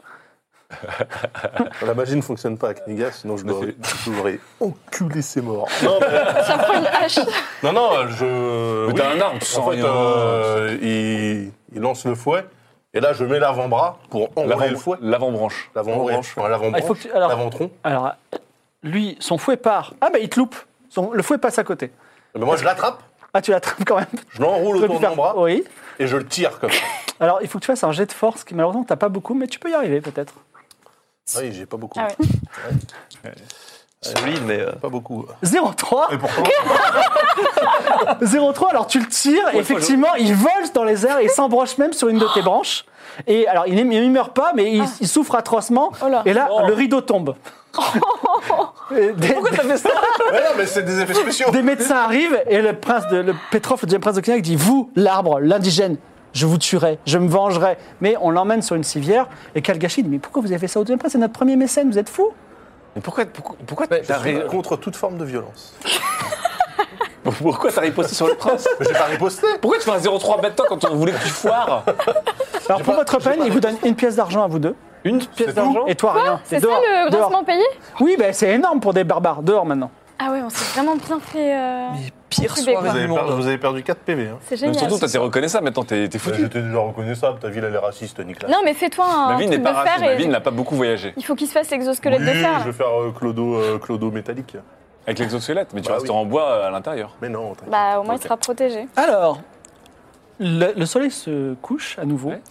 la magie ne fonctionne pas avec Niga, sinon je l'aurais je l'aurais enculé, c'est mort. Non, Ça prend une hache. Non, non, Ah je. Mais oui. t'as un arbre, tu En sens fait, rien. euh, il, il lance le fouet, et là, je mets l'avant-bras pour enrouler le L'avant- fouet. L'avant-branche. L'avant-branche, enfin, Ah, il faut que l'avant-branche, tu- alors- l'avant-tronc. Alors, lui, son fouet part. Ah, bah, il te loupe. Son- le fouet passe à côté. Mais moi, je l'attrape, Ah, tu l'attrapes quand même. je l'enroule Tu aurais autour pu de faire- mon bras, Oui. et je le tire comme ça. Alors, il faut que tu fasses un jet de force qui, malheureusement, t'as pas beaucoup, mais tu peux y arriver peut-être. Oui, j'ai pas beaucoup. Ah ouais. Solide, mais... euh, Pas beaucoup. 0,3 Et pourquoi 0,3, alors tu le tires, et effectivement, il vole dans les airs, et il s'embroche même sur une de tes branches. Et alors, il ne meurt pas, mais il, il souffre atrocement. Ah. Oh là. Et là, le rideau tombe. Et des, Mais non, mais c'est des effets spéciaux. des médecins arrivent, et le prince de le Petrov, le deuxième prince de Kniak, dit Vous, l'arbre, l'indigène, je vous tuerai, je me vengerai. Mais on l'emmène sur une civière, et Kalgashi dit Mais pourquoi vous avez fait ça au deuxième prince C'est notre premier mécène, vous êtes fou Mais pourquoi, pourquoi, pourquoi Je t'as suis ré- contre toute forme de violence. pourquoi t'as riposté sur le prince Mais j'ai pas riposté. Pourquoi tu fais un 0,3 bêta quand on voulait que tu foires Alors, pour pas- votre j'ai peine, pas il vous donne une pièce d'argent à vous deux. Une pièce tout d'argent Et toi, rien. C'est ça Dehors, le dehors. grossement payé Oui, ben c'est énorme pour des barbares. Dehors maintenant. Ah ouais, on s'est vraiment bien fait. euh, Mais pire Occupé, soirée quoi. Vous du avez, perdu, monde. vous avez perdu 4 PV. Hein. C'est Mais génial. Surtout, toi, t'es reconnaissable maintenant, t'es t'es Bah, foutu. J'étais déjà reconnaissable, ta ville elle est raciste, Nicolas. Non, mais fais-toi un Ma vie truc n'est de pas fer raciste, ma et- vie n'a pas beaucoup voyagé. Il faut qu'il se fasse exosquelette oui, de fer. je vais faire euh, clodo, euh, clodo métallique. Avec l'exosquelette, mais tu Bah restes oui. en bois euh, à l'intérieur. Mais non, t'inquiète. Bah au moins Ok. il sera protégé. Alors, le, le soleil se couche à nouveau. Ouais.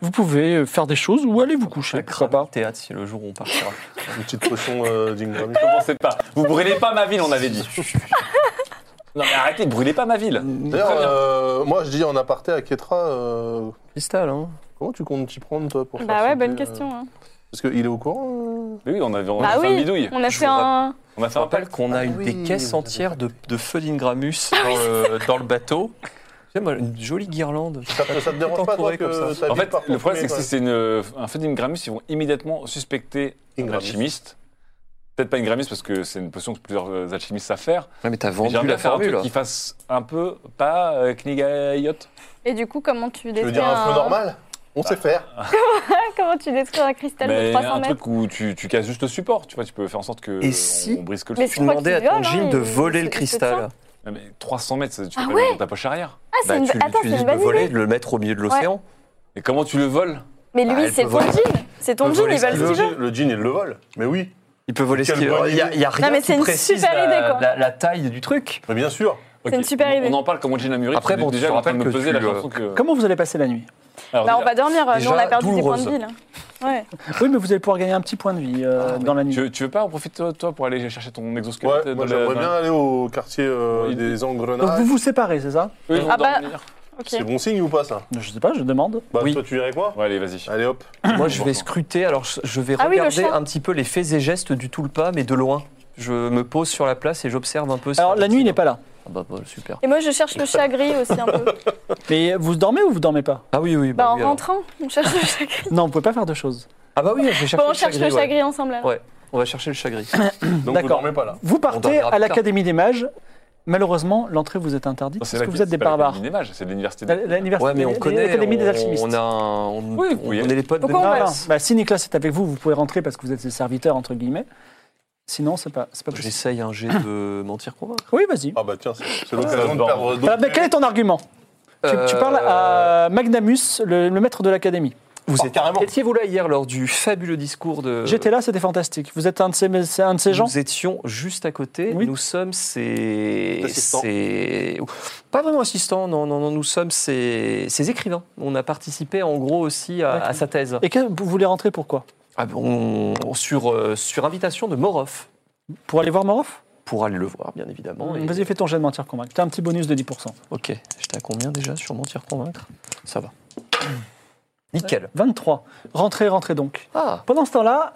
Vous pouvez euh, faire des choses ou aller vous coucher. pourquoi pas. Théâtre, c'est le jour où on partira. Une petite potion euh, d'Ingram. Commencez pas. Vous brûlez pas ma ville, on avait dit. Non mais arrêtez, brûlez pas ma ville. Mm. D'ailleurs, euh, moi je dis en aparté à Ketra, euh, Cristal, hein. comment tu comptes t'y prendre toi pour faire Bah ouais, sauter, bonne euh, question. hein. Parce qu'il est au courant euh, Mais oui, on avait on Bah a fait oui. un bidouille. On a Je fait vous un. On a Je fait un rappelle pacte. Ah qu'on a eu oui, des vous caisses avez entières de, de feux d'Ingramus Ah dans, le, dans le bateau. Tu sais, moi, Une jolie guirlande. Ça, te- ça te dérange pas toi Entouré comme que ça. ta En vie fait, part le en problème, c'est que fumée, si c'est une- euh, un fait d'Ingramus, ils vont immédiatement suspecter un Ingramus. alchimiste. Peut-être pas Ingramus, parce que c'est une potion que plusieurs euh, alchimistes savent faire. Ouais, mais t'as Mais vendu J'aimerais la bien faire un formule. truc qui fasse un peu pas euh, Knigayot. Et du coup, comment tu Tu veux détruis dire un feu normal Ah. On sait faire. Comment tu détruis un cristal de Mais 300 un mètres truc où tu, tu casses juste le support, tu vois, tu peux faire en sorte que Et euh, si- on brise que le Mais Tu Je crois demandais à qu'il ton viole, hein, jean de il- voler il le se- il se cristal. Ah, mais 300 mètres, ça, tu peux Ah pas le mettre dans ta poche arrière. Ah, c'est Bah, une... tu, Attends, tu c'est dis une de bonne voler, idée. de le mettre au milieu de l'océan. Et comment tu le voles Mais Bah, lui, elle c'est peut ton voler. jean. C'est ton peut jean, voler il va ce le qu'il suivre. Le jean, il le vole. Mais oui. Il peut voler ce Quelle qu'il bonne veut. Il y a- il y a rien Non, mais qui c'est une précise super la, idée, quoi. la- la taille du truc. Mais bien sûr. C'est une Ok, super on- idée. On en parle comme on dit la mûrie. Après, tu- bon, déjà, je en te train de rappelle me que peser la tu, euh, chanson que. Comment vous allez passer la nuit Alors, Bah, on déjà, va dormir, nous on déjà, a perdu des points de douloureuse. vie là. Ouais. Oui, mais vous allez pouvoir gagner un petit point de vie euh, dans la nuit. tu, veux- tu veux pas en profiter toi, toi, pour aller chercher ton exosquelette Ouais, dans moi le- j'aimerais dans- bien aller au quartier euh, Oui. des Donc engrenages. vous vous séparez, c'est ça Eux, ils vont Ah bah- dormir. Ok. C'est bon signe ou pas ça Je sais pas, je demande. Bah Oui. toi tu viens avec moi Ouais, allez, vas-y. Allez hop. Moi, je vais scruter. Alors, je- je vais Ah oui, le regarder chat. un petit peu les faits et gestes du tulpa, mais de loin. Je me pose sur la place et j'observe un peu. Alors la nuit, il n'est pas là. Ah bah, bah, super. Et moi je cherche le chat gris aussi un peu. Mais vous dormez ou vous dormez pas Ah oui, oui. Bah oui, en alors. rentrant, on cherche le chat gris. Non, vous pouvez pas faire de choses. Ah bah oui, je vais chercher Bon, on le cherche chagrin. le chat ouais. gris ensemble alors. Ouais. On va chercher le chagrin. Donc vous D'accord. dormez pas là. Vous partez dormira à plus tard. l'Académie des Mages. Malheureusement, l'entrée vous est interdite Non, parce la- Ah, que vous êtes des pas la barbares. Académie des mages, C'est de l'université. de- L'université Ouais, mais on connaît. l'Académie des on- alchimistes. On a un- on- Oui, on oui. est les potes de Pourquoi on Ah, va- non. Bah, si Nicolas est avec vous, vous pouvez rentrer parce que vous êtes ses serviteurs, entre guillemets. Sinon, c'est pas, c'est pas possible. J'essaye un jet de mentir convaincre. Oui, vas-y. Ah bah tiens, c'est c'est l'occasion de Ah, perdre Ah, mais quel d'autres. est ton argument Tu- tu, Euh, bah, parles à Magnamus, le, le maître de l'Académie. Vous êtes carrément. Étiez-vous là hier lors du fabuleux discours de. J'étais là, c'était fantastique. Vous êtes un de ces, c'est un de ces gens Euh. Nous étions juste à côté. Oui. Nous sommes ces. Assistants. ces- Pas vraiment assistants, non, non, non. Nous sommes ces, ces écrivains. On a participé en gros aussi à, D'accord. à sa thèse. Et que, vous voulez rentrer pourquoi Ah, bon, on- sur, euh, sur invitation de Morov, Pour aller voir Morov pour aller le voir, bien évidemment. et- Mmh, Vas-y, fais ton jet de mentir convaincre. T'as un petit bonus de 10%. Ok, j'étais à combien déjà sur mentir convaincre Ça va. Nickel. 23. Rentrez, rentrez donc. Ah, Pendant ce temps-là,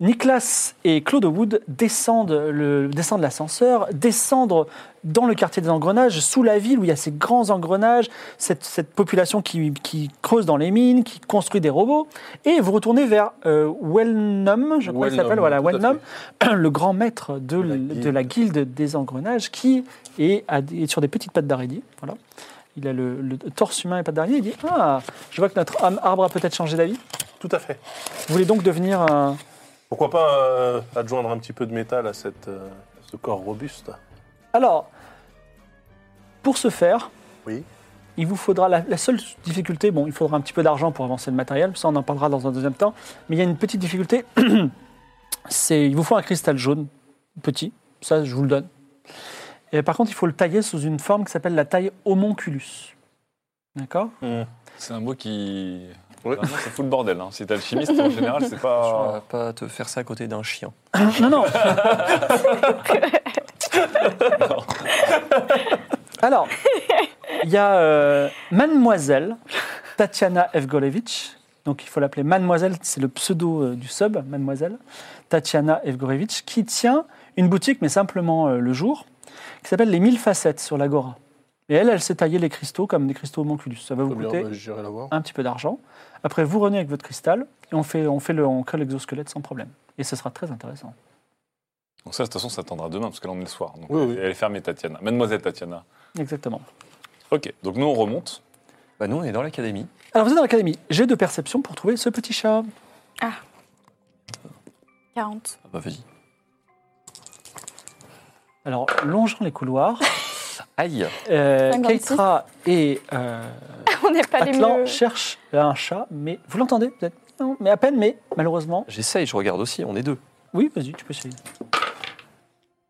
Niklas et Claude Wood descendent, le, descendent l'ascenseur, descendent dans le quartier des engrenages, sous la ville où il y a ces grands engrenages, cette, cette population qui, qui creuse dans les mines, qui construit des robots, et vous retournez vers euh, Wellnum, je crois qu'il Wellnum, s'appelle, voilà, tout à Wellnum, le grand maître de, la l- guilde. de la guilde des engrenages qui est, à- est sur des petites pattes d'araignée. Voilà. Il a le, le torse humain et pattes d'araignée. Il dit Ah, je vois que notre âme arbre a peut-être changé d'avis. Tout à fait. Vous voulez donc devenir un. Pourquoi pas euh, adjoindre un petit peu de métal à cette, euh, ce corps robuste Alors, pour ce faire, Oui. il vous faudra la, la seule difficulté, bon, il faudra un petit peu d'argent pour avancer le matériel, ça on en parlera dans un deuxième temps, mais il y a une petite difficulté, c'est il vous faut un cristal jaune, petit, ça je vous le donne. Et par contre, il faut le tailler sous une forme qui s'appelle la taille homonculus. D'accord C'est un mot qui. Ouais. Vraiment, Ça fout le bordel. Hein. Si t'es alchimiste, en général, c'est pas. on va pas te faire ça à côté d'un chien. Non, non. Alors, il y a euh, Mademoiselle Tatiana Evgorevitch. Donc, il faut l'appeler Mademoiselle, c'est le pseudo euh, du sub, Mademoiselle Tatiana Evgorevitch, qui tient une boutique, mais simplement euh, le jour, qui s'appelle Les Mille Facettes sur l'Agora. Et elle, elle s'est taillée les cristaux comme des cristaux homunculus. Ça va vous Très bien, coûter bah, J'irai la voir. un petit peu d'argent. Après, vous renez avec votre cristal et on, fait, on, fait le, on crée l'exosquelette sans problème. Et ce sera très intéressant. Donc, ça, de toute façon, ça attendra demain, parce que là, on est le soir. Donc, Oui, oui. Elle est fermée, Tatiana. Mademoiselle Tatiana. Exactement. Ok, donc nous, on remonte. Bah nous, on est dans l'académie. Alors, vous êtes dans l'académie. J'ai de perception pour trouver ce petit chat. 40. Ah bah vas-y. Alors, longeant les couloirs, Aïe. euh, 56. Keitra et euh, on n'est pas les Atlan mieux. cherchent un chat, mais vous l'entendez peut-être Non, mais à peine, mais malheureusement. J'essaye, je regarde aussi, on est deux. Oui, vas-y, tu peux essayer. Oh.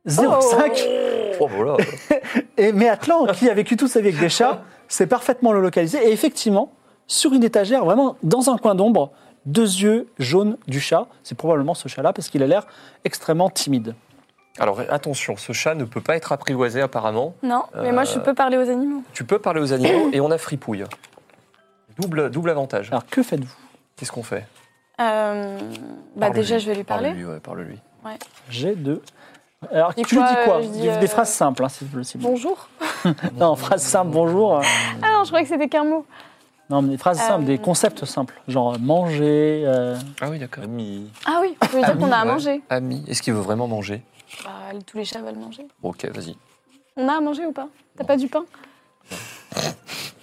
0,5 Oh voilà. Et Mais Atlan, qui a vécu toute sa vie avec des chats, sait parfaitement le localiser. Et effectivement, sur une étagère, vraiment dans un coin d'ombre, deux yeux jaunes du chat. C'est probablement ce chat-là parce qu'il a l'air extrêmement timide. Alors attention, ce chat ne peut pas être apprivoisé apparemment. Non, mais moi je Euh. peux parler aux animaux. Tu peux parler aux animaux et on a fripouille. Double, double avantage. Ah. Alors que faites-vous Qu'est-ce qu'on fait Euh, bah Parle-lui. déjà je vais lui parler. Parle-lui, ouais, parle-lui. J'ai deux. Alors Dis tu lui quoi, dis quoi euh, je dis, Des- euh, Des phrases simples, hein, si possible. Bonjour. Non, phrases simples, bonjour. euh, Ah non, je croyais que c'était qu'un mot. Non, mais des phrases simples, Euh, des concepts simples, genre euh, manger. euh, Ah oui, d'accord. Ami. Ah oui, je voulais dire Ami, qu'on a à ouais. manger. Ami, est-ce qu'il veut vraiment manger Bah, tous les chats veulent manger. Bon, Ok, vas-y. On a à manger ou pas T'as pas du pain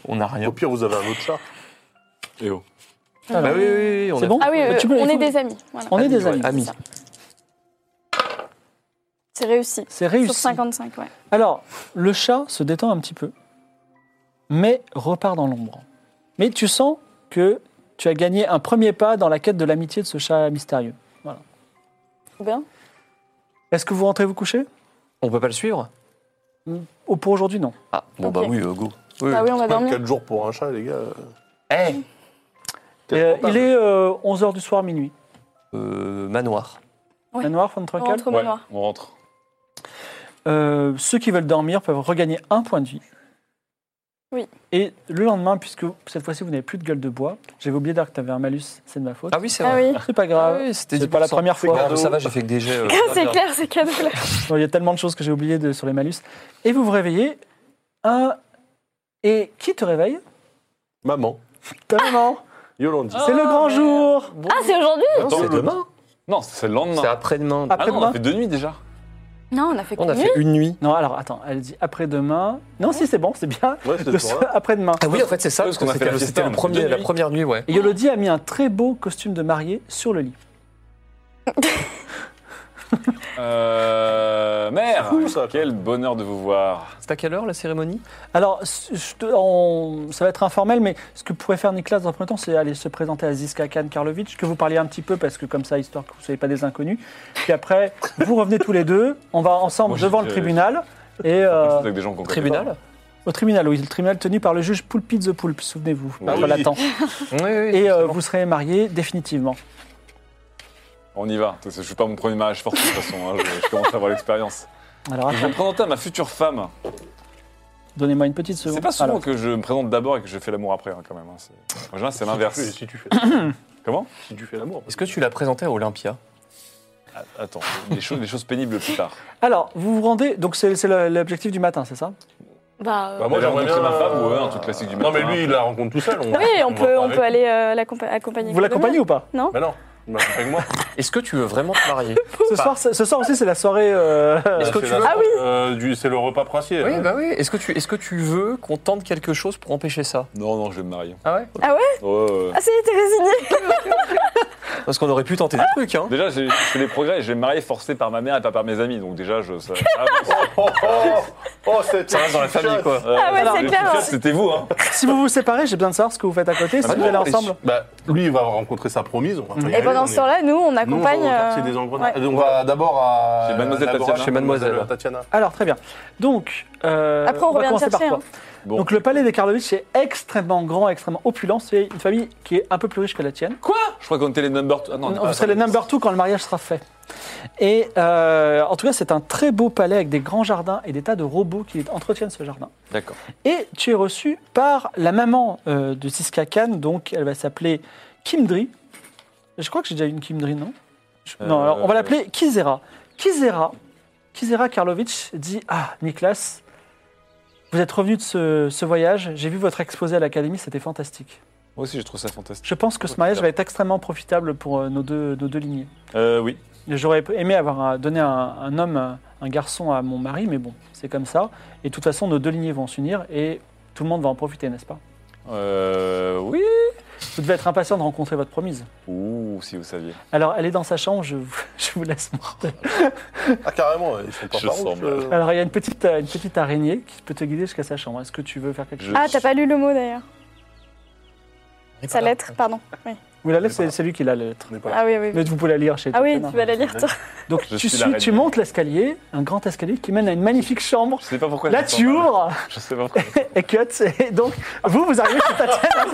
On n'a Ah. Oh, rien. Au pire, vous avez un autre chat. Eh oh. Bah oui, oui, oui, on C'est a- bon Ah oui, Bah, euh, tu peux- on il est faut- des amis. voilà. On est des ouais, amis. Ami. ça. C'est réussi. C'est réussi. Sur 55, ouais. Alors, le chat se détend un petit peu, mais repart dans l'ombre. Mais tu sens que tu as gagné un premier pas dans la quête de l'amitié de ce chat mystérieux. Ou bien Est-ce que vous rentrez vous coucher On peut pas le suivre Ou pour aujourd'hui, non. Ah, bon, Ok. bah oui, euh, go. Oui, Bah oui. oui, on va Pas dormir. 4 jours pour un chat, les gars. Eh, Et, euh, il est 11h du soir, minuit. euh, manoir. Ouais. Manoir, fond de On Trunkel rentre au Ouais, manoir. on rentre. Ah, Euh, ceux qui veulent dormir peuvent regagner un point de vie. Oui. Et le lendemain, puisque cette fois-ci vous n'avez plus de gueule de bois, j'avais oublié dire que tu avais un malus, c'est de ma faute. Ah oui, c'est Ah vrai. oui, C'est pas grave, oui, c'était c'est pas la 10%. première fois. Ah, mais ça va, j'ai fait que des jets. euh, c'est clair, c'est cadeau là. Non, Il y a tellement de choses que j'ai oubliées de- sur les malus. Et vous vous réveillez. Un... Et qui te réveille Maman. Ta maman. Yolandi. C'est Oh, le grand jour Ah, c'est aujourd'hui Attends, c'est le- demain Non, c'est le C'est lendemain. après-demain. Ah non, on après-demain. a fait deux nuits déjà. Non, on a fait On a combien fait une nuit. Non, alors attends, elle dit après-demain. Non, si, c'est bon, c'est bien. Ouais, c'est Le le soir. soir, Après-demain. Ah oui, en fait, c'est ça, Oui, parce parce que qu'on a fait c'était la le- fiesta, c'était le on a fait premier- deux la nuits. première nuit, ouais. Et Yolodi a mis un très beau costume de mariée sur le lit. Euh, mère, cool, ça, quand quel bonheur de vous voir. C'est à quelle heure la cérémonie Alors, ce- je te- on- ça va être informel, mais ce que pourrait faire Nicolas dans un premier temps, c'est aller se présenter à Ziska Khan Karlovic, que vous parliez un petit peu, parce que comme ça, histoire que vous ne soyez pas des inconnus. Puis après, vous revenez tous les deux, on va ensemble Moi, devant le j'ai- tribunal. Et Comme ça, euh, avec des gens qu'on connaît Tribunal au tribunal, oui, le tribunal tenu par le juge Poulpi the Poulpe, souvenez-vous, Oui. Maître Latent. Oui, oui. Et euh, vous serez mariés définitivement. pas. On y va. Je ne suis pas mon premier mariage forcé de toute façon. hein. Je, je commence à avoir l'expérience. Alors, Je vais attends, me présenter à ma future femme. donnez-moi une petite seconde. C'est pas souvent Alors, que je me présente d'abord et que je fais l'amour après, hein, quand même. hein. C'est- En général, c'est Si tu l'inverse. fais- Si tu fais, Comment si tu fais l'amour. Est-ce que tu l'as présenté à Olympia Ah, Attends, des choses, des choses pénibles plus tard. alors, vous vous rendez, donc c'est c'est le- l'objectif du matin, c'est ça Bah, euh, Bah, moi, Elle a j'aimerais rencontré bien ma femme, euh, ouais, un truc classique du Non, mais matin. lui, il la rencontre tout seul. oui, on peut, on peut aller euh, l'accompa- accompagner. Vous l'accompagnez ou pas Non Mais non, il m'accompagne avec moi. Est-ce que tu veux vraiment te marier ce soir, ce ce soir aussi, c'est la soirée. euh, Est-ce que C'est tu la- veux Ah oui. euh, du- C'est le repas princier. Oui, hein. bah oui. Est-ce que tu, est-ce que tu veux qu'on tente quelque chose pour empêcher ça Non, non, je vais me marier. Ah ouais Ouais, ouais, ouais. Ah si, t'es résigné Parce qu'on aurait pu tenter des trucs, hein. Déjà, j'ai- je fais les progrès. Je vais me marier forcé par ma mère et pas par mes amis. Donc déjà, je, ça, ça avance. Oh, oh, oh, cette- Ça reste dans la famille, quoi. Ah ouais, c'est le clair. plus fier, C'était vous, hein. si vous vous séparez, j'ai besoin de savoir ce que vous faites à côté, si Ah vous non, allez on est ensemble. Bah, lui, il va rencontrer sa promise. On va pas y Et aller, Eh on pendant est- ce temps-là, nous, on Nous, on va accompagne... au quartier euh, des Engrenades. ouais. Ah, donc, On va d'abord à. Chez Mademoiselle Laborat, Tatiana. Chez Mademoiselle Mademoiselle. Tatiana. Alors, très bien. Donc, euh, Après, on va revient commencer te par chercher, hein. quoi Bon. Donc, le palais des Karlovitch est extrêmement grand, extrêmement opulent. C'est une famille qui est un peu plus riche que la tienne. Je crois qu'on était les number two. Ah non, on est Non, pas- vous serez les number two quand le mariage sera fait. Et euh, en tout cas, c'est un très beau palais avec des grands jardins et des tas de robots qui entretiennent ce jardin. D'accord. Et tu es reçu par la maman euh, de Siska Khan, donc elle va s'appeler Kimdri. Je crois que j'ai déjà eu une Kimdri, non Je- Non, Euh, alors on va euh, l'appeler Kizera. Kizera, Kizera Karlovic dit Ah, Niklas, vous êtes revenu de ce, ce voyage, j'ai vu votre exposé à l'académie, c'était fantastique. Moi aussi, je trouve ça fantastique. Je pense que ce mariage va être extrêmement profitable pour euh, nos deux, nos deux lignées. Euh, oui. J'aurais aimé avoir un- donné un, un homme, un, un garçon à mon mari, mais bon, c'est comme ça. Et de toute façon, nos deux lignées vont s'unir et tout le monde va en profiter, n'est-ce pas Euh, oui. Vous devez être impatient de rencontrer votre promise. Ouh, si vous saviez. Alors, elle est dans sa chambre, je vous, je vous laisse monter. Ah, carrément, ils sont pas Je par sens ouf, mal. euh. Alors, il y a une petite, euh, une petite araignée qui peut te guider jusqu'à sa chambre. Est-ce que tu veux faire quelque chose Je- Ah, t'as pas lu le mot d'ailleurs. Sa lettre, pardon. Oui. Oui, la lettre, c'est c'est lui qui l'a la lettre. Ah oui, oui. oui. Mais vous pouvez la lire chez Ah oui, Tolkien. tu vas la lire, toi. Donc Je tu, suis suis- la tu reine. montes l'escalier, un grand escalier qui mène à une magnifique chambre. Je sais pas pourquoi. Là, je me tu sens mal. ouvres Je sais pas pourquoi. et cut. Et donc, vous, vous arrivez sur Tatiana.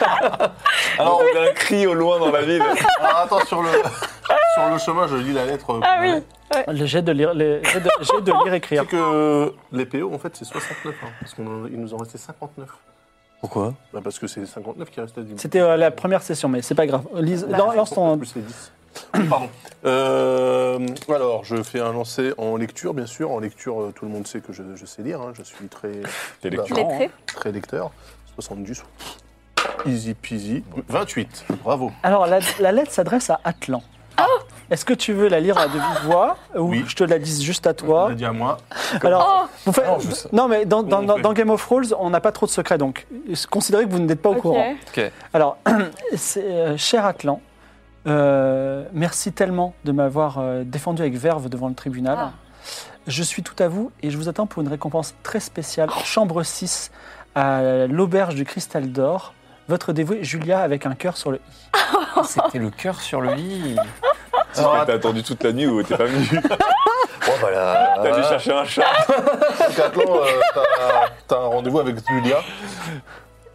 Alors, Ah, on a un cri au loin dans la ville. Alors Ah, attends, sur le, sur le chemin, je lis la lettre. Ah oui. Le jet de lire, le jet de, jet de lire écrire. C'est que les PO, en fait, c'est 69. hein, parce qu'il nous en restait 59. Pourquoi Bah, parce que c'est les 59 qui restent à 10. C'était euh, la première session, mais c'est pas grave. Lise- Ah, dans- lance ton. bah, Plus les 10. Pardon. Euh, alors, je fais un lancer en lecture, bien sûr. En lecture, euh, tout le monde sait que je, je sais lire. hein, Je suis très, T'es Bah, lecturant. Lettré. très lecteur. 70. Easy peasy. 28. Bravo. Alors, la, la lettre s'adresse à Atlan. Est-ce que tu veux la lire à de vive voix ou Oui. je te la dise juste à toi Il a dit à moi. Ah. Oh, Alors, vous faites- Non, je sais. non, mais dans, dans- Comment on dans fait Game of Thrones, on n'a pas trop de secrets, donc considérez que vous n'êtes pas au Ok. courant. Ok. Alors, c'est, euh, cher Atlan, euh, merci tellement de m'avoir euh, défendu avec verve devant le tribunal. Ah. Je suis tout à vous et je vous attends pour une récompense très spéciale. Chambre 6 à l'auberge du Cristal d'Or. Votre dévouée Julia avec un cœur sur le i. C'était le cœur sur le lit. Tu crois que T'as attendu toute la nuit ou t'es pas venu Oh voilà. T'as dû chercher un chat. Euh, Donc, Atlan, euh, t'as- t'as un rendez-vous avec Julia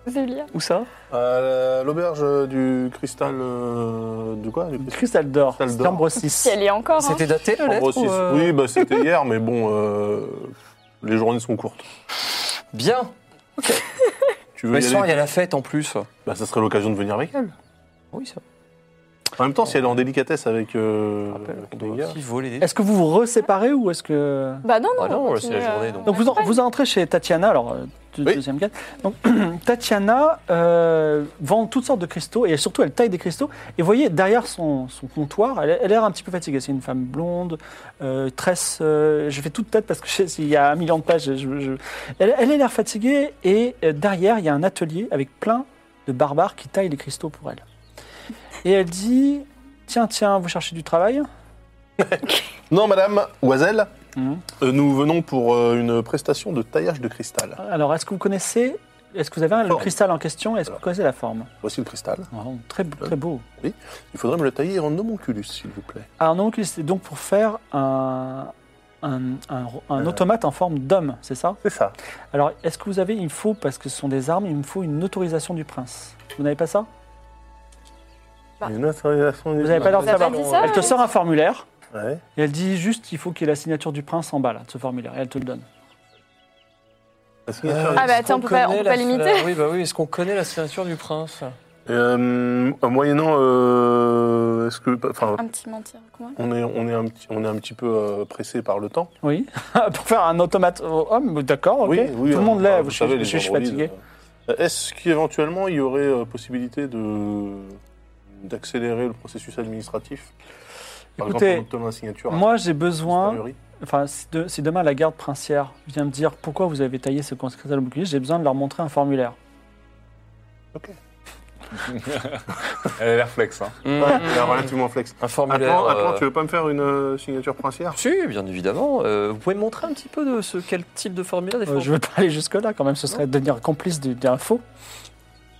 Julia. Où ça à la- l'auberge du cristal. euh, du quoi Du cristal Cristal d'Or, Cristal d'Or. Chambre Si 6. elle y est encore. hein. C'était daté la En gros, lettre six. ou, euh, Oui, bah, c'était hier, mais bon, euh, les journées sont courtes. Bien. Tu veux Mais y soir, il aller y a la fête en plus. bah, Ça serait l'occasion de venir avec elle. Oui, ça. En même temps, si elle est en délicatesse avec. euh, avec On les doit gars. aussi voler des. Est-ce que vous vous reséparez ou est-ce que... Bah non, non. Ah non, on ouais, c'est la continue, journée, euh, donc. Donc vous, en- vous entrez chez Tatiana, alors euh, deux- Oui. deuxième case. Donc Tatiana euh, vend toutes sortes de cristaux et surtout elle taille des cristaux. Et vous voyez derrière son, son comptoir, elle, elle a l'air un petit peu fatiguée. C'est une femme blonde, euh, tresse. euh, je fais toute tête parce que je sais s'il y a un million de pages. je- je- Elle, elle a l'air fatiguée et euh, derrière il y a un atelier avec plein de barbares qui taillent les cristaux pour elle. Et elle dit Tiens, tiens, vous cherchez du travail Non, madame Oisel, Mhm. euh, nous venons pour euh, une prestation de taillage de cristal. Alors est-ce que vous connaissez, est-ce que vous avez un- le Forme. cristal en question Est-ce que vous connaissez la forme Voici le cristal. Vraiment très, très beau. Il faudrait me le tailler en homunculus, s'il vous plaît. Alors donc, c'est donc pour faire un, un, un- un Euh. automate en forme d'homme, c'est ça C'est ça. Alors, est-ce que vous avez, il me faut, parce que ce sont des armes, il me faut une autorisation du prince. Vous n'avez pas ça Une autorisation Vous n'avez pas l'air de Vous avez savoir. dit ça, elle te oui. sort un formulaire Ouais. et elle dit juste il faut qu'il y ait la signature du prince en bas là, de ce formulaire et elle te le donne. euh, Ah bah attends, on peut pas, on peut pas l'imiter. Oui, bah oui, est-ce qu'on connaît la signature du prince Euh, en moyennant, euh, est-ce que, enfin, Un petit mentir, comment on est, on est un petit, on est un petit peu euh, pressé par le temps. Oui Pour faire un automate au homme, d'accord, ok. Tout le monde là, lève, je, suis- je suis fatigué. euh, Est-ce qu'éventuellement il y aurait euh, possibilité de d'accélérer le processus administratif Par Écoutez, exemple, en obtenant la signature. à Moi, j'ai besoin. Mystérieux. Enfin, si, de- si demain la garde princière vient me dire pourquoi vous avez taillé ce cristal au bouclier, j'ai besoin de leur montrer un formulaire. Elle a l'air flex. Hein. Ouais, il a relativement flex. Mmh. Un formulaire. Bah, Attends, attends, euh, tu veux pas me faire une euh, signature princière Si, bien évidemment. Euh, vous pouvez me montrer un petit peu de ce quel type de formulaire des Euh, fois je veux pas aller jusque-là quand même, ce serait devenir complice du- d'un faux.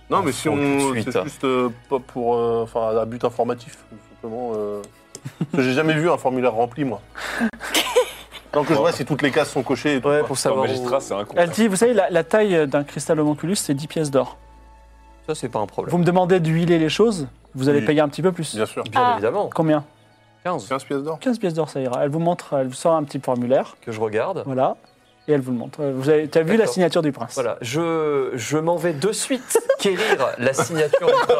Non, mais si Faut tout on, de suite. c'est juste euh, pas pour, euh, enfin, à but informatif, tout simplement. euh, parce que j'ai jamais vu un formulaire rempli, moi. Donc je vois si toutes les cases sont cochées. Et tout, Ouais, quoi. pour Enfin, savoir. magistrat, où- c'est un con. Elle dit, vous savez, la, la taille d'un cristal homunculus, c'est 10 pièces d'or. Ça, c'est pas un problème. Vous me demandez d'huiler les choses, vous allez Oui. payer un petit peu plus. Bien sûr. Bien Ah. évidemment. Combien 15. 15 pièces d'or. 15 pièces d'or, ça ira. Elle vous montre, elle vous sort un petit formulaire, Que je regarde. voilà, et elle vous le montre. Euh, Vous avez, as vu la D'accord. signature du prince Voilà, je, je m'en vais de suite quérir la signature du prince.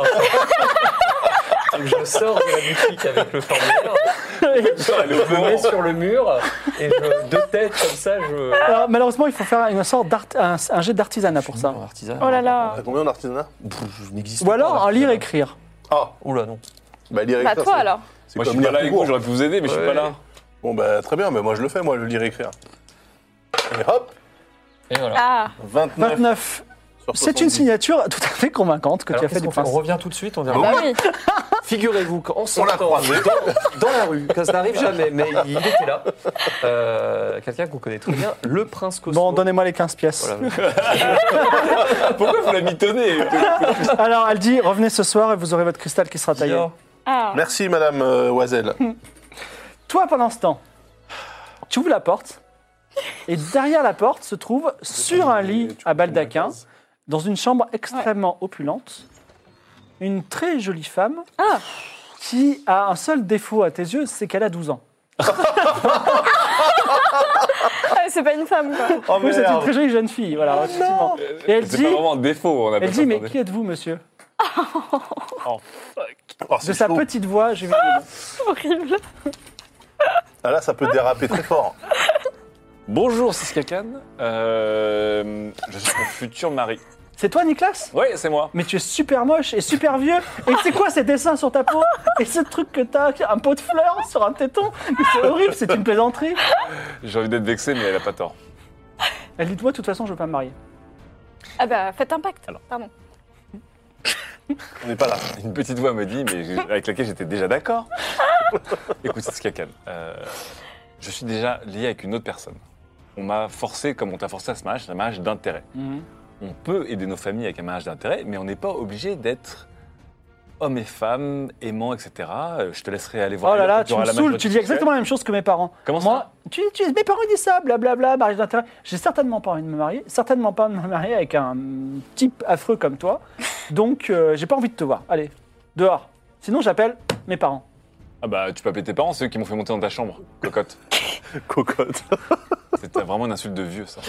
Donc je sors de la boutique avec le formulaire, je le mets sur le mur et je, de tête comme ça je. Alors, malheureusement, il faut faire une sorte d'art, un, un jet d'artisanat pour ça. Artisan. Oh là là. T'as combien en artisanat Pff, je n'existe Ou alors pas, en l'artisanat. lire-écrire. Ah, Oula non. bah lire Bah écrire. toi c'est- alors. c'est Moi, je suis comme pas là lire tout avec vous, court. j'aurais pu vous aider, mais je suis Ouais. pas là. Bon bah très bien, mais moi je le fais, moi le lire écrire. Et hop, Et voilà. Ah, 29. 29. sur C'est une 70. signature tout à fait convaincante que Alors, tu as fait qu'est-ce du qu'on fait Ah prince. on revient tout de suite, on verra. bah oui. Figurez-vous qu'en On l'a sortant croisé. dans, dans la rue, ça, ça n'arrive jamais, mais il était là, euh, quelqu'un qu'on connaît très bien, le prince Cosmo. Bon, donnez-moi les 15 pièces. Voilà. Ah, Pourquoi vous la mitonnez Alors, elle dit revenez ce soir et vous aurez votre cristal qui sera taillé. Ah. Merci, madame euh, Oisel. Toi, pendant ce temps, tu ouvres la porte et derrière la porte se trouve, sur un lit à baldaquin, dans une chambre extrêmement opulente, une très jolie femme Ah. qui a un seul défaut à tes yeux, c'est qu'elle a 12 ans. Ah, c'est pas une femme, quoi. Oh, Oui, c'est une très jolie jeune fille, voilà, effectivement. Et elle C'est dit- pas vraiment un défaut, on appelle Elle ça dit, mais un qui êtes-vous, monsieur Oh, De c'est sa chaud. petite voix, j'ai vu. Horrible. Ah, là, ça peut déraper très fort. Bonjour Siskakan, euh, je suis ton futur mari. C'est toi, Nicolas Ouais, c'est moi. Mais tu es super moche et super vieux. Et c'est quoi ces dessins sur ta peau Et ce truc que t'as, un pot de fleurs sur un téton Mais c'est horrible, c'est une plaisanterie. J'ai envie d'être vexé, mais elle a pas tort. Elle dit, moi, de toute façon, je veux pas me marier. Ah bah, faites un pacte. Pardon. On n'est pas là. Une petite voix me dit, mais j'ai- avec laquelle j'étais déjà d'accord. Écoute Siskakan, euh, je suis déjà lié avec une autre personne. On m'a forcé, comme on t'a forcé à ce mariage, c'est un mariage d'intérêt. Mhm. On peut aider nos familles avec un mariage d'intérêt, mais on n'est pas obligé d'être homme et femme, aimant, etc. Euh, Je te laisserai aller voir. Oh là ailleurs, là, tu auras me la saoules, majorité tu dis sexuelle. exactement la même chose que mes parents. Comment ça Moi, tu, tu- mes parents disent ça, blablabla, mariage d'intérêt. J'ai certainement pas envie de me marier, certainement pas envie de me marier avec un type affreux comme toi. Donc, euh, j'ai pas envie de te voir. Allez, dehors. Sinon, j'appelle mes parents. Ah bah, tu peux appeler tes parents, c'est eux qui m'ont fait monter dans ta chambre, cocotte. Cocotte. C'était vraiment une insulte de vieux, ça.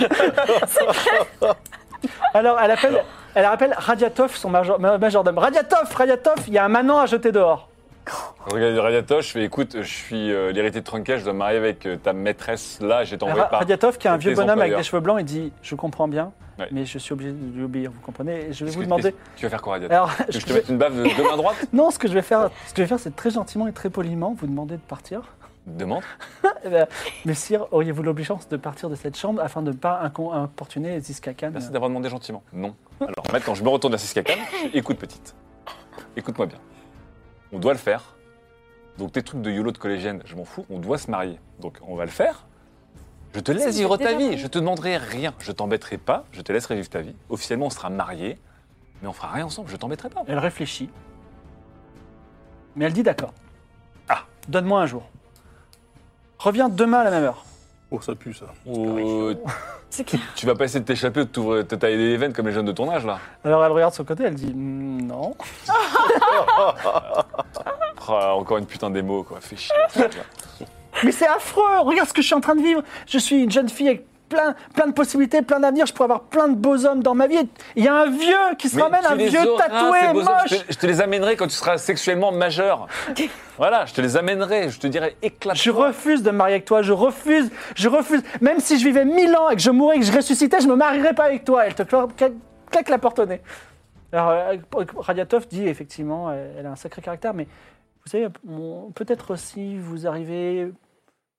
Alors, elle appelle, elle rappelle Radiatov, son major- ma- majordome. Radiatov, Radiatov, il y a un manant à jeter dehors. Je Regarde Radiatoche, je fais écoute, je suis euh, l'héritier de Tronquet, je dois me marier avec euh, ta maîtresse là, j'ai t'envoyé Ra- par. Radiatov, qui est un tes vieux bonhomme avec employeurs. des cheveux blancs, il dit Je comprends bien, Ouais. mais je suis obligé de lui obéir, vous comprenez Et Je vais Qu'est-ce vous que- demander. qu'est-ce- Tu vas faire quoi, Radiatoche Alors, Tu veux que je te je- mette une bave de main droite non, ce que je vais faire, ce que je vais faire, c'est très gentiment et très poliment vous demander de partir. Demande. Eh ben, Messire, auriez-vous l'obligeance de partir de cette chambre afin de ne pas incon- importuner euh, Ziskakan Merci d'avoir demandé gentiment. Non. Alors maintenant, je me retourne vers Siskakan, je fais, écoute petite, écoute-moi bien. On doit le faire. Donc tes trucs de YOLO de collégienne, je m'en fous, on doit se marier. Donc on va le faire. Je te laisse vous vivre êtes ta déjà vie, mariés. je te demanderai rien, je t'embêterai pas, je te laisserai vivre ta vie. Officiellement, on sera mariés, mais on fera rien ensemble, je t'embêterai pas. Elle réfléchit. Mais elle dit d'accord. Ah. Donne-moi un jour. Reviens demain à la même heure. Oh, ça pue, ça. Oh, C'est clair. Tu vas pas essayer de t'échapper ou de t'ouvrir- de te tailler les veines comme les jeunes de ton âge là Alors elle regarde son côté, elle dit Hmm, non. Oh, Encore une putain d'émo quoi, fais chier. Mais c'est affreux, regarde ce que je suis en train de vivre. Je suis une jeune fille avec plein, plein de possibilités, plein d'avenir, je pourrais avoir plein de beaux hommes dans ma vie. Et Il y a un vieux qui se ramène, tu un les vieux auras, ces tatoué, beaux hommes. Je moche. te, je te les amènerai quand tu seras sexuellement majeur. voilà, je te les amènerai, je te dirai éclate. Je refuse de me marier avec toi, je refuse, je refuse. Même si je vivais mille ans et que je mourais et que je ressuscitais, je me marierais pas avec toi. Elle te cla- cla- claque la porte au nez. Alors, euh, Radiatov dit effectivement, euh, elle a un sacré caractère, mais vous savez, on- peut-être si vous arrivez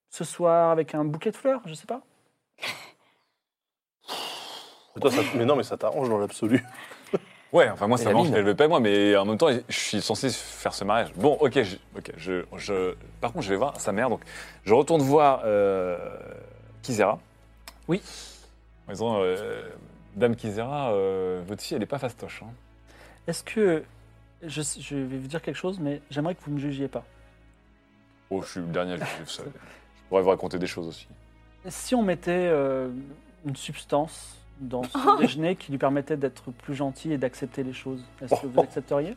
ce soir avec un bouquet de fleurs, je sais pas. Mais, toi, ça- mais non, mais ça t'arrange dans l'absolu. Ouais, enfin moi ça la marche, mine. elle veut pas moi, mais en même temps je suis censé faire ce mariage. Bon, ok, je, ok, je, je- par contre je vais voir sa mère, donc je retourne voir euh, Kizera. Oui. En disant, euh, Dame Kizera, euh, votre fille elle est pas fastoche. hein. Est-ce que. Je, je vais vous dire quelque chose, mais j'aimerais que vous ne me jugiez pas. Oh, je suis le dernier à le juger, vous savez. Je pourrais vous raconter des choses aussi. Si on mettait euh, une substance dans son déjeuner qui lui permettait d'être plus gentil et d'accepter les choses, est-ce que vous accepteriez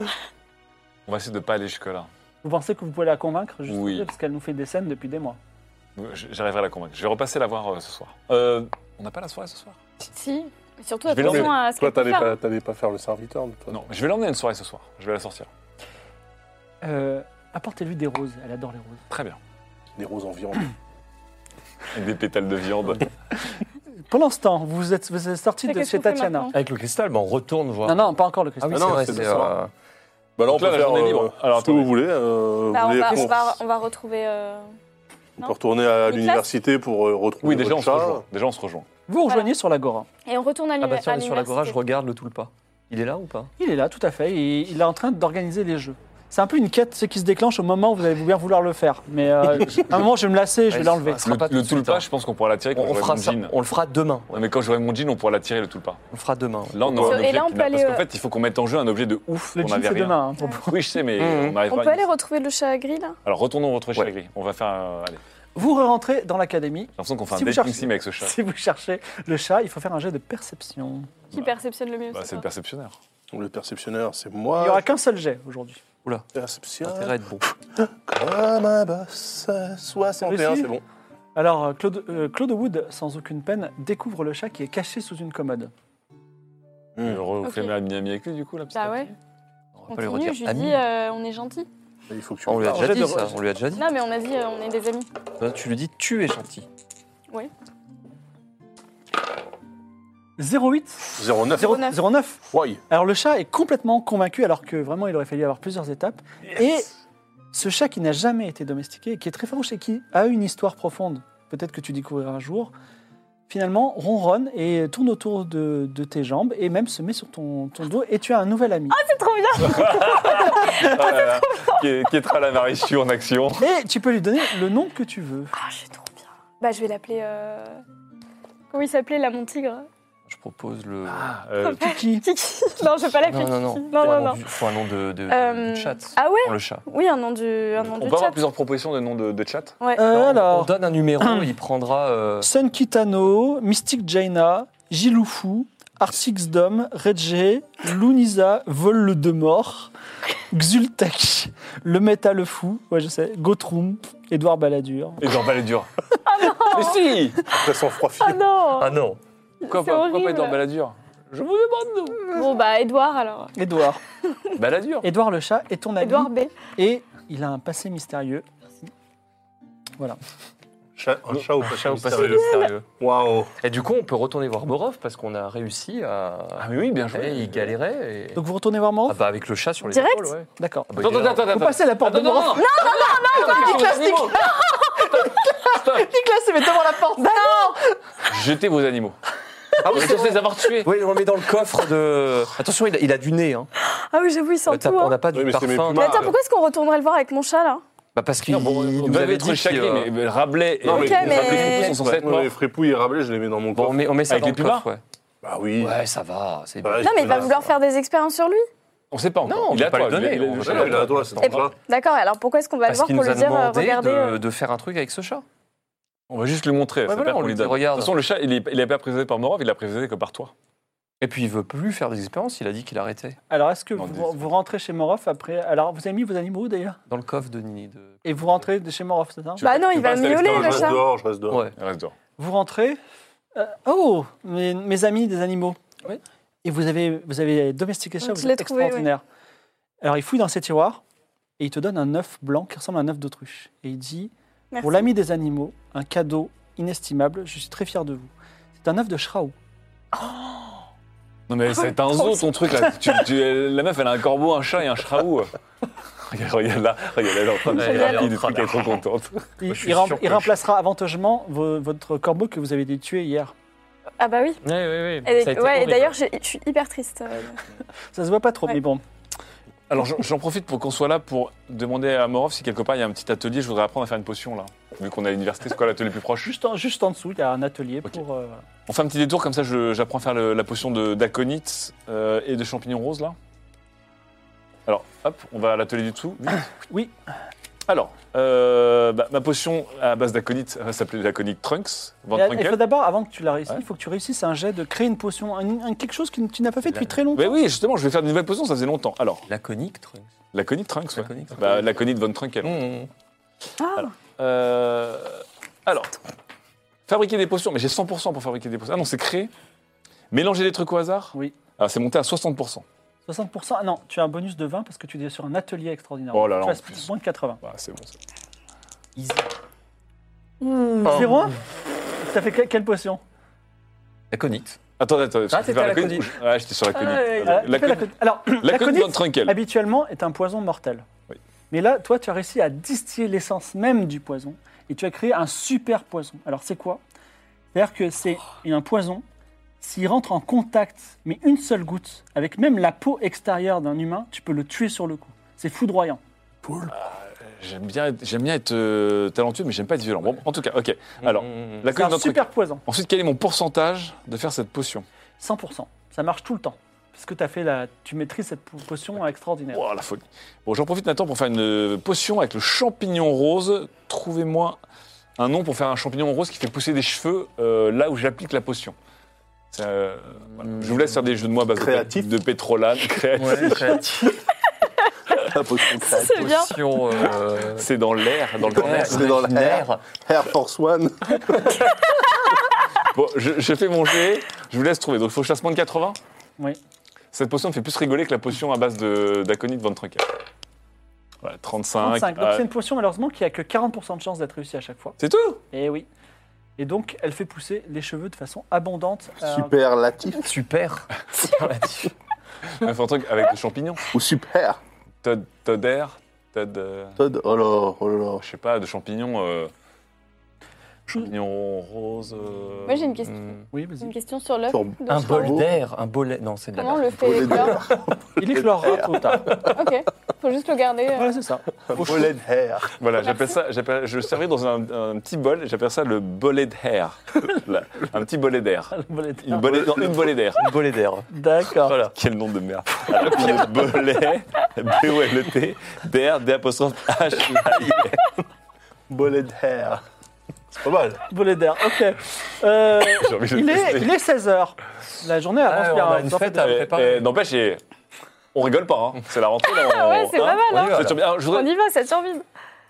On va essayer de pas aller jusque-là. Vous pensez que vous pouvez la convaincre juste Oui. parce qu'elle nous fait des scènes depuis des mois Je- J'arriverai à la convaincre. Je vais repasser la voir euh, ce soir. Euh, on n'a pas la soirée ce soir Si. Mais surtout, Je vais l'emmener. attention à ce Toi, qu'elle peut t'allais faire. pas, t'allais pas faire le serviteur. de toute façon. Non, mais je vais l'emmener à une soirée ce soir. Je vais la sortir. Euh, Apportez-lui des roses, elle adore les roses. Très bien. Des roses en viande. Avec des pétales de viande. Pendant ce temps, vous êtes, vous êtes sorti Mais de qu'est-ce chez qu'on fait Tatiana. maintenant Avec le cristal, bah, on retourne voir. Non, non, pas encore le cristal. Ah oui, Ah c'est non, vrai, c'est c'est... le soir. euh, Bah là, on Donc là, peut la faire journée est euh, libre. Alors, ce que vous attendez. voulez. euh, Bah, vous on, voulez va, qu'on- on, va, on va retrouver. euh, on peut retourner à Nicolas l'université pour euh, retrouver Oui, déjà on, votre se chat. rejoint. déjà on se rejoint. Vous rejoignez sur l'agora. Et on retourne à Ah bah l'université. tiens, on est sur l'agora, je regarde le tout le pas. Il est là ou pas Il est là, tout à fait. et il est en train d'organiser les jeux. C'est un peu une quête c'est qui se déclenche au moment où vous allez bien vouloir le faire. Mais euh, à un moment, je vais me lasser et je vais Ouais, l'enlever. ça sera pas Le, tout le de suite, tulpa, hein. je pense qu'on pourra l'attirer quand On, on j'aurai fera mon ça- jean. on le fera demain. ouais. Non, mais quand j'aurai mon jean, on pourra l'attirer, le tulpa. On le fera demain. Là, on aura un Et objet là, on qui peut n'a- aller, Parce qu'en euh, fait, il faut qu'on mette en jeu un objet de ouf. Le on jean, n'avait c'est rien. demain. hein, pour- Oui, je sais, mais Mhm. on n'arrive On pas. peut à- aller retrouver le chat gris Bah. là Alors, retournons retrouver Ouais. chez Agri. On va faire. euh, allez, j'ai Vous rentrez dans l'académie. l'impression qu'on fait Si vous un dating cherchez- sim avec ce chat. Si vous cherchez le chat, il faut faire un jet de perception. Qui perceptionne le mieux Bah, c'est c'est le perceptionnaire. Le perceptionneur, c'est Il n'y aura moi. qu'un seul jet aujourd'hui. Perception. Intérêt à être bon. Comme un boss. 61, Réussi c'est bon. Alors, euh, Claude, euh, Claude Wood, sans aucune peine, découvre le chat qui est caché sous une commode. Hmm. Heureux, on Ok. fait ami ami avec lui, du coup, là. Bah ouais, On va pas lui continue, redire je lui ami. dis euh, on est gentil. Il faut que tu On me lui a parles. déjà dit Jette de- ça. On lui a déjà dit. Non mais on a dit euh, on est des amis. Bah, Tu lui dis tu es gentil. 08 09. 09. 09 Why Alors le chat est complètement convaincu, alors que vraiment il aurait fallu avoir plusieurs étapes. Et ce chat qui n'a jamais été domestiqué, qui est très farouche et qui a une histoire profonde, peut-être que tu découvriras un jour, finalement ronronne et tourne autour de, de tes jambes et même se met sur ton, ton dos et tu as un nouvel ami. C'est trop bien Ah là là. Qu'est- Qu'est-ce la Marichu en action Et tu peux lui donner le nom que tu veux. Ah je suis trop bien. Bah je vais l'appeler... euh, Comment il s'appelait là mon tigre Je propose le. Ah, euh, Kiki. Kiki Non je vais pas l'appeler non, non, non. Kiki. Faut un non, nom non. du- Faut un nom de, de, Euh, de chat. Ah ouais Pour le chat. Oui un nom du, un nom On du peut avoir chat. Oh plusieurs propositions de noms de, de chat Ouais. Euh, Non, on- On alors, donne un numéro, il prendra. euh, Sun Kitano, Mystic Jaina, Giloufou, Artix Dom, Redje, Lunisa, Vol le de mort, Xultek, Le Métal le Fou, ouais je sais, Gotrum, Édouard Balladur. Et Edouard Balladur. Ah non Mais si Après son froid Ah non Ah non Pourquoi C'est pas, pourquoi pas horrible. Edouard Balladur Je vous demande Bon bah Edouard alors. Édouard. Balladur Édouard le chat est ton ami Edouard B. et il a un passé mystérieux. Un Oh, chat au Chat au passé mystérieux. mystérieux. Waouh. Et du coup, on peut retourner voir Borov parce qu'on a réussi à. Ah, mais oui, bien joué. Eh, il galérait. Et... Donc vous retournez voir Morof Ah bah avec le chat sur les Direct épaules, ouais. D'accord. Ah bah, Ah il Attends, est là. attends, attends, Vous attends. passez à la porte de Morof. non, non, non, Nicolas se met devant la porte. Jetez vos animaux. Ah oui, Vous êtes censés les avoir tués. Oui, on le met dans le coffre de. Attention, il a, il a du nez. Hein. Ah oui j'avoue il sent Euh, t'as- tout. on hein. n'a pas Oui, du mais c'est mes parfum. plumas. Mais attends pourquoi est-ce qu'on retournerait le voir avec mon chat là Bah parce qu'il Non, bon, il on nous doit avait être dit chacun, que, euh, mais, mais Rabelais et Non, mais- Ok, mais- Rabelais sont censés être morts. les fripouilles et Rabelais, je les mets dans mon Bon, on coffre. met, on met ça Avec dans les le coffre, pumas ouais. Bah oui. Ouais, ça va. C'est Bah, Non mais il va Voilà, vouloir faire des expériences sur lui. On sait pas encore. Non, on il peut a pas toi, lui donner, il a- on il va a- pas Voilà, il a à toi, c'est ton Et- chat. D'accord alors pourquoi est-ce qu'on va le Parce voir qu'il pour nous lui a dire euh, demandé regardez de, euh, de faire un truc avec ce chat. On va juste lui montrer. c'est voilà, pas on qu'on lui lui dit, donne. regarde. De toute façon, le chat, il est, il est pas présenté par Morov, il l'a présenté que par toi. Et puis il veut plus faire des expériences, il a dit qu'il arrêtait. Alors est-ce que Non, vous, désolé. vous rentrez chez Morof après Alors vous avez mis vos animaux où, d'ailleurs Dans le coffre de Nini. De... Et vous rentrez de chez Morof, c'est ça Bah non, il va restes à miauler l'extérieur, le Je reste chat. dehors, je reste dehors. Ouais. Il reste dehors. Vous rentrez. euh, oh, mes, mes amis des animaux. Oui. Et vous avez, vous avez domestiqué ça, Donc, vous je l'ai êtes trouvé, extraordinaire. Alors il fouille dans ses tiroirs et il te donne un œuf blanc qui ressemble à un œuf d'autruche. Et il dit Merci. Pour l'ami des animaux, un cadeau inestimable, je suis très fier de vous. C'est un œuf de Shraou. Non, mais c'est un zoo ton truc là. Tu- tu- la meuf, elle a un corbeau, un chat et un shraou. regarde, regarde là, regarde, elle est en train de Ouais, faire elle est en rapide, train de- elle est trop contente. Il, Moi, je suis il rem- sûr que il je- remplacera avantageusement vo- votre corbeau que vous avez dû tuer hier. Ah bah oui. Ouais, ouais, Et, ouais, et d'ailleurs, j'ai- je suis hyper triste. euh, Ça se voit pas trop, Ouais. mais bon. Alors j'en- j'en profite pour qu'on soit là pour demander à Morov si quelque part il y a un petit atelier, je voudrais apprendre à faire une potion là. Vu qu'on est à l'université, c'est quoi l'atelier le plus proche Juste en, juste en dessous, il y a un atelier Ok. pour. euh, On fait un petit détour, comme ça je- j'apprends à faire le- la potion de- d'aconite euh, et de champignon rose là. Alors, hop, on va à l'atelier du dessous. vite. Oui. Alors, euh, bah, ma potion à base d'aconite elle va s'appeler l'aconite Trunks, Van Et- Il faut Trunkel. d'abord, avant que tu la réussisses, Ouais. il faut que tu réussisses un jet de créer une potion, un- un- quelque chose que tu n'as pas fait depuis très longtemps. Mais oui, justement, je vais faire une nouvelle potion, ça faisait longtemps. Alors, Laconique, truc. l'aconite Trunks, ouais. L'aconite Trunks. Bah, l'aconite Von Trunkel. Mm. Ah, Euh, alors, fabriquer des potions, mais j'ai 100% pour fabriquer des potions. Ah non, c'est créer. Mélanger des trucs au hasard Oui. Ah, c'est monté à 60%. 60%, ah non, tu as un bonus de 20 parce que tu es sur un atelier extraordinaire. Oh là là, tu en passes plus. moins de 80. Bah, c'est bon. ça. Oh. 0-1 T'as fait que- quelle potion Laconique. Attends, attends, Ah, tu t'étais faire à la la conite conite. ou je- Ouais, j'étais sur la conite. Voilà, Attends, Euh, tu fais la conite- con- Alors, la la conite conite, Von Trunkel. habituellement, est un poison mortel. Oui. Mais là, toi, tu as réussi à distiller l'essence même du poison et tu as créé un super poison. Alors, c'est quoi C'est-à-dire que c'est un poison, s'il rentre en contact, mais une seule goutte, avec même la peau extérieure d'un humain, tu peux le tuer sur le coup. C'est foudroyant. J'aime bien être, j'aime bien être euh, talentueux, mais j'aime pas être violent. Bon, en tout cas, ok. Mm, Alors, la C'est colonne un d'entre- super poison. Ensuite, quel est mon pourcentage de faire cette potion 100%. Ça marche tout le temps. Parce que as fait la... tu maîtrises cette po- potion extraordinaire. Wow, la folie. Bon, j'en profite Nathan pour faire une euh, potion avec le champignon rose. Trouvez-moi un nom pour faire un champignon rose qui fait pousser des cheveux euh, là où j'applique la potion. C'est, euh, voilà. Je vous laisse faire des jeux de mots à base de- Créatif. de pétrolane, créatif. La potion crack. C'est bien. Potion, euh, C'est dans l'air, dans le temps d'air. C'est dans l'air. imaginaire. Air Force One. Bon, je, je fais mon jet, je vous laisse trouver. Donc, il faut que je fasse moins de 80 Oui. Cette potion me fait plus rigoler que la potion à base de- d'aconite Von Trunkel. Voilà, 35. 35. Donc ah, c'est une potion malheureusement qui a que 40% de chance d'être réussie à chaque fois. c'est tout Et oui. Et donc elle fait pousser les cheveux de façon abondante. euh, Super latif. Super. On fait un truc avec des champignons. Ou super. Todd, Todd air, Todd. euh, Todd. Oh là, oh là. je sais pas, de champignons. euh, Je- champignons roses. euh, Moi, j'ai une question. hmm. Oui, J'ai vas-y. Une question sur l'œuf. Sur- de Un Charles. bol d'air, un bolet. Non, c'est de la Comment on le Pour fait les éclore Il éclorera hein. trop tard. Ok, faut juste le garder. euh. Voilà, c'est ça. Bullet hair. Voilà, j'appelle ça, j'appelle- je le servais dans un, un petit bol, j'appelle ça le bolet d'air. Là, un petit bolet d'air. Ah. Une bolet, non, une bolet d'air. Un bolet d'air. D'accord. Voilà. Quel nom de merde. Alors, puis le bolet, B-O-L-E-T, d'air, d'apostrophe H, I-R. Bullet hair. C'est pas mal. Volet d'air. Ok. Euh, J'ai envie de le il, est, tester. il est 16h. La journée avance Ah, bien. on a hein, une vous en fête faites- à Eh, préparer. eh, N'empêche, eh, on rigole pas, hein. c'est la rentrée. Là, on- Ouais, c'est pas mal, on y hein. va, Ça là. tient bien. Alors, je voudrais- On y va, ça survit.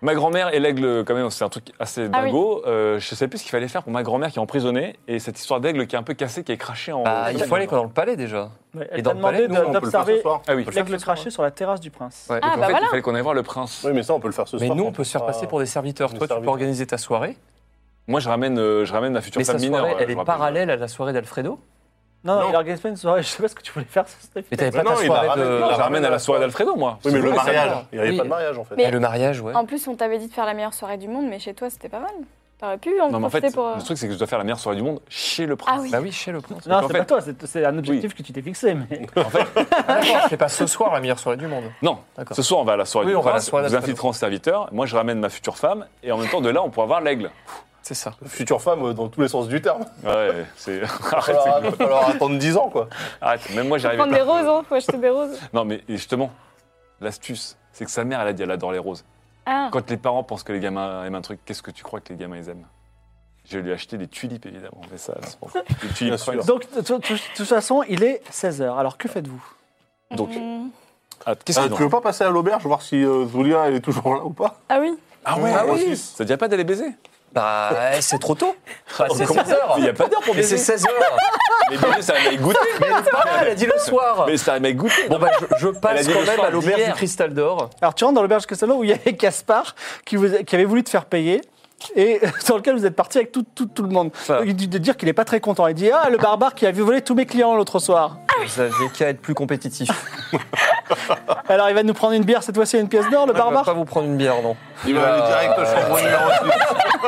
Ma grand-mère et l'aigle, quand même, c'est un truc assez Ah oui. dingo. Euh, je sais plus ce qu'il fallait faire pour ma grand-mère qui est emprisonnée et cette histoire d'aigle qui est un peu cassée, qui est crachée en. Bah, il faut aller dans le palais déjà. Ouais, Et Elle dans t'a le palais, demandé nous, on peut de- le faire d'observer Ah oui. On peut le faire l'aigle ce soir. craché sur la terrasse du prince. Ouais, Ah, donc, en bah fait, voilà. Il fallait qu'on aille voir le prince. Oui, mais ça, on peut le faire ce Mais soir. nous, on quand peut se faire sera- passer pour des serviteurs. des Toi, tu peux serviteurs. organiser ta soirée. Moi, je ramène, euh, je ramène ma future Mais femme sa mineure. soirée, euh, elle je est rappelle. parallèle à la soirée d'Alfredo. Non, Non. non, il organise pas une soirée. Je sais pas ce que tu voulais faire. ce Stéphane. Mais t'avais Bah pas non, ta il soirée la ramène, de. il Euh, Je la la ramène à la soirée d'Alfredo, moi. Oui, mais Oui, le ça mariage. va. Il n'y avait Oui. pas de mariage, en fait. Mais- Ah, Le mariage, ouais. En plus, on t'avait dit de faire la meilleure soirée du monde, mais chez toi, c'était pas mal. T'aurais pu en Non, mais en profiter fait, pour. euh, le truc, c'est que je dois faire la meilleure soirée du monde chez le prince. Ah oui. Bah oui, chez le prince. Non, qu'en c'est fait- pas toi. c'est- C'est un objectif que tu t'es fixé. Mais Ah, d'accord, C'est pas ce soir la meilleure soirée du monde. Non, D'accord. ce soir, on va à la soirée Oui, du on va à la prince. soirée Vous d'Alfredo. infiltrez en serviteur. Moi, je ramène ma future femme et en même temps, de là, on pourra voir l'aigle. C'est ça. Future femme euh, dans tous les sens du terme. Ouais, c'est. Il Arrête, c'est euh, va falloir attendre 10 ans, quoi. Arrête, même moi, j'arrive Prendre des roses, hein. faut acheter des roses. Non, mais justement, l'astuce, c'est que sa mère, elle a dit, elle adore les roses. Ah, Quand les parents pensent que les gamins aiment un truc, qu'est-ce que tu crois que les gamins ils aiment Je lui ai acheté des tulipes, évidemment. Mais ça, c'est pour- Des tulipes. Bien sûr. donc, de de- de- de toute façon, il est 16h. Alors, que faites-vous Donc, hum. ah, qu'est-ce Euh, qu'il tu y a veux pas passer à l'auberge, voir si euh, Zulia elle est toujours là ou pas ah oui. Ah ouais, Ah oui. Ça te dirait pas d'aller baiser Bah, eh, c'est trop tôt. Bah, c'est Comment 16 heures. Il n'y a pas d'heure pour Mais c'est baiser. 16 heures. Mais baiser, ça m'a goûté. Mais pas mal, elle a dit le soir. Mais ça m'a goûté. Bon, bah, je, je Elle a passe dit le quand même soir à l'auberge du d'hier. Cristal d'Or. Alors, tu rentres dans l'auberge Castello où il y avait Gaspard qui, vous- qui avait voulu te faire payer et dans lequel vous êtes parti avec tout, tout, tout le monde. Ça. Il dit de dire qu'il n'est pas très content. Il dit Ah, le barbare qui a vu voler tous mes clients l'autre soir. Vous avez qu'à être plus compétitif. Alors, il va nous prendre une bière cette fois-ci et une pièce d'or, Je le vais pas barbare vous prendre une bière, non. Il va aller direct au chambre numéro 6.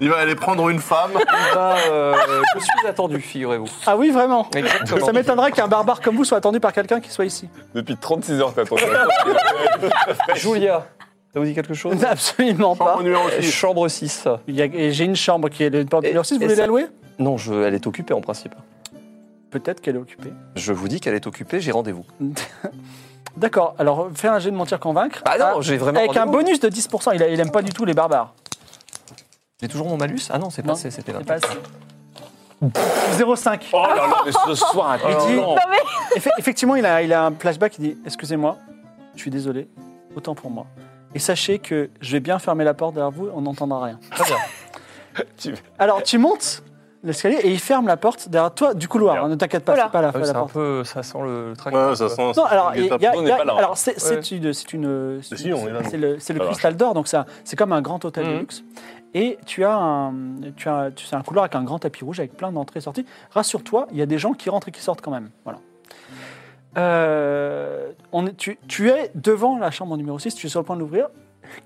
Il va aller prendre une femme. Bah, euh, je suis attendu, figurez-vous. Ah, oui, vraiment Exactement. Ça m'étonnerait qu'un barbare comme vous soit attendu par quelqu'un qui soit ici. Depuis 36 heures, t'attends. Bah, Julia, ça vous dit quelque chose Absolument pas. Chambre numéro Euh, 6. Chambre 6. Il y a- et J'ai une chambre qui est le porte Et- numéro 6, vous et voulez ça- la louer Non, je, elle est occupée en principe. Peut-être qu'elle est occupée. Je vous dis qu'elle est occupée, j'ai rendez-vous. D'accord, alors fais un jet de mentir convaincre. Bah non, j'ai vraiment Ah, Avec un rendez-vous. bonus de 10%, il, a- il aime pas du tout les barbares. J'ai toujours mon malus Ah non, c'est Non, passé, c'était là. C'est pas assez. 0,5. Oh là là, mais ce soir, un Il dit- non. Effe- effectivement, il a, il a un flashback, il dit Excusez-moi, je suis désolé, autant pour moi. Et sachez que je vais bien fermer la porte derrière vous, on n'entendra rien. Très bien. Tu- Alors tu montes l'escalier et il ferme la porte derrière toi du couloir, hein, ne t'inquiète pas, Oula. c'est pas la, Ah oui, la c'est un porte. peu. Ça sent le trac. Ouais, ça sent. Non, alors, il y a- il y a- Nous, on n'est pas là, hein. alors c'est c'est Ouais. une. C'est une- c'est- Si, on est là, nous. c'est le, c'est le Ah, cristal d'or, donc ça- c'est comme un grand hôtel de Mhm. luxe. Et tu as, un, tu as tu sais, un couloir avec un grand tapis rouge avec plein d'entrées et sorties. Rassure-toi, il y a des gens qui rentrent et qui sortent quand même. Voilà. Euh, on est- tu, tu es devant la chambre numéro 6, tu es sur le point de l'ouvrir.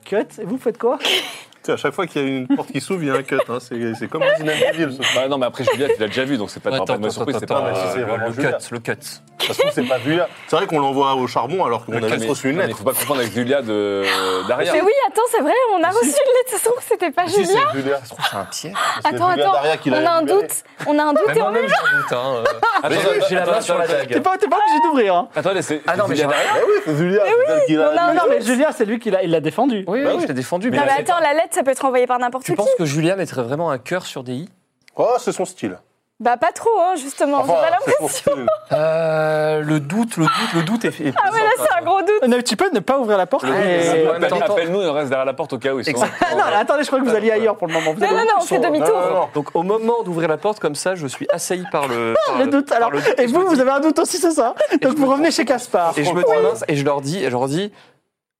Cut, et vous faites quoi Tu sais, à chaque fois qu'il y a une porte qui s'ouvre, il y a un cut. hein. C'est c'est comme un dîner de ville, ce soir. Bah non, mais après, Julia, tu l'as déjà vu, donc c'est pas t'auras pas de mauvaise surprise. C'est pas. attends, mais si euh, c'est le- vraiment le Julia. cut, le cut. Ça se trouve, c'est pas Julia. C'est vrai qu'on l'envoie au charbon alors qu'on a juste reçu une Il lettre. faut pas confondre avec Julia de d'Aria. Mais oui, attends, c'est vrai, on a reçu une lettre, ça se trouve, c'était pas Si, Julien. c'est Julia. c'est un piège. Ah, Attends, Julia attends, Daria qui l'a on a un récupéré. doute, on a un doute Même et on moi-même, j'en doute. Hein. euh. Ah, Attends, J'ai- J'ai la attends, main sur la attends, T'es dague. pas, t'es pas obligé d'ouvrir. Hein. Attendez, c'est Ah non, mais j'ai Julia d'Aria Bah oui, c'est Julia. c'est elle qui Eh on l'a- a un Non, non, doute. mais Julien, c'est lui qui l'a il l'a défendu. Oui, Bah oui, oui. je l'ai défendu. Non, mais là, c'est- attends, la lettre, ça peut être envoyé par n'importe Tu qui. penses que Julia mettrait vraiment un cœur sur des i Oh, c'est son style. Bah, pas trop, hein, justement. J'ai pas l'impression. c'est son style. Euh, Le doute, le doute, le doute est. est Ah, ouais, là, c'est un gros doute. Euh, Non, tu peux ne pas ouvrir la porte. c'est et- bon. Attends, Attends, attends. Appelle-nous et on reste derrière la porte au cas où ils sont. Ah, non, attendez, je crois que vous alliez ailleurs pour le moment. Vous Non, avez- non, non, on fait Non, demi-tour. non, non. Donc au moment d'ouvrir la porte, comme ça, je suis assailli par le. par Le doute. Alors, par le doute. et vous, vous avez un doute aussi, c'est ça je me Donc vous revenez chez Caspar. Et je me Oui. mince et je leur dis, et je leur dis.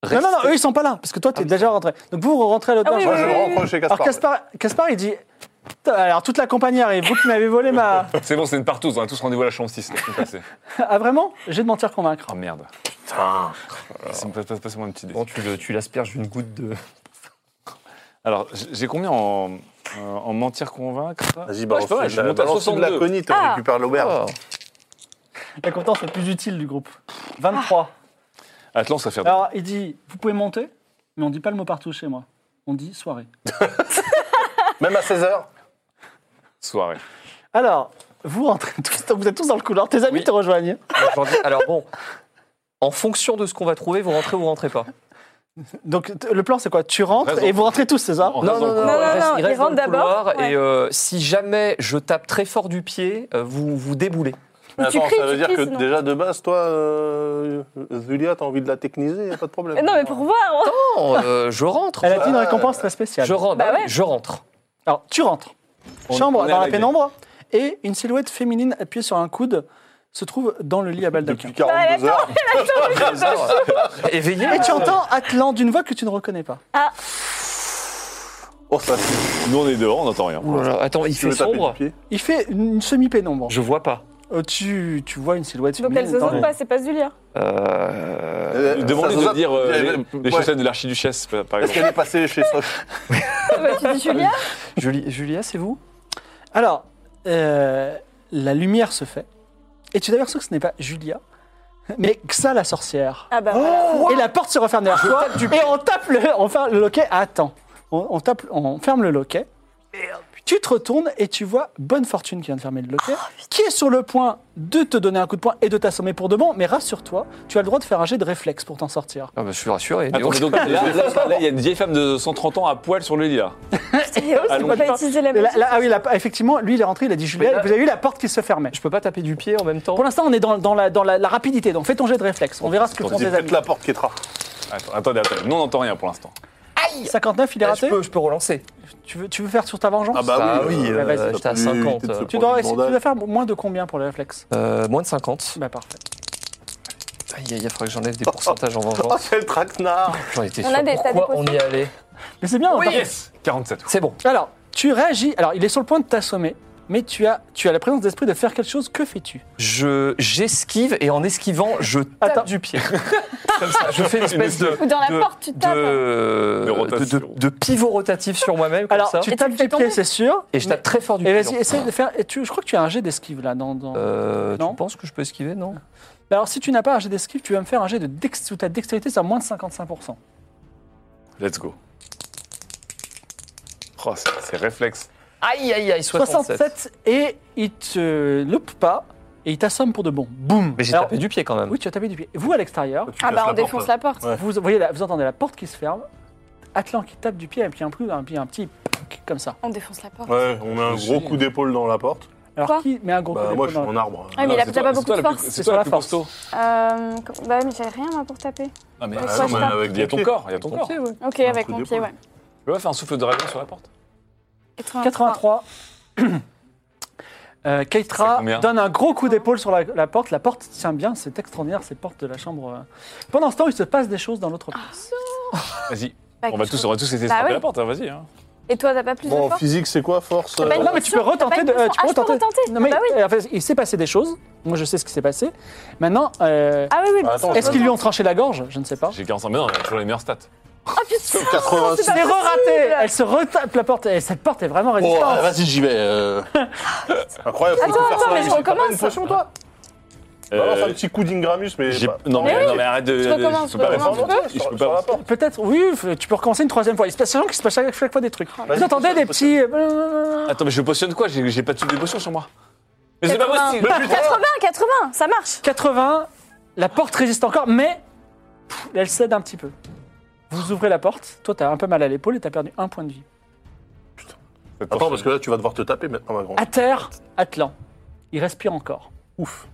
Non, non, non, eux, ils sont pas là, parce que toi, t'es Ah, déjà rentré. Donc vous, vous rentrez à l'autre Ah oui, marche. Moi, je rentre chez Alors Caspar. Caspar, Caspar, il dit Putain, Alors toute la compagnie arrive, vous qui m'avez volé ma. C'est bon, c'est une partouze, on a tous rendez-vous à la chambre 6. laisse-nous passer. Ah vraiment J'ai de mentir convaincre. Oh merde. Putain. Laisse-moi- passe- Passe-moi un petit dé. Bon, tu le- tu l'asperges d'une goutte de. Alors, j- j'ai combien en, en- en mentir convaincre Vas-y, Ouais, balance. c'est pas mal, la- Ah, hein, je monte à balance une 62. Laconie, t'en Ah. récupères l'auberge. Oh. La compétence la plus utile du groupe. 23. Ah. Atlan, ça fait. Alors il dit Vous pouvez monter, mais on dit pas le mot partout chez moi. On dit soirée. Même à 16h. soirée. Alors, vous rentrez tous, donc vous êtes tous dans le couloir, tes amis Oui. te rejoignent. Moi, je leur dis, alors bon, en fonction de ce qu'on va trouver, vous rentrez ou vous rentrez pas. Donc t- le plan c'est quoi Tu rentres Raison. et vous rentrez tous, c'est ça On reste dans le non, couloir. non, il reste- il ils reste dans rentrent le couloir d'abord, ouais. Et euh, si jamais je tape très fort du pied, euh, vous vous déboulez. Mais Tu attends, cries, ça veut tu dire cries, que sinon. déjà de base, toi, euh, Zulia, t'as envie de la techniser, y a pas de problème. Non, mais pour voir. hein. Non, euh, je rentre. Elle a dit une récompense très spéciale. Je rentre. Bah Ah oui, ouais. Je rentre. Alors tu rentres. On- Chambre on est à dans la la guerre. pénombre et une silhouette féminine appuyée sur un coude se trouve dans le lit à baldaquin. Depuis Bah, 42 heures. Éveillé. Et tu entends Atlan d'une voix que tu ne reconnais pas. Oh, ça, tu Nous, on est dehors, on n'entend rien. Ouh là là, Attends, il fait veux taper du sombre. pied Il fait une, une semi-pénombre. Je vois pas. Euh, tu, tu vois une silhouette Donc, elle féminine. se dans sent le- pas, c'est pas Julia. Euh, Euh, Demandez ça, ça, de dire euh, ça, les, ouais. les chaussettes de l'archiduchesse, par par Est-ce exemple. qu'elle est passée chez Soch Ah, bah, tu dis Julia Julie- Julia, c'est vous Alors, euh, la lumière se fait. Et tu t'aperçois que ce n'est pas Julia, mais ça la sorcière. Ah, bah voilà. et la porte se referme derrière toi. Et on tape le, on ferme le loquet. Attends. On, on tape, on ferme le loquet. Tu te retournes et tu vois Bonne Fortune qui vient de fermer le Oh, loquet, qui est sur le point de te donner un coup de poing et de t'assommer pour de bon. Mais rassure-toi, tu as le droit de faire un jet de réflexe pour t'en sortir. Ah bah, Je suis rassuré. Attends, mais donc, là, là, là, il y a une vieille femme de 130 ans à poil sur le lit, là. Putain, et oh, Allons. c'est pas utilisé la Et là- magie. là- ah oui, là, effectivement, lui il est rentré, il a dit Julia, Mais là- vous avez vu la porte qui se fermait. Je peux pas taper du pied en même temps. Pour l'instant, on est dans, dans la, dans la- la rapidité, donc fais ton jet de réflexe. On verra ce que font tes C'est amis. peut-être la porte qui est tra. Attends, attendez, attendez. Nous, on n'entend rien pour l'instant. 59, il est Ah, raté je, peux, je peux relancer. tu, veux, tu veux faire sur ta vengeance Ah bah Ah oui, oui, euh, vas-y. t'as J'étais pas à dû 50, éviter de se euh, Tu prendre dois, une essayer- tu bandale. dois faire moins de combien pour le réflexe Euh, moins de 50. Bah parfait. Aïe, aïe, il faudrait que j'enlève des pourcentages en vengeance. Oh, quel traquenard J'en étais On sûr. a des tas de Pourquoi on y allait Mais c'est bien. hein, parfait. 47. C'est bon. Alors, tu réagis. Alors, il est sur le point de t'assommer, mais tu as, tu as la présence d'esprit de faire quelque chose. Que fais-tu Je j'esquive et en esquivant, je tape Attends. du pied. Comme ça, je fais une espèce de Ou dans la de- porte, tu tapes. hein. de, De de, rotation. de- de pivot rotatif sur moi-même comme Alors, ça. tu Et tu tapes le du fais tomber. pied, c'est sûr. Et je tape très fort du Et pied. vas-y, essaye de faire. et tu- je crois que tu as un jet d'esquive là. Dans, dans- Euh, Non. tu penses que je peux esquiver, non Alors, si tu n'as pas un jet d'esquive, tu vas me faire un jet de dex... sous ta dextérité, c'est à moins de 55%. Let's go. Oh, c'est c'est réflexe. Aïe, aïe, aïe, 67. 67 et il te loupe pas et il t'assomme pour de bon. Boum. Hmm. Mais j'ai Alors, tapé du pied quand même. Oui, tu as tapé du pied. Vous à l'extérieur, Tu Ah, casses bah, on porte, défonce là. la porte. Ouais. vous voyez, la- vous entendez la porte qui se ferme. Atlan qui tape du pied et puis un plus, un, puis un petit poc, comme ça. On défonce la porte. Ouais, on met un gros coup d'épaule dans la porte. Alors Quoi qui met un gros coup Bah, d'épaule moi, je suis dans la- en arbre. Ah, mais Non, il a c'est peut-être toi- pas c'est beaucoup toi de la plus- force. C'est sur toi la la plus force. costaud. Euh, com- bah, mais j'ai rien moi pour taper. Ah, mais Avec ah, quoi non, je mais tape avec- il y a ton corps, il y a ton corps. Tu Ok, Un avec coup mon d'épaule. pied, ouais. peux pas faire un souffle de dragon sur la porte 83. Euh, C'est Keitra combien donne un gros coup d'épaule sur la, la porte. La porte tient bien, c'est extraordinaire, ces portes de la chambre. euh. Pendant ce temps, il se passe des choses dans l'autre Ah, pièce. Vas-y, Bah, on va quelque tous chose. on va tous essayer de Bah frapper oui. la porte, hein, vas-y. hein. Et toi, t'as pas plus Bon, de en force physique, c'est quoi, force pas euh, une non, mais tu peux T'as pas retenter. une De, euh, tu notion. peux Ah, je peux retenter. retenter. Non, mais, Bah oui. euh, enfin, il s'est passé des choses. Moi, je sais ce qui s'est passé. Maintenant, euh, Ah oui, oui, bien Attends, sûr. est-ce qu'ils lui ont tranché la gorge Je ne sais pas. J'ai 45 mais non, elle a toujours les meilleures stats. Ah putain 86. C'est raté Elle se retape la porte. Et cette porte est vraiment Oh, résistante. ah, vas-y, j'y vais. euh. Incroyable, faut Attends, tout faire attends, soi-même. mais je recommence. T'as pas Une potion, toi Bah On va faire un Euh, petit coup d'Ingramus, mais. j'ai- pas- non, mais, Mais oui. non, mais arrête de. Tu recommences, je peux pas tu recommences. avancer. Sur- Je peux sur pas la avancer. porte. Peut-être, oui, f- tu peux recommencer une troisième fois. Il se passe, sachant qu'il se passe chaque, chaque fois des trucs. Vas-y, Vous entendez potionne, des petits. euh, Attends, mais je potionne quoi J'ai j'ai pas de soupe de potion sur moi. Mais c'est pas 80. possible 80, 80, ça marche. 80, la porte résiste encore, mais pff, elle cède un petit peu. Vous ouvrez la porte, toi t'as un peu mal à l'épaule et t'as perdu un point de vie. Attends, parce que là, tu vas devoir te taper maintenant, ma grande. À terre, Atlan, il respire encore. Ouf.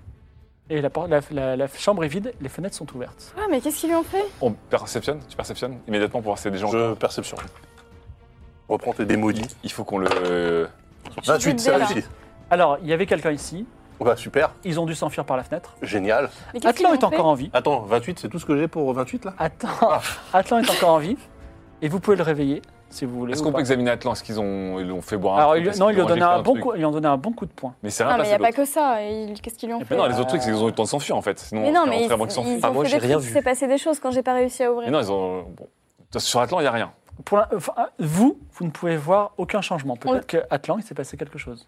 Et la, porte- la- la- la chambre est vide, les fenêtres sont ouvertes. Ouais, mais qu'est-ce qu'ils lui ont fait On perceptionne Tu perceptionnes immédiatement pour voir si c'est des gens. Je perception. Reprends tes dés maudits. Il faut qu'on le. 28, dés, c'est là. réussi. Alors, il y avait quelqu'un ici, Bah, super. ils ont dû s'enfuir par la fenêtre. Génial. Mais qu'est-ce qu'ils Atlan lui est ont fait encore en vie. Attends, 28, c'est tout ce que j'ai pour 28 là Atlan, Ah. Atlan est encore en vie. Et vous pouvez le réveiller si vous voulez. Est-ce ou qu'on peut pas. examiner Atlan Est-ce qu'ils ont, ils l'ont fait boire un Alors, truc il lui- Est-ce non, qu'ils ils lui, ont ont donné injecté un bon truc coup, ils lui ont donné un bon coup de poing. Mais c'est Non, rien mais il n'y passé a pas l'autre. que ça. et ils- Qu'est-ce qu'ils lui ont Eh fait ben non, les autres trucs, euh, c'est qu'ils ont eu le temps de s'enfuir en fait. Sinon, Mais non, on serait mais ils, rentrés avant qu'ils s'enfuient. ils Ah, ont moi, fait j'ai des rien trucs, vu. s'est passé des choses quand j'ai pas réussi à Mais ouvrir. non, ils ont. bon. Sur Atlan, il n'y a rien. Pour la- enfin, vous, vous ne pouvez voir aucun changement. Peut-être que Atlan, il s'est passé quelque chose.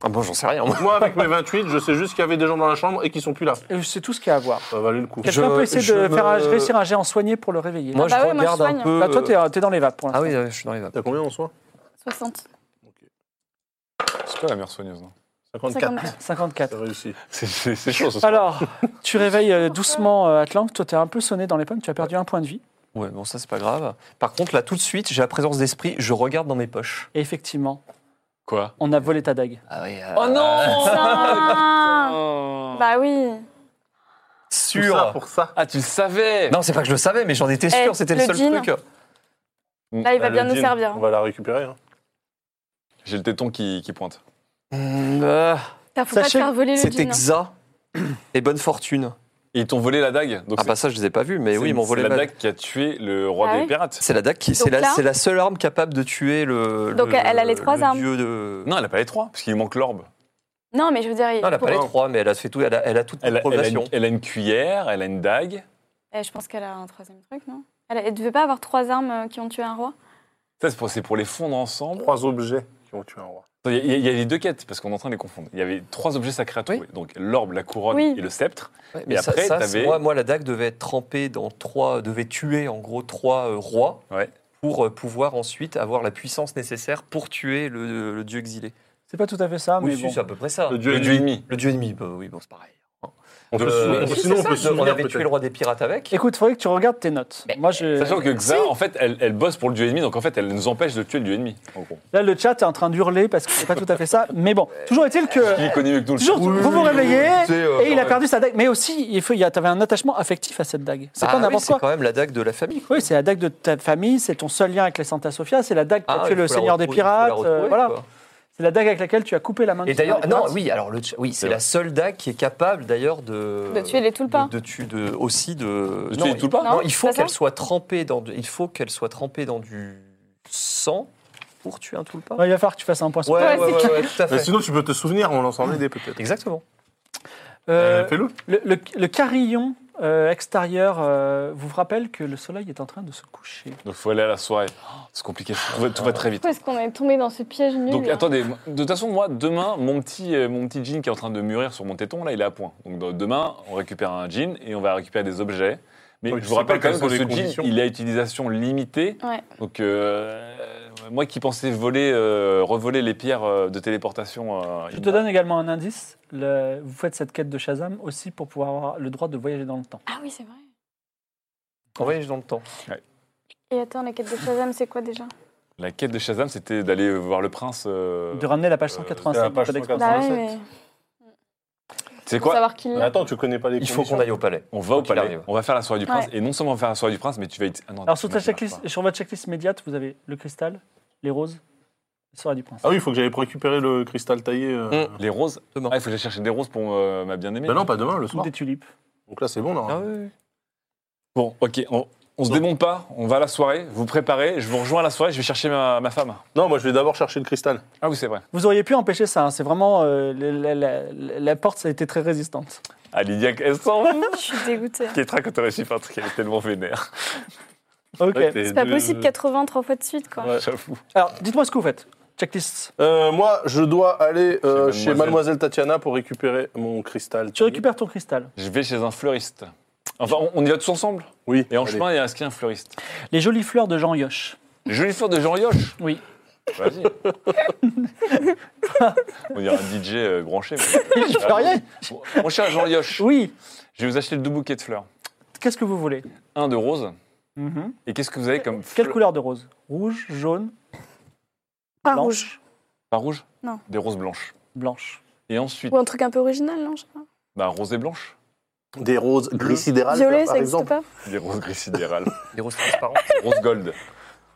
Ah bon, j'en sais rien. moi. Moi, avec mes 28, je sais juste qu'il y avait des gens dans la chambre et qu'ils sont plus là. Et c'est tout ce qu'il y a à voir. Ça valait le coup. Je- Quelqu'un peut essayer de je faire un- me- réussir un jet en soigné pour le réveiller. Moi, bah je ouais, moi, je regarde un soigne. peu. Bah, toi, euh, t'es t'es dans les vapes pour l'instant. Ah oui, euh, je suis dans les vapes. T'as combien en soi 60. C'est pas la meilleure soigneuse, hein non 54. 50. 54. C'est réussi. C'est- C'est c'est chaud Euh, ce soir. Alors, tu réveilles euh, doucement euh, Atlan. Toi, t'es un peu sonné dans les pommes. Tu as perdu un point de vie. Ouais, bon, ça, c'est pas grave. Par contre, là, tout de suite, j'ai la présence d'esprit, je regarde dans mes poches. Et effectivement, Quoi on a volé ta dague. Ah oui. Oh Putain. non Bah oui. Tout ça Sûr pour ça. Ah, tu le savais Non, c'est pas que je le savais, mais j'en étais Eh, sûr, c'était le le seul jean. truc. Là, il va Bah, bien le nous jean, servir. On va la récupérer. hein. J'ai le téton qui, qui pointe. Hum, euh, Putain, faut pas te Sachez faire voler Hmm, le c'est jean. hein. Exa et Bonne Fortune. Et ils t'ont volé la dague. Donc Ah, c'est- bah ça, je les ai pas vus, mais c'est- oui, ils m'ont c'est volé la ma- dague qui a tué le roi Ah des ouais pirates. C'est la dague qui. C'est Donc la, là- c'est la seule arme capable de tuer le. Donc, le- elle a les le trois armes. dieu de- Non, Non, elle n'a pas les trois, parce qu'il manque l'orbe. hein. Non, mais je veux dire, il- elle a pour- pas les trois, mais elle a fait tout. Elle a, elle a toute Elle, a- elle a progression. une- elle a une cuillère, elle a une dague. Eh, je pense qu'elle a un troisième truc, non Elle ne devait pas avoir trois armes euh, qui ont tué un roi Ça, c'est pour, c'est pour les fondre ensemble. Trois objets qui ont tué un roi. Attends, Il y, a- il y a les deux quêtes, parce qu'on est en train de les confondre. Il y avait trois objets sacrés à Oui. trouver. Donc l'orbe, la couronne Oui. et le sceptre. Ouais, mais Et ça- après, ça, t'avais- c'est- moi, moi, la dague devait être trempée dans trois. devait tuer en gros trois euh, rois Ouais. pour euh, pouvoir ensuite avoir la puissance nécessaire pour tuer le, le dieu exilé. C'est pas tout à fait ça, Ah, mais oui, si, bon. c'est à peu près ça. Le dieu Le ennemi. dieu ennemi. Le dieu ennemi, bah oui, bon, c'est pareil. On peut Euh, se- on peut- sinon, on peut se on souvenir avait tué le peut-être. roi des pirates avec. Écoute, faudrait que tu regardes tes notes. Moi, je... Sachant que Xa, en fait, elle, elle bosse pour le dieu ennemi, donc en fait, elle nous empêche de tuer le dieu ennemi, en gros. Là, le chat est en train d'hurler parce que c'est pas tout à fait ça. Mais bon, toujours est-il que. Il est connu mieux que nous, le Toujours, chat. vous vous réveillez c'est, euh, et il quand a même. perdu sa dague. Mais aussi, il faut, il y a- t'avais un attachement affectif à cette dague. C'est Ah pas oui, n'importe C'est quoi. quand même la dague de la famille. Oui, c'est la dague de ta famille, c'est ton seul lien avec les Santa Sofia, c'est la dague qui Ah, a il tué faut le la Seigneur des retrouver, il faut la Pirates. euh, retrouver, voilà, quoi. c'est la dague avec laquelle tu as coupé la main. Et du Seigneur d'ailleurs, des non, Pirates. oui, alors le, ch- oui, c'est la seule dague qui est capable d'ailleurs de De tuer les Tulpas. Euh, de, de tuer de- aussi de, De tuer les Tulpas Non, Non, il c'est faut pas ça qu'elle soit trempée dans, du- il faut qu'elle soit trempée dans du sang pour tuer un tulpa. Ouais, il va falloir que tu fasses un point. sur toi. Ouais, c'est tout à Mais fait. sinon, tu peux te souvenir, on lance un dé peut-être. Exactement. Euh, Euh, Fais-le. le, le- le carillon euh, extérieur euh, vous rappelle que le soleil est en train de se coucher. Donc faut aller à la soirée. Oh, C'est compliqué, tout va, tout va très vite. Pourquoi est-ce qu'on est tombé dans ce piège nul Donc là attendez, de toute façon, moi, demain, mon petit, euh, mon petit jean qui est en train de mûrir sur mon téton, là, il est à point. Donc dans- demain, on récupère un jean et on va récupérer des objets. Mais Oui, je tu vous sais rappelle pas quand même que quelles ce sont les jean, conditions. il a utilisation limitée. Ouais. Donc euh, moi qui pensais voler, euh, revoler les pierres euh, de téléportation... euh, Ah, Je il te m'a- donne également un indice. Le- vous faites cette quête de Shazam aussi pour pouvoir avoir le droit de voyager dans le temps. Ah oui, c'est vrai. On voyage dans le temps. Et attends, la quête de Shazam, c'est quoi déjà La quête de Shazam, c'était d'aller voir le prince... euh, De ramener la page euh, 187. la page Codex 187. Bah oui, 87. mais C'est faut quoi savoir qui Mais l'a. attends, tu connais pas les Il faut conditions. qu'on aille au palais. On va au Qu'il palais, arrive. on va faire la soirée du prince. Ouais. Et non seulement on va faire la soirée du prince, mais tu vas... y- Ah non, Alors sur, tu ta vas- tu vas checklist, pas. sur votre checklist immédiate, vous avez le cristal, les roses, le soir du prince. Ah oui, il faut que j'aille récupérer le cristal taillé. euh, Hum. Les roses Demain. Ah, il faut que j'aille chercher des roses pour euh, ma bien-aimée. Bah non, pas demain, le Ou soir. des tulipes. Donc là, c'est bon, Ah là. oui, oui. Bon, ok, on, on se démonte pas, on va à la soirée, vous préparez, je vous rejoins à la soirée, je vais chercher ma, ma femme. Non, moi, je vais d'abord chercher le cristal. Ah oui, c'est vrai. Vous auriez pu empêcher ça. hein. C'est vraiment euh, la, la- la- la porte, ça a été très résistante. Ah, Lydia, elle s'en va. Je suis dégoûtée. Kétra, quand elle réussit pas un truc, elle est tellement vénère. Ok. Ouais, t'es C'est pas deux- possible, 80 trois fois de suite quoi. Ouais. J'avoue. Alors dites-moi ce que vous faites. Checklist. Euh, moi, je dois aller euh, Chez chez mademoiselle. Mademoiselle Tatiana pour récupérer mon cristal. Tu récupères ton cristal. Je vais chez un fleuriste. Enfin, on, on y va tous ensemble. Oui. Et en allez. chemin, il y a inscrit un fleuriste. Les jolies fleurs de Jean Yoche. Les jolies fleurs de Jean Yoche. Oui. Vas-y. on dirait un DJ euh, branché. mais- Je peux rien. Bon, Mon cher Jean Yoche, Oui. je vais vous acheter deux bouquets de fleurs. Qu'est-ce que vous voulez Un de rose. Mhm. Et qu'est-ce que vous avez comme Quelle fleur- couleur de rose Rouge, jaune, Pas blanche rouge. Pas rouge Non. Des roses blanches. Blanche. Et ensuite, Ou un truc un peu original, non je sais pas. bah, rose et blanche. Des roses glycidérales, Violet, par ça existe exemple. pas Des roses grissidérales. Des roses transparentes. rose gold.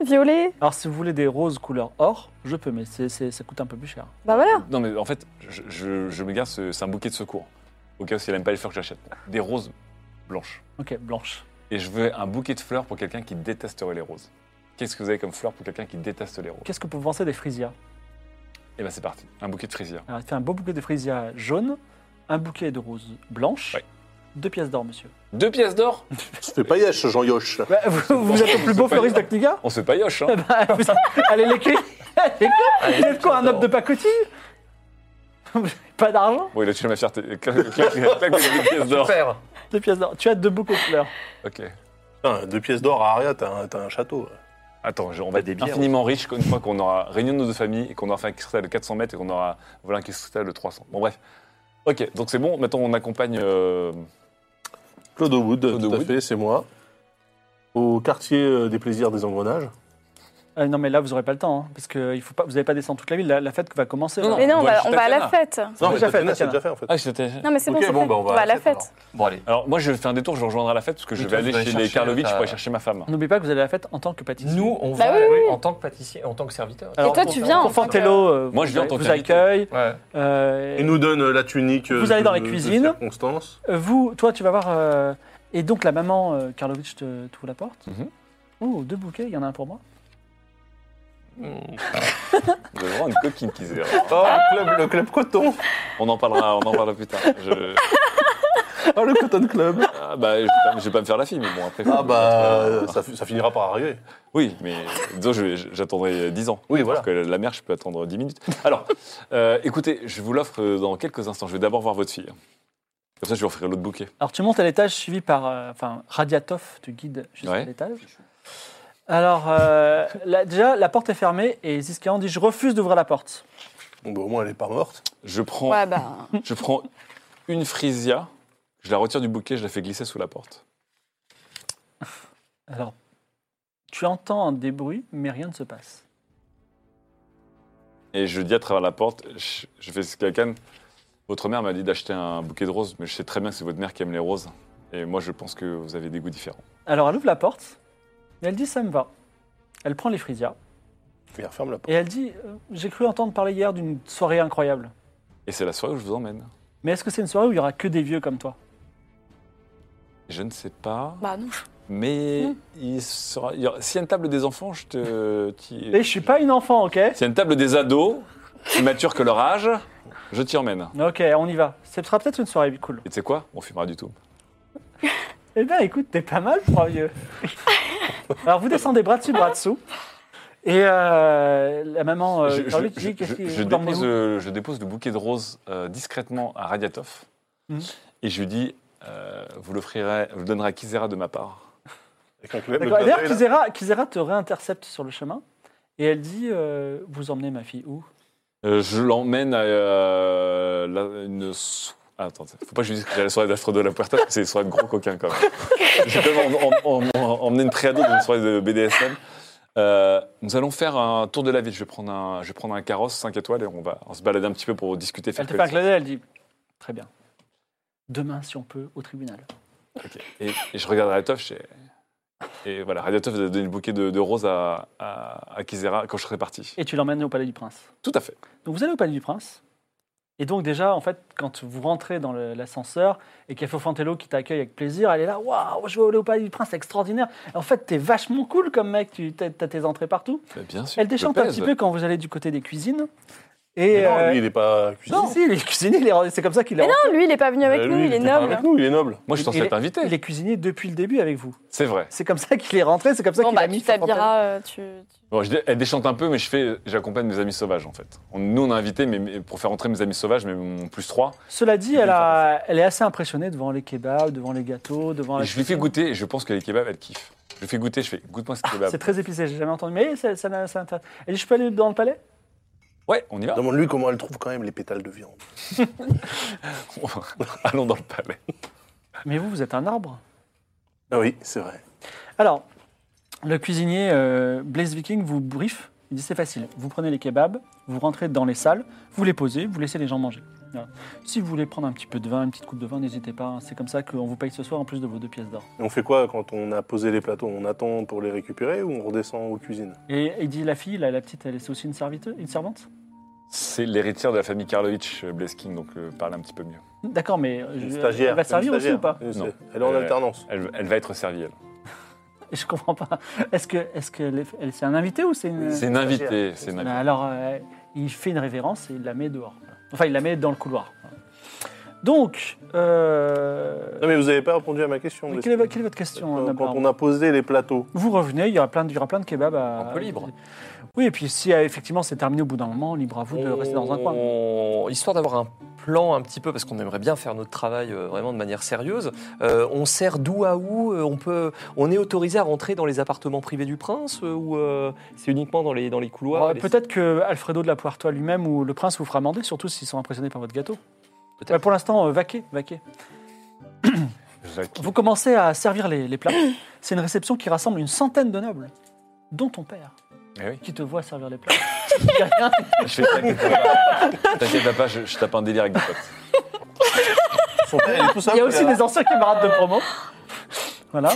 Violet Alors, si vous voulez des roses couleur or, je peux, mais c'est- c'est- ça coûte un peu plus cher. Bah voilà Non, mais en fait, je, je- je me garde, ce- c'est un bouquet de secours. Au cas où si elle n'aime pas les fleurs que j'achète. Des roses blanches. Ok, blanche. Et je veux un bouquet de fleurs pour quelqu'un qui détesterait les roses. Qu'est-ce que vous avez comme fleurs pour quelqu'un qui déteste les roses Qu'est-ce que vous pensez des frisias Et ben c'est parti. Un bouquet de frisières. Alors, il fait un beau bouquet de frisias jaunes, un bouquet de roses blanches, Ouais. deux pièces d'or, monsieur. Deux pièces d'or Ça fait paillèche, Jean Yoche. là. Bah, vous, vous êtes le plus beau fleuriste d'Actiga On se pailloche, hein bah, vous, Allez, les clés Allez, quoi Vous êtes quoi, un homme de pacotille Vous avez Pas d'argent Bon, il a tué ma fierté. Claque, claque, claque, claque, deux pièces d'or. Super. Deux pièces d'or. Tu as deux bouquets de fleurs. Ok. Putain, deux pièces d'or à Aria, t'as un, t'as un château. Attends, je- on va être des bières infiniment riche une fois qu'on aura réuni nos deux familles et qu'on aura fait un cristal de 400 mètres et qu'on aura voilà un cristal de 300. Bon, bref. Ok, donc c'est bon. Maintenant, on accompagne. euh, Claude Wood, tout Wood. à fait, c'est moi. Au quartier euh, des plaisirs des engrenages. Ah, non, mais là, vous n'aurez pas le temps, hein, parce que il faut pas, vous n'allez pas descendre toute la ville. La, la fête va commencer. Non, là. Mais non, on Moi, va, je on va à la t'attends fête C'est déjà fait, Tatiana, c'est Tatiana. déjà fait en fait. Ah, c'était. Non mais c'est bon, Ok, c'est bon, fait. bah, on va à la fête Bon, allez. Alors, moi, je vais faire un détour, je rejoindrai la fête parce que je Oui, vais toi, aller tu vas chez aller les chercher Karlovitch ta- pour aller chercher ma femme. N'oubliez pas que vous allez à la fête en tant que pâtissier. Nous, on Bah va oui, oui. en tant que pâtissier, en tant que serviteur. Alors, Et toi, Conf- tu viens en tant que- Confantello, euh, Moi, je vous viens en a- tant vous qu'invité. accueille. Ouais. euh, Il nous donne euh, la tunique. euh, Vous allez dans de- la de cuisine. circonstance. Euh, Vous, toi, tu vas voir. euh, et donc, la maman euh, Karlovic te, te vous la porte. Mhm. Oh, deux bouquets, il y en a un pour moi. Vous avez vraiment une coquine qui se verra. Oh, le club, le club coton. On en parlera, on en parlera plus tard. Je... Oh, le coton club. Ah, bah, je, vais pas, je vais pas me faire la fille, mais bon, après. Ah faut- bah, euh, ça, fi- ça finira par arriver. Oui, mais disons, je vais- j'attendrai 10 ans. Oui, Alors que la mère, je peux attendre 10 minutes. Alors, euh, écoutez, je vous l'offre euh, dans quelques instants. Je vais d'abord voir votre fille. Comme ça, je lui offrirai l'autre bouquet. Alors, tu montes à l'étage, suivi par. euh, Enfin, Radiatov te guide jusqu'à Ouais. l'étage. Alors, euh, là, déjà, la porte est fermée et Ziskian dit Je refuse d'ouvrir la porte. Bon, bah, au moins, elle est pas morte. Je prends, Ouais, bah... je prends une frisia, je la retire du bouquet, je la fais glisser sous la porte. Alors, tu entends un débruit, mais rien ne se passe. Et je dis à travers la porte, je, je fais ce qu'elle canne. Votre mère m'a dit d'acheter un bouquet de roses, mais je sais très bien que c'est votre mère qui aime les roses. Et moi, je pense que vous avez des goûts différents. Alors, elle ouvre la porte et elle dit Ça me va. Elle prend les frisias Il referme la porte. et elle dit euh, J'ai cru entendre parler hier d'une soirée incroyable. Et c'est la soirée où je vous emmène. Mais est-ce que c'est une soirée où il y aura que des vieux comme toi Je ne sais pas, bah non. mais Non. il sera. il y aura- S'il y a une table des enfants, je te. t'y- Et je suis pas une enfant, ok S'il y a une table des ados, plus matures que leur âge, je t'y emmène. Ok, on y va. Ce sera peut-être une soirée cool. Et tu sais quoi On fumera du tout. Eh bien, écoute, t'es pas mal pour un vieux. Alors, vous descendez bras dessus, bras dessous. Et euh, la maman, euh, je, je- Carlotte, dit je- qu'est-ce je- qu'il je vous l'emmenez dépose, où euh, je dépose le bouquet de roses euh, discrètement à Radiatov. Mhm. Et je lui dis, euh, vous l'offrirez, vous le donnerez à Kizera de ma part. Avec un club, le D'accord. Et clin D'ailleurs, d'œil, Kizera, là. Kizera te réintercepte sur le chemin et elle dit euh, Vous emmenez ma fille où Euh, je l'emmène à euh, la- une... so- Ah, attends, faut pas que je lui dise que j'ai la soirée d'Alfredo de la Puerta, parce que c'est une soirée de gros coquins quand même. J'ai quand même em- em- em- emmené une triado dans une soirée de BDSM. Euh, nous allons faire un tour de la ville. Je vais prendre un, je vais prendre un carrosse 5 étoiles et on va on se balader un petit peu pour discuter. faire Elle te fait un collection. clin d'œil, elle dit Très bien. Demain, si on peut, au tribunal. et, et je regarde Radiatov. je fais- Et voilà, Radiatov a donné le bouquet de, de roses à, à, à Kizera quand je serai parti. Et tu l'emmènes au palais du prince. Tout à fait. Donc vous allez au Palais du Prince. Et donc déjà, en fait, quand vous rentrez dans le- l'ascenseur et qu'il y a Fofantello qui t'accueille avec plaisir, elle est là, waouh, je vais aller au Palais du Prince, c'est extraordinaire. Et en fait, t'es vachement cool comme mec, tu as tes entrées partout. Bah, bien sûr. Elle je déchante un pèse. petit peu quand vous allez du côté des cuisines. Et, Mais non, euh, lui, il est pas si, cuisinier. si, il est cuisinier, il est rendu- c'est comme ça qu'il est Mais non, Ah, lui, il n'est pas venu avec Bah, nous, lui, il est hein. était pas noble. Avec nous, il est noble. Moi, je suis censé Il est- être invité. Il est cuisinier depuis le début avec vous. C'est vrai. C'est comme ça qu'il est rentré, c'est comme ça Bon, qu'il a bah, mis. tu sa fantaisie. t'habilleras, euh, tu... Bon, je dé- elle déchante un peu, mais je fais, j'accompagne mes amis sauvages en fait. On- nous, on a invité mais, mais pour faire rentrer mes amis sauvages, mais mon plus 3. Cela dit, Il est elle, a- elle est assez impressionnée devant les kebabs, devant les gâteaux, devant. la je lui fais cuisine. goûter et je pense que les kebabs, elle kiffe. Je lui fais goûter, je fais goûte-moi ce kebab. Ah, C'est très épicé, j'ai jamais entendu. Mais ça, ça, n'a- ça intéresse. Elle dit Je peux aller dans le palais ouais, on y va. Demande-lui comment elle trouve quand même les pétales de viande. Allons dans le palais. Mais vous, vous êtes un arbre. Ah oui, c'est vrai. Alors, le cuisinier euh, Blaze Viking vous brief. Il dit c'est facile. Vous prenez les kebabs, vous rentrez dans les salles, vous les posez, vous laissez les gens manger. Voilà. Si vous voulez prendre un petit peu de vin, une petite coupe de vin, n'hésitez pas. hein. C'est comme ça qu'on vous paye ce soir en plus de vos deux pièces d'or. Et on fait quoi quand on a posé les plateaux On attend pour les récupérer ou on redescend aux cuisines Et il dit la fille, là, la petite, elle est aussi une serviteuse, une servante. C'est l'héritière de la famille Karlovitch, euh, Blesking, donc euh, parle un petit peu mieux. D'accord, mais euh, Une je- stagiaire. elle va une servir aussi stagiaire. ou pas Une Non. sta- Elle est en Euh, alternance. Elle, elle va être servie, elle. Je comprends pas. Est-ce que, est-ce que, elle est- elle- c'est un invité ou c'est une C'est une invitée. C'est une Bah, invitée. alors, euh, il fait une révérence et il la met dehors. Enfin, il la met dans le couloir. Donc, euh, Non, mais vous n'avez pas répondu à ma question. mais Blesky. quelle, est, quelle est votre question Quand- Anna Quand Barbe on a posé les plateaux, Vous revenez, il y aura plein de, il y aura plein de kebabs à... Un peu libre. Oui, et puis si euh, effectivement c'est terminé au bout d'un moment, libre à vous de rester dans un coin. On- Histoire d'avoir un plan un petit peu, parce qu'on aimerait bien faire notre travail euh, vraiment de manière sérieuse, euh, on sert d'où à où euh, on, peut, on est autorisé à rentrer dans les appartements privés du prince euh, ou euh, c'est uniquement dans les, dans les couloirs Ouais, les- Peut-être que Alfredo de la Puerta lui-même ou le prince vous fera mander, surtout s'ils sont impressionnés par votre gâteau. Peut-être. Ouais, pour l'instant, euh, vaquez, vaquez. Jacques. Vous commencez à servir les, les plats. C'est une réception qui rassemble une centaine de nobles, dont ton père, Eh oui. qui te voit servir les plats. Il y a rien Je fais t'inquiète pas. T'inquiète pas, je, je tape un délire avec des potes. son père, il est tout seul. Il y a aussi des anciens camarades de promo. Voilà.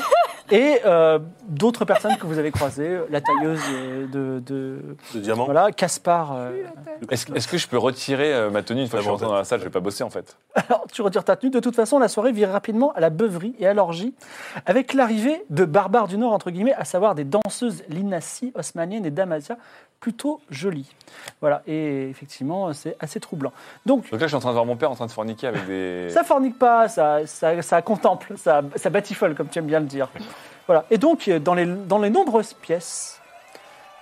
Et euh, d'autres personnes que vous avez croisées, la tailleuse euh, de. de- De diamants. voilà, Caspar. euh, Est-ce est-ce que je peux retirer euh, ma tenue une fois que je suis rentré dans la salle Je vais pas bosser en fait. Alors, tu retires ta tenue. De toute façon, la soirée vire rapidement à la beuverie et à l'orgie, avec l'arrivée de barbares du Nord, entre guillemets, à savoir des danseuses linassi, osmaniennes et damasia, plutôt jolies. Voilà, et effectivement, c'est assez troublant. Donc, Donc là, je suis en train de voir mon père en train de forniquer avec des. Ça fornique pas, ça, ça, ça contemple, ça, ça batifole, comme tu aimes bien le dire. Voilà. Et donc, euh, dans les, dans les nombreuses pièces,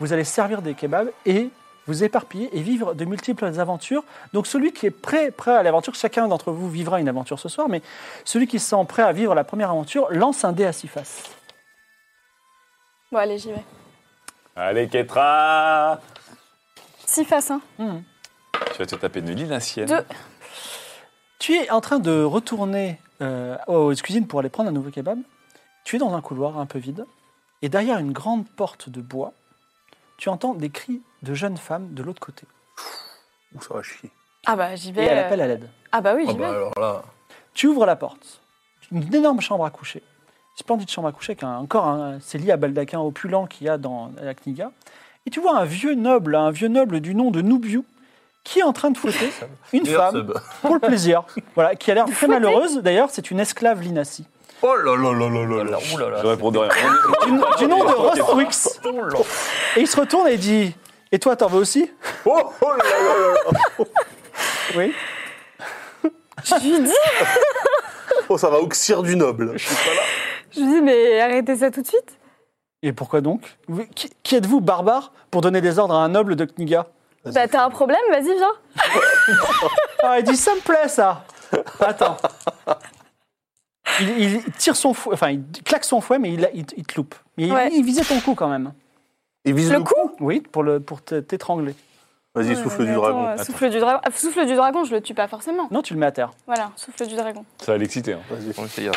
vous allez servir des kebabs et vous éparpiller et vivre de multiples aventures. Donc, celui qui est prêt, prêt à l'aventure, chacun d'entre vous vivra une aventure ce soir, mais celui qui se sent prêt à vivre la première aventure lance un dé à six faces. Bon, allez, j'y vais. Allez, Ketra Six faces, hein. Tu vas te taper une ligne ancienne. Deux. Tu es en train de retourner euh, aux cuisines pour aller prendre un nouveau kebab. Tu es dans un couloir un peu vide. Et derrière une grande porte de bois, tu entends des cris de jeunes femmes de l'autre côté. Ouh, ça va chier. Ah bah, j'y Et vais. elle euh, appelle à l'aide. Ah bah oui, Ah j'y bah vais. alors là. Tu ouvres la porte. Une énorme chambre à coucher. Splendide chambre à coucher, avec un- encore un, c'est lié à baldaquin opulent qu'il y a dans la Kniga. Et tu vois un vieux noble, un vieux noble du nom de Nubiu, qui est en train de fouetter une D'ailleurs, femme ce- pour le plaisir. Voilà, qui a l'air très malheureuse. D'ailleurs, c'est une esclave linassi. Oh là là là là là là. Ouh là là. Je réponds de rien. Du, du nom de Oh, Rostwix. Et il se retourne et il dit Et toi, t'en veux aussi Oh, oh là là là là. Oui. Oh, ça va auxir du noble. Je lui dis, mais arrêtez ça tout de suite. Et pourquoi donc Vous- Qui, qui êtes-vous, barbare, pour donner des ordres à un noble de Kniga Bah, t'as un problème, vas-y, viens. Ah, il dit Ça me plaît, ça Attends. Il, il tire son fouet, enfin, il claque son fouet, mais il, il, il te loupe. Mais il- Ouais. il, visait ton cou quand même. Il vise le, Le coup Oui, pour, le, pour te- t'étrangler. Vas-y, Ouais, souffle mais du attends, dragon. euh, Souffle du dragon. Ah, Souffle du dragon, je le tue pas forcément. Non, tu le mets à terre. Voilà, souffle du dragon. Ça va l'exciter. hein. Vas-y. On essaye.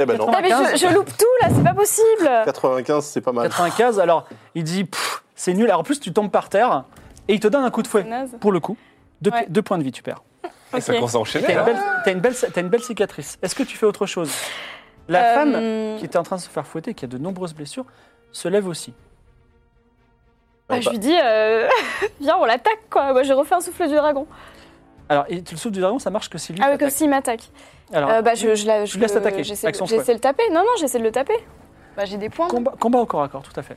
Eh ben non. Ah, mais je, 95. je loupe tout là, c'est pas possible. 95, c'est pas mal. 95, alors il dit Pff, C'est nul. Alors en plus, tu tombes par terre et il te donne un coup de fouet. Naze. Pour le coup, deux, pi- Ouais. deux points de vie, tu perds. Et ça Ok. commence à enchaîner. hein. T'as une, là. belle, t'as une belle- t'as une belle cicatrice. Est-ce que tu fais autre chose La Euh, femme qui était en train de se faire fouetter, qui a de nombreuses blessures, se lève aussi. bah, je lui dis, euh, viens, on l'attaque quoi. Moi, je refais un souffle du dragon. Alors, et le souffle du dragon, ça marche que si lui. Ah, ouais, comme t'attaque. s'il m'attaque. Alors, Euh, bah, je, je, la, je, Ah. Tu le laisses attaquer. J'essaie de Action j'essaie de le taper. Non, non, j'essaie de le taper. Bah, j'ai des points. combat, combat au corps à corps, tout à fait.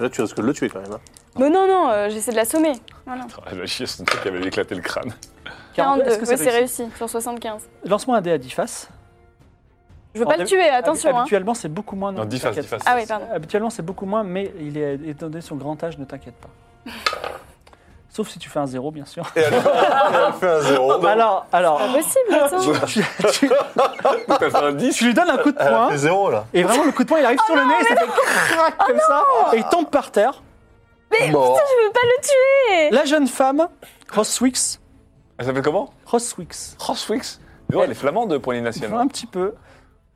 Là, tu risques de le tuer quand même. hein. Mais non, non, euh, j'essaie de l'assommer. Voilà. Attends, Elle a chié son truc, elle va lui éclater le crâne. 42, est-ce que ouais, c'est c'est réussi sur 75. Lance-moi un dé à 10 faces. Je veux En pas le dé- tuer, attention. hein. Habituellement, c'est beaucoup moins. Non, 10 faces, 10 t'inquiète. faces. Ah oui, pardon. Habituellement, c'est beaucoup moins, mais il est, étant donné son grand âge, ne t'inquiète pas. Sauf si tu fais un zéro, bien sûr. Et elle, fait- et elle fait un zéro. Alors, alors Pas possible, attends. tu, tu- T'as fait un 10 tu lui donnes un coup de Elle a poing, fait zéro là. et vraiment, le coup de poing, il arrive sur le nez, et ça fait crac comme ça, et il tombe par terre. Bon. Je veux pas le tuer. La jeune femme, Roswix, Elle s'appelle comment Roswix, Roswix Non, elle est flamande de Poignée un Nationale. petit peu,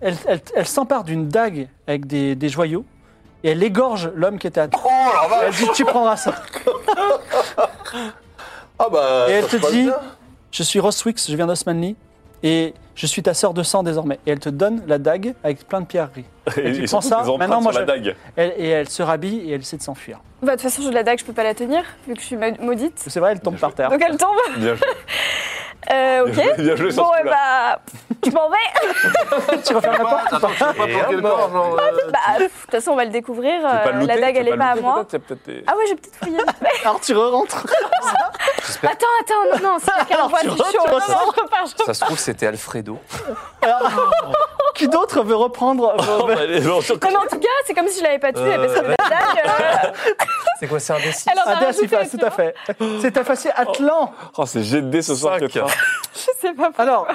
elle, elle- elle s'empare d'une dague avec des, des joyaux, et elle égorge l'homme qui était à Oh la vache Elle dit, tu prendras ça. Ah bah. Euh, Et elle ça te passe dit- bien. Je suis Roswix, je viens d'Osmanli et je suis ta sœur de sang désormais. Et elle te donne la dague avec plein de pierreries. Et, tu et prends surtout, ça, les empreintes maintenant, moi, sur la je- dague. Elle- et elle se rhabille et elle essaie de s'enfuir. Bah, de toute façon, je la dague, je peux pas la tenir, vu que je suis ma- maudite. C'est vrai, elle tombe Bien par terre. Donc elle tombe. Bien joué. Euh, ok. Bien joué, bien joué sur bon, ce eh coup-là. bah, je m'en vais. tu refermes la porte ou pas Pas Et pour un quel mort. corps, genre, euh, Bah, pff, de toute façon, on va le découvrir. Tu veux pas euh, le looter, la dague, tu veux elle est le pas à looter, moi. peut-être, peut-être tes- Ah ouais, j'ai peut-être fouillé. Alors tu re-rentres. attends, attends, non, c'est quelqu'un Alors, voit, tu c'est re- chaud. tu Non, ressens- non, je repars, je repars. Ça se trouve, c'était Alfredo. Alors, qui d'autre veut reprendre Oh, bah, elle est- non, surtout- Non, mais en tout cas, c'est comme si je l'avais pas tué, Euh, parce que la ouais. dague, euh, C'est quoi, c'est un des six elle en a un dé à six rajouté, faces, tu tout à vois. fait. C'est ta facile Atlan. Oh, c'est GD ce soir que Cinq. t'as. Je sais pas. Alors,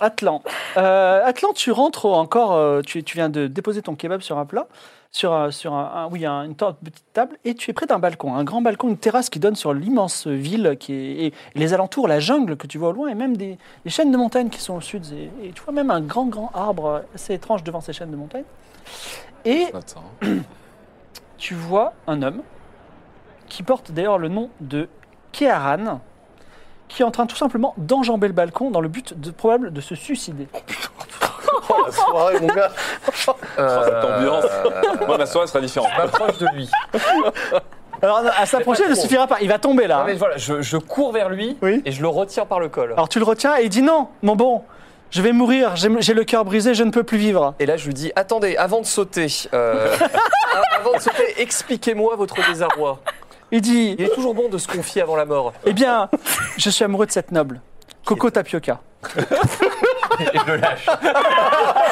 Atlan. Euh, Atlan, tu rentres encore, euh, tu, tu viens de déposer ton kebab sur un plat, sur, un- sur un, un- oui, un- une ta- petite table, et tu es près d'un balcon, un grand balcon, une terrasse qui donne sur l'immense ville qui est, et les alentours, la jungle que tu vois au loin, et même des, des chaînes de montagnes qui sont au sud. Et, et tu vois même un grand, grand arbre assez étrange devant ces chaînes de montagnes. Et Attends. Oh, tu vois un homme qui porte d'ailleurs le nom de Keharan, qui est en train tout simplement d'enjamber le balcon dans le but de, probable de se suicider. Oh la soirée, mon gars. Oh, cette ambiance. euh, Moi, ma soirée sera différente. je m'approche de lui. Alors non, à s'approcher, pas ne trop. suffira pas, il va tomber là. Non, mais voilà, je, je cours vers lui Oui. et je le retire par le col. Alors tu le retiens et il dit non, mon bon, je vais mourir, j'ai j'ai le cœur brisé, je ne peux plus vivre. Et là, je lui dis attendez, avant de sauter, euh, a- avant de sauter, expliquez-moi votre désarroi. Il dit, Il est toujours bon de se confier avant la mort. eh bien, je suis amoureux de cette noble, Coco Tapioca. Et je le lâche. Ah,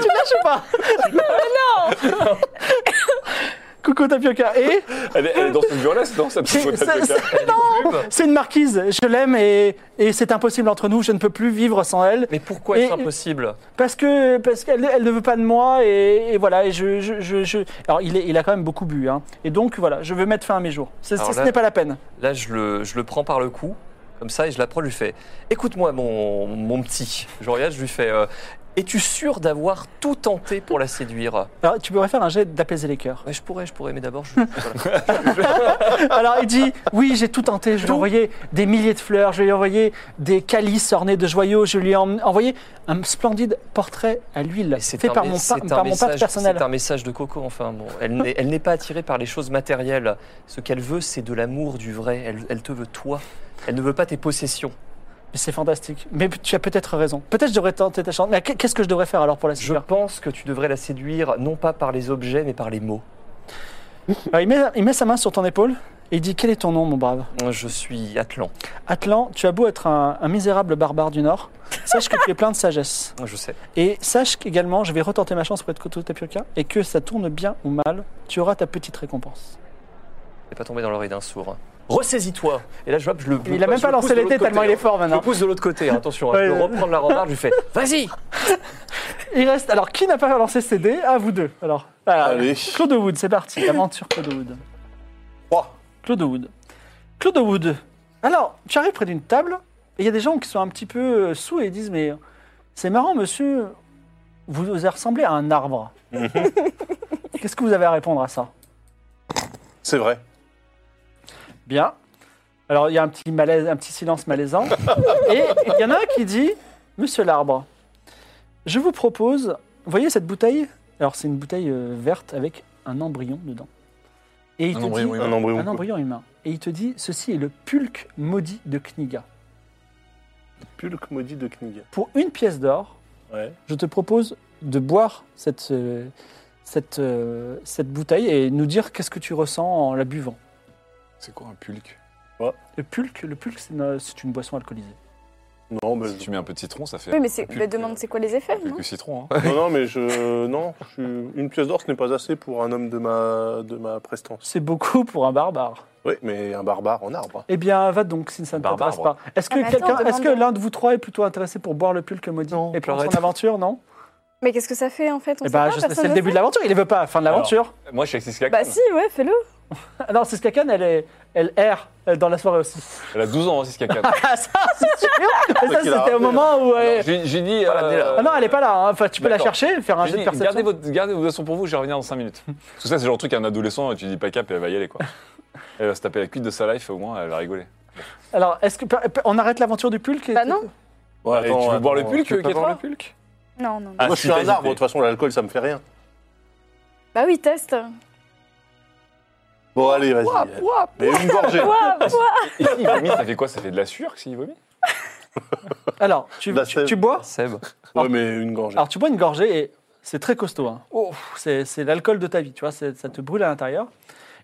tu lâches ou pas non Coco Tapioca, et Elle est, elle est dans une burlesque, non Ça c'est- peut c'est- c'est- non, c'est une marquise, je l'aime et, et c'est impossible entre nous, je ne peux plus vivre sans elle. Mais pourquoi Et- est-ce impossible Parce que parce qu'elle elle ne veut pas de moi et, et voilà et je, je, je, je- alors il, est, il a quand même beaucoup bu hein. et donc voilà je veux mettre fin à mes jours C'est- Alors c'est- ce là- n'est pas la peine Là, je le, je le prends par le cou, comme ça, et je l'approche, je lui fais Écoute-moi, mon, mon petit. Je regarde, je lui fais euh, Es-tu sûr d'avoir tout tenté pour la séduire alors tu pourrais faire un jet d'apaiser les cœurs Ouais, Je pourrais, je pourrais, mais d'abord, je. voilà. alors il dit oui j'ai tout tenté je lui ai envoyé des milliers de fleurs je lui ai envoyé des calices ornés de joyaux je lui ai en- envoyé un splendide portrait à l'huile Mais Bah, fait par mes- mon, pa- c'est un par mon pâte message- personnel C'est un message de Coco, enfin. Bon, elle n'est- elle n'est pas attirée par les choses matérielles. Ce qu'elle veut, c'est de l'amour, du vrai. Elle, elle te veut toi. Elle ne veut pas tes possessions. Mais c'est fantastique mais tu as peut-être raison peut-être je devrais tenter ta chance mais qu'est- qu'est-ce que je devrais faire alors pour la Je séduire pense que tu devrais la séduire, non pas par les objets, mais par les mots. Alors, il, met, il met sa main sur ton épaule et il dit quel est ton nom mon brave Je suis Atlan, Atlan, tu as beau être un, un misérable barbare du Nord, sache que tu es plein de sagesse. je sais. Et sache qu'également, je vais retenter ma chance pour être Koto Tapioca, et que ça tourne bien ou mal, tu auras ta petite récompense. Je vais pas tomber dans l'oreille d'un sourd. Ressaisis-toi Et là, je vois, je le. il a même je le pas pousse lancé de l'autre l'été côté, tellement il hein. est fort Je le maintenant. pousse de l'autre côté, hein, attention, hein, Ouais, je ouais. peux reprendre la rambarde, je lui fais Vas-y Il reste. Alors, qui n'a pas lancé ses dés À vous deux. Alors, voilà. Allez. Claude Wood, c'est parti. Aventure Claude Wood. Trois. Claude Wood. Claude Wood. Alors, tu arrives près d'une table, et il y a des gens qui sont un petit peu euh, sous et ils disent Mais c'est marrant, monsieur, vous vous ressemblez à un arbre. Mhm. Qu'est-ce que vous avez à répondre à ça C'est vrai. Bien. Alors, il y a un petit, malaise, un petit silence malaisant. Et il y en a un qui dit Monsieur l'arbre, je vous propose. Vous voyez cette bouteille Alors, c'est une bouteille euh, verte avec un embryon dedans. Et il Un te embryon dit, humain. Un embryon. un embryon humain. Et il te dit Ceci est le pulque maudit de Kniga. Pulque maudit de Kniga. Pour une pièce d'or, Ouais. je te propose de boire cette, euh, cette, euh, cette bouteille et nous dire qu'est-ce que tu ressens en la buvant. C'est quoi un pulque Ouais. Le pulque, le pulque, c'est une, c'est une boisson alcoolisée. Non, mais Si tu mets un peu de citron, ça fait Oui, mais c'est, Pulque, bah, demande c'est quoi les effets, non quelques citrons. hein. je- non, non, mais je. Non, je suis- une pièce d'or, ce n'est pas assez pour un homme de ma, de ma prestance. C'est beaucoup pour un barbare. Oui, mais un barbare en arbre. hein. Eh bien, va donc si ça ne Barbare, t'intéresse pas. Est-ce que Ah, mais attends, quelqu'un, demande est-ce que donc. l'un de vous trois est plutôt intéressé pour boire le pulque maudit Non, et pour j'arrête. son aventure, non Mais qu'est-ce que ça fait en fait On Eh sait ben, pas, je- personne c'est le ne début de sait. l'aventure. Il ne veut pas la fin de l'aventure. Moi, je suis Alexis Lacan. Bah si, ouais, fais-le. Ah non, c'est Skakan, elle est, elle erre euh, dans la soirée aussi. Elle a 12 ans, hein, Alexis Lacan. Ah ça, c'est sûr. Mais Toi ça, qui l'as c'était au ramené, moment où. euh, J'ai j'ai dit. Pas l'amener, là. euh, Ah non, elle est pas là. hein. Enfin, tu peux la D'accord. chercher, faire un j'ai jeu de dit, perception. gardez, votre, gardez vos leçons pour vous, je vais revenir dans 5 minutes. Tout ça, c'est genre le truc un adolescent, tu dis pas cap et elle va y aller quoi. Elle va se taper la cuite de sa life, au moins, elle va rigoler. Alors, est-ce que on arrête l'aventure du pulque et- Bah non. Ouais, Et tu veux boire le pulque, tu veux pas boire Kétra le pulque Non, non. non. Ah, Moi, je si, suis un t'as arbre, de hésité. toute façon, l'alcool, ça me fait rien. Bah oui, teste. Bon, allez, vas-y. Mais une gorgée. Et s'il vomit, ça fait quoi Ça fait de la sueur s'il vomit Alors, tu, Bah, tu- c'est- tu bois Seb. Ouais, mais une gorgée. Alors, tu bois une gorgée et c'est très costaud. hein. Oh, c'est c'est l'alcool de ta vie, tu vois, c'est- ça te brûle à l'intérieur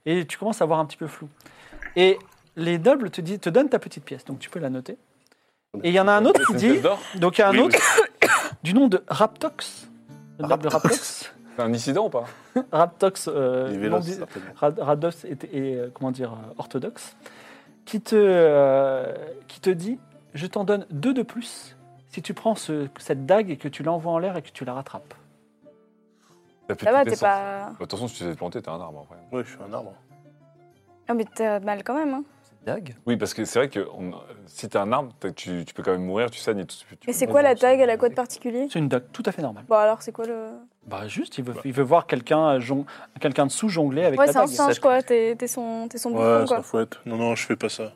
et tu commences à voir un petit peu flou. Et les nobles te, disent- te donnent ta petite pièce, donc tu peux la noter. Et il y en a un autre qui C'est une dit, pièce d'or donc il y a un Oui, autre du nom de Raptox, le noble Raptox, C'est un dissident ou pas Raptox, euh, Les vélos, nom du- certainement. Rad- Rados est, est, euh, comment dire, euh, orthodoxe, qui te, euh, qui te dit Je t'en donne deux de plus si tu prends ce- cette dague et que tu l'envoies en l'air et que tu la rattrapes. T'as plus Ça de va, toute t'es essence. pas. Bah, Attention, si tu te fais planter, t'es un arbre après. Ouais, je suis un arbre. Ah, mais t'as mal quand même. Hein. Dag Oui, parce que c'est vrai que on- si t'es un arbre, t'as- tu, tu peux quand même mourir, tu saignes et tout. tu- tu Mais c'est peux quoi la mourir. tag Elle a quoi de particulier C'est une dague tout à fait normale. Bon, alors c'est quoi le. Bah, juste, il veut, il veut voir quelqu'un euh, jon- quelqu'un de sous jongler avec Ouais, la c'est un dague. singe quoi, t'es t'es son, t'es son bouffon Ouais, quoi. ça fouette. Non, non, je fais pas ça.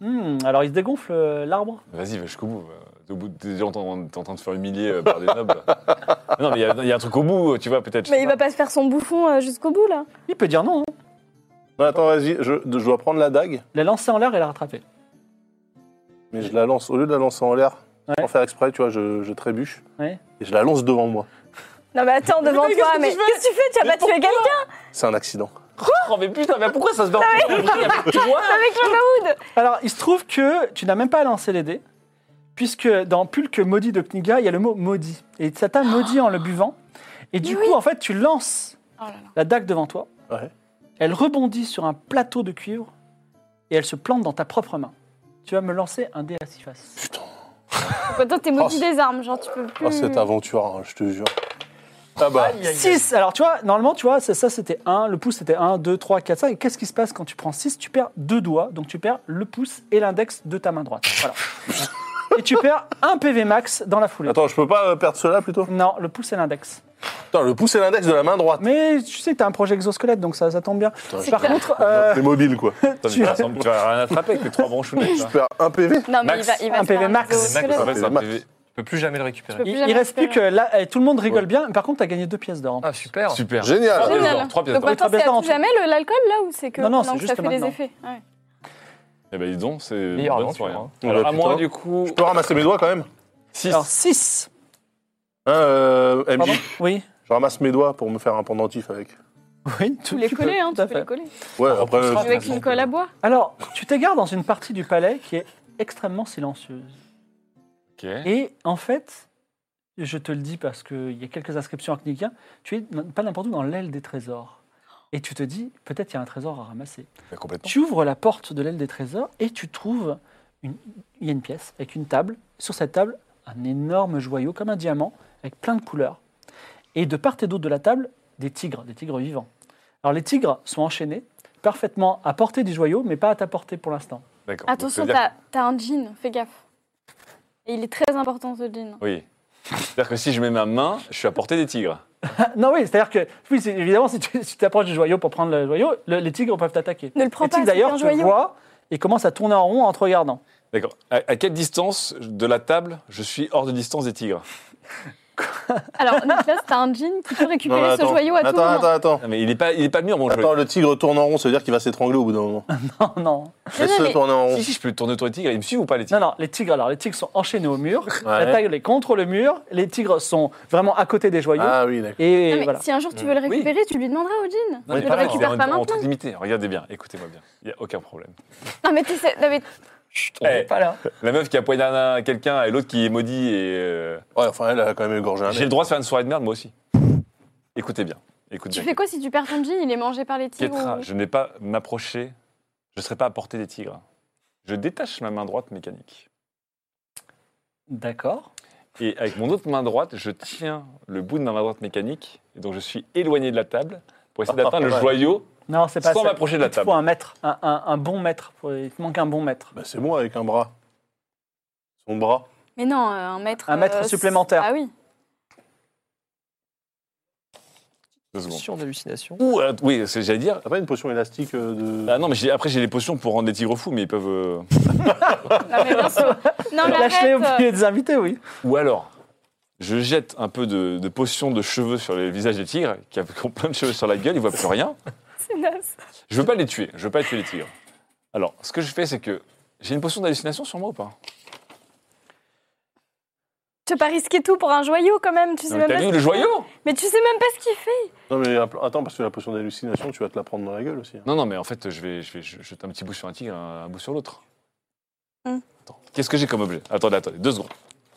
Hmm, alors, il se dégonfle euh, l'arbre. Vas-y, va jusqu'au bout. euh, Au bout de- t'es déjà en train- t'es en train de te faire humilier euh, par des nobles. non, mais il y a- il y, a un truc au bout, tu vois, peut-être. je Mais sais il pas. va pas se faire son bouffon euh, jusqu'au bout là. Il peut dire non. hein. Non, attends, vas-y, je, je dois prendre la dague, La lancer en l'air et la rattraper. mais je la lance, au lieu de la lancer en l'air, Ouais. sans faire exprès, tu vois, je, je trébuche, Ouais. et je la lance devant moi. Non, mais attends, devant mais toi, qu'est-ce que mais je fais qu'est-ce que tu fais Tu vas pas tuer quelqu'un C'est un accident. Oh mais putain, mais pourquoi Ah ça se dort avec le Alors, il se trouve que tu n'as même pas à lancer les dés, puisque dans Pulque maudit de Kniga, il y a le mot maudit. Et ça t'a maudit en le buvant. Et du coup, en fait, tu lances Oh là là. la dague devant toi. Ouais. Elle rebondit sur un plateau de cuivre et elle se plante dans ta propre main. Tu vas me lancer un dé à six faces. Quoi, Bah, Toi, t'es maudit des armes, genre tu peux plus. Ah, cette aventure, hein, je te jure. Ah bah, 6 Alors, tu vois, normalement, tu vois, c'est ça, c'était 1, le pouce, c'était 1, 2, 3, 4, 5. Et qu'est-ce qui se passe quand tu prends 6 Tu perds deux doigts, donc tu perds le pouce et l'index de ta main droite. Voilà. et tu perds un PV max dans la foulée. attends, je peux pas euh, perdre cela plutôt Non, le pouce et l'index. Putain, le pouce et l'index de la main droite. Mais tu sais que t'as un projet exosquelette, donc ça, ça tombe bien. Par contre, euh, C'est mobile, quoi. Putain, mais tu- tu, vas, tu vas rien attraper avec les trois branchounettes. Je perds un PV Non, mais Max, il va, il va un se faire PV max. gros Max, squelette. en fait, c'est un Max. PV. Je peux plus jamais le Tu peux récupérer. plus il, il jamais reste plus que récupérer. là, et tout le monde rigole bien. Par contre, t'as gagné deux pièces d'or. Ah super. Super. Génial. Trois pièces Génial. d'or, trois pièces Donc d'or. trois maintenant, c'est à pièces d'or en tout tout. jamais le- l'alcool là ou c'est que Non, non, maintenant c'est que juste ça fait des maintenant. effets Ouais. Eh ben, dis donc, c'est Meilleure bonne aventure, soirée. hein. hein. Alors, Ouais, à moi, putain. du coup, Je peux ramasser mes doigts quand même 6. Alors 6. Hein, euh, MJ, Pardon Oui. je ramasse mes doigts pour me faire un pendentif avec. Oui, Tu les coller, hein, tout à tu peux les fait. coller. Ouais, après, euh, Avec une colle à bois. Alors, tu t'égares dans une partie du palais qui est extrêmement silencieuse. Ok. hein. Et en fait, je te le dis parce qu'il y a quelques inscriptions acniquiens, tu es n- pas n'importe où dans l'aile des trésors. Et tu te dis, peut-être il y a un trésor à ramasser. Bah, complètement. Tu ouvres la porte de l'aile des trésors et tu trouves une, il y a une pièce avec une table. Sur cette table, un énorme joyau comme un diamant avec plein de couleurs. Et de part et d'autre de la table, des tigres, des tigres vivants. Alors les tigres sont enchaînés, parfaitement à portée du joyau, mais pas à ta portée pour l'instant. D'accord. Donc, Attention, c'est-à-dire- t'as t'as un jean, fais gaffe. Et il est très important ce jean. Oui. C'est-à-dire que si je mets ma main, je suis à portée des tigres. Ah, non, oui, c'est-à-dire que, oui, c'est- évidemment, si tu si tu t'approches du joyau pour prendre le joyau, le- les tigres peuvent t'attaquer. Ne le prends Les pas, tigres c'est d'ailleurs un te joyau. voient et commencent à tourner en rond en te regardant. D'accord. À, à quelle distance de la table je suis hors de distance des tigres Alors, Nicolas, t'as un jean, tu peux récupérer Non, mais ce joyau à tout attends, moment. attends, attends. Non, mais il est pas, il est pas mûr, mon Attends, jeu. le tigre tourne en rond, ça veut dire qu'il va s'étrangler au bout d'un moment. Non, non. Non, non, Laisse-le mais- tourner en rond. Si, si, je peux tourner autour des tigres. Ils me suivent ou pas, les tigres Non, non, les tigres, alors, les tigres sont enchaînés au mur. Ouais. La taille est contre le mur. Les tigres sont vraiment à côté des joyaux. Ah oui, d'accord. Et Non, mais voilà. si un jour tu veux le récupérer, tu lui demanderas au jean. Non, ne mais le pareil, récupère c'est pas en- En maintenant. toute limité, regardez bien, écoutez-moi bien. Il n'y a aucun problème. Non, mais t'essaies- non, mais On Eh. est pas là. La meuf qui a poignardé un- quelqu'un et l'autre qui est maudit et. euh, Ouais, enfin, elle a quand même égorgé un J'ai mec. le droit de faire une soirée de merde, moi aussi. Écoutez bien. Écoutez tu bien. fais quoi si tu perds ton jean Il est mangé par les tigres Ketra, ou- je n'ai pas m'approché, je ne serai pas à portée des tigres. Je détache ma main droite mécanique. D'accord. Et avec mon autre main droite, je tiens le bout de ma main droite mécanique. Et donc je suis éloigné de la table pour essayer d'atteindre le Ouais. joyau. Non, c'est pas Sans ça. m'approcher de la Il te faut table. un maître, un, un- un bon maître. Faut- Il te manque un bon maître. Bah, c'est moi avec un bras. Son bras. Mais non, euh, un mètre. Un mètre c'est- supplémentaire. Ah oui. Deux secondes. Sur d'hallucination. Ou, euh, oui, c'est- j'allais dire. T'as pas une potion élastique euh, de. Ah non, mais j'ai- après j'ai les potions pour rendre les tigres fous, mais ils peuvent. euh, Non, mais bien sûr. Non, mais Lâche-les au arrête. milieu des invités, oui. Ou alors, je jette un peu de, de potion de cheveux sur le visage des tigres, qui a- qui ont plein de cheveux sur la gueule, ils voient plus rien. C'est naze. Je veux pas les tuer, je veux pas tuer les tigres. Alors, ce que je fais, c'est que j'ai une potion d'hallucination sur moi ou pas Tu veux pas risquer tout pour un joyau quand même, tu sais Non, mais même T'as pas. vu ce- le joyau Mais tu sais même pas ce qu'il fait. Non, mais app- attends, parce que la potion d'hallucination, tu vas te la prendre dans la gueule aussi. hein. Non, non, mais en fait, je vais, je vais je- jeter un petit bout sur un tigre, un, un bout sur l'autre. Hum. Attends, Qu'est-ce que j'ai comme objet Attendez, attendez, deux secondes.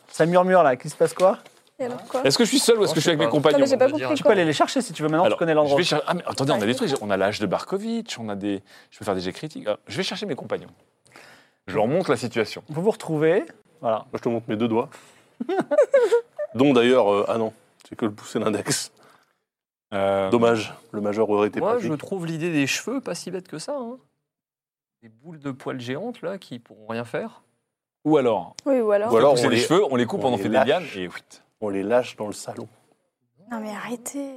Ça murmure là. Qu'il se passe quoi Et alors quoi Est-ce que je suis seul ou est-ce Non, que je suis je sais avec mes pas. compagnons Non, mais j'ai pas on va dire. compris Tu peux quoi. aller les chercher si tu veux. Maintenant, tu connais je l'endroit. vais chercher- ah, mais attendez, on a des trucs. On a l'âge de Barkovitch, on a des. Je peux faire des jets critiques. Alors, je vais chercher mes compagnons. Je leur montre la situation. Vous vous retrouvez. Voilà. Moi, je te montre mes deux doigts. Dont d'ailleurs, euh, ah non, c'est que le pouce et l'index. Euh, Dommage, le majeur aurait été Ah Moi, pratique. je trouve l'idée des cheveux pas si bête que ça. hein. Des boules de poils géantes, là, qui pourront rien faire. Ou alors, Ah Oui, ou alors. Ou alors, on on les les- cheveux, on les coupe, on on en les fait des lâche. lianes et whitt. On les lâche dans le salon. Non, mais arrêtez.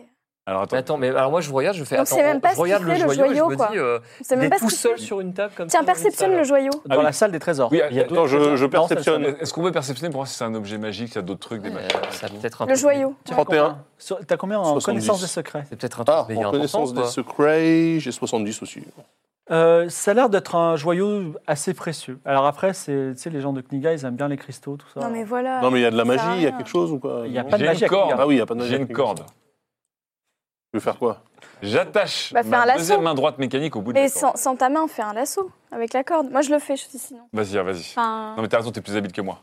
Alors attends, Mais attends, mais alors moi, je regarde, je fais. Donc, attends, c'est même on- pas ce je regarde qu'il fait, le joyau, et joyau, je me quoi. dis, euh, Tu sais il même est pas ce tout qu'il seul fait. sur une table comme ça. Tiens, dans une perceptionne salle. le joyau. Dans Ah oui. la salle des trésors. Oui, Il y a attends, d'autres- Attends, je, je Euh, Non, ça- ça- perceptionne. est-ce qu'on peut perceptionner pour voir si c'est un objet magique, s'il y a d'autres trucs, des Ouais, machins Euh, ça a peut-être un Le truc- joyau. T'as 31. combien- sur- T'as combien en 70. connaissance des secrets C'est peut-être un truc Ah, méga en connaissance des important, quoi. secrets, j'ai 70 aussi. Euh, Ça a l'air d'être un joyau assez précieux. Alors après, c'est- tu sais, les gens de Kniga, ils aiment bien les cristaux, tout ça. Non, mais voilà. Non, mais il y a de la Ah, ça sert à magie, il y a rien. quelque chose ou quoi Il y a pas de J'ai magie une à corde. Kniga. Ah oui, il n'y a pas de magie. J'ai une corde. Tu veux faire quoi J'attache Bah, fais un ma lasso. deuxième main droite mécanique au bout de Mais la sans, corde. sans ta main, fais un lasso avec la corde. Moi, je le fais, je dis sinon. Vas-y, ah, vas-y. Enfin, Non mais t'as raison, t'es plus habile que moi.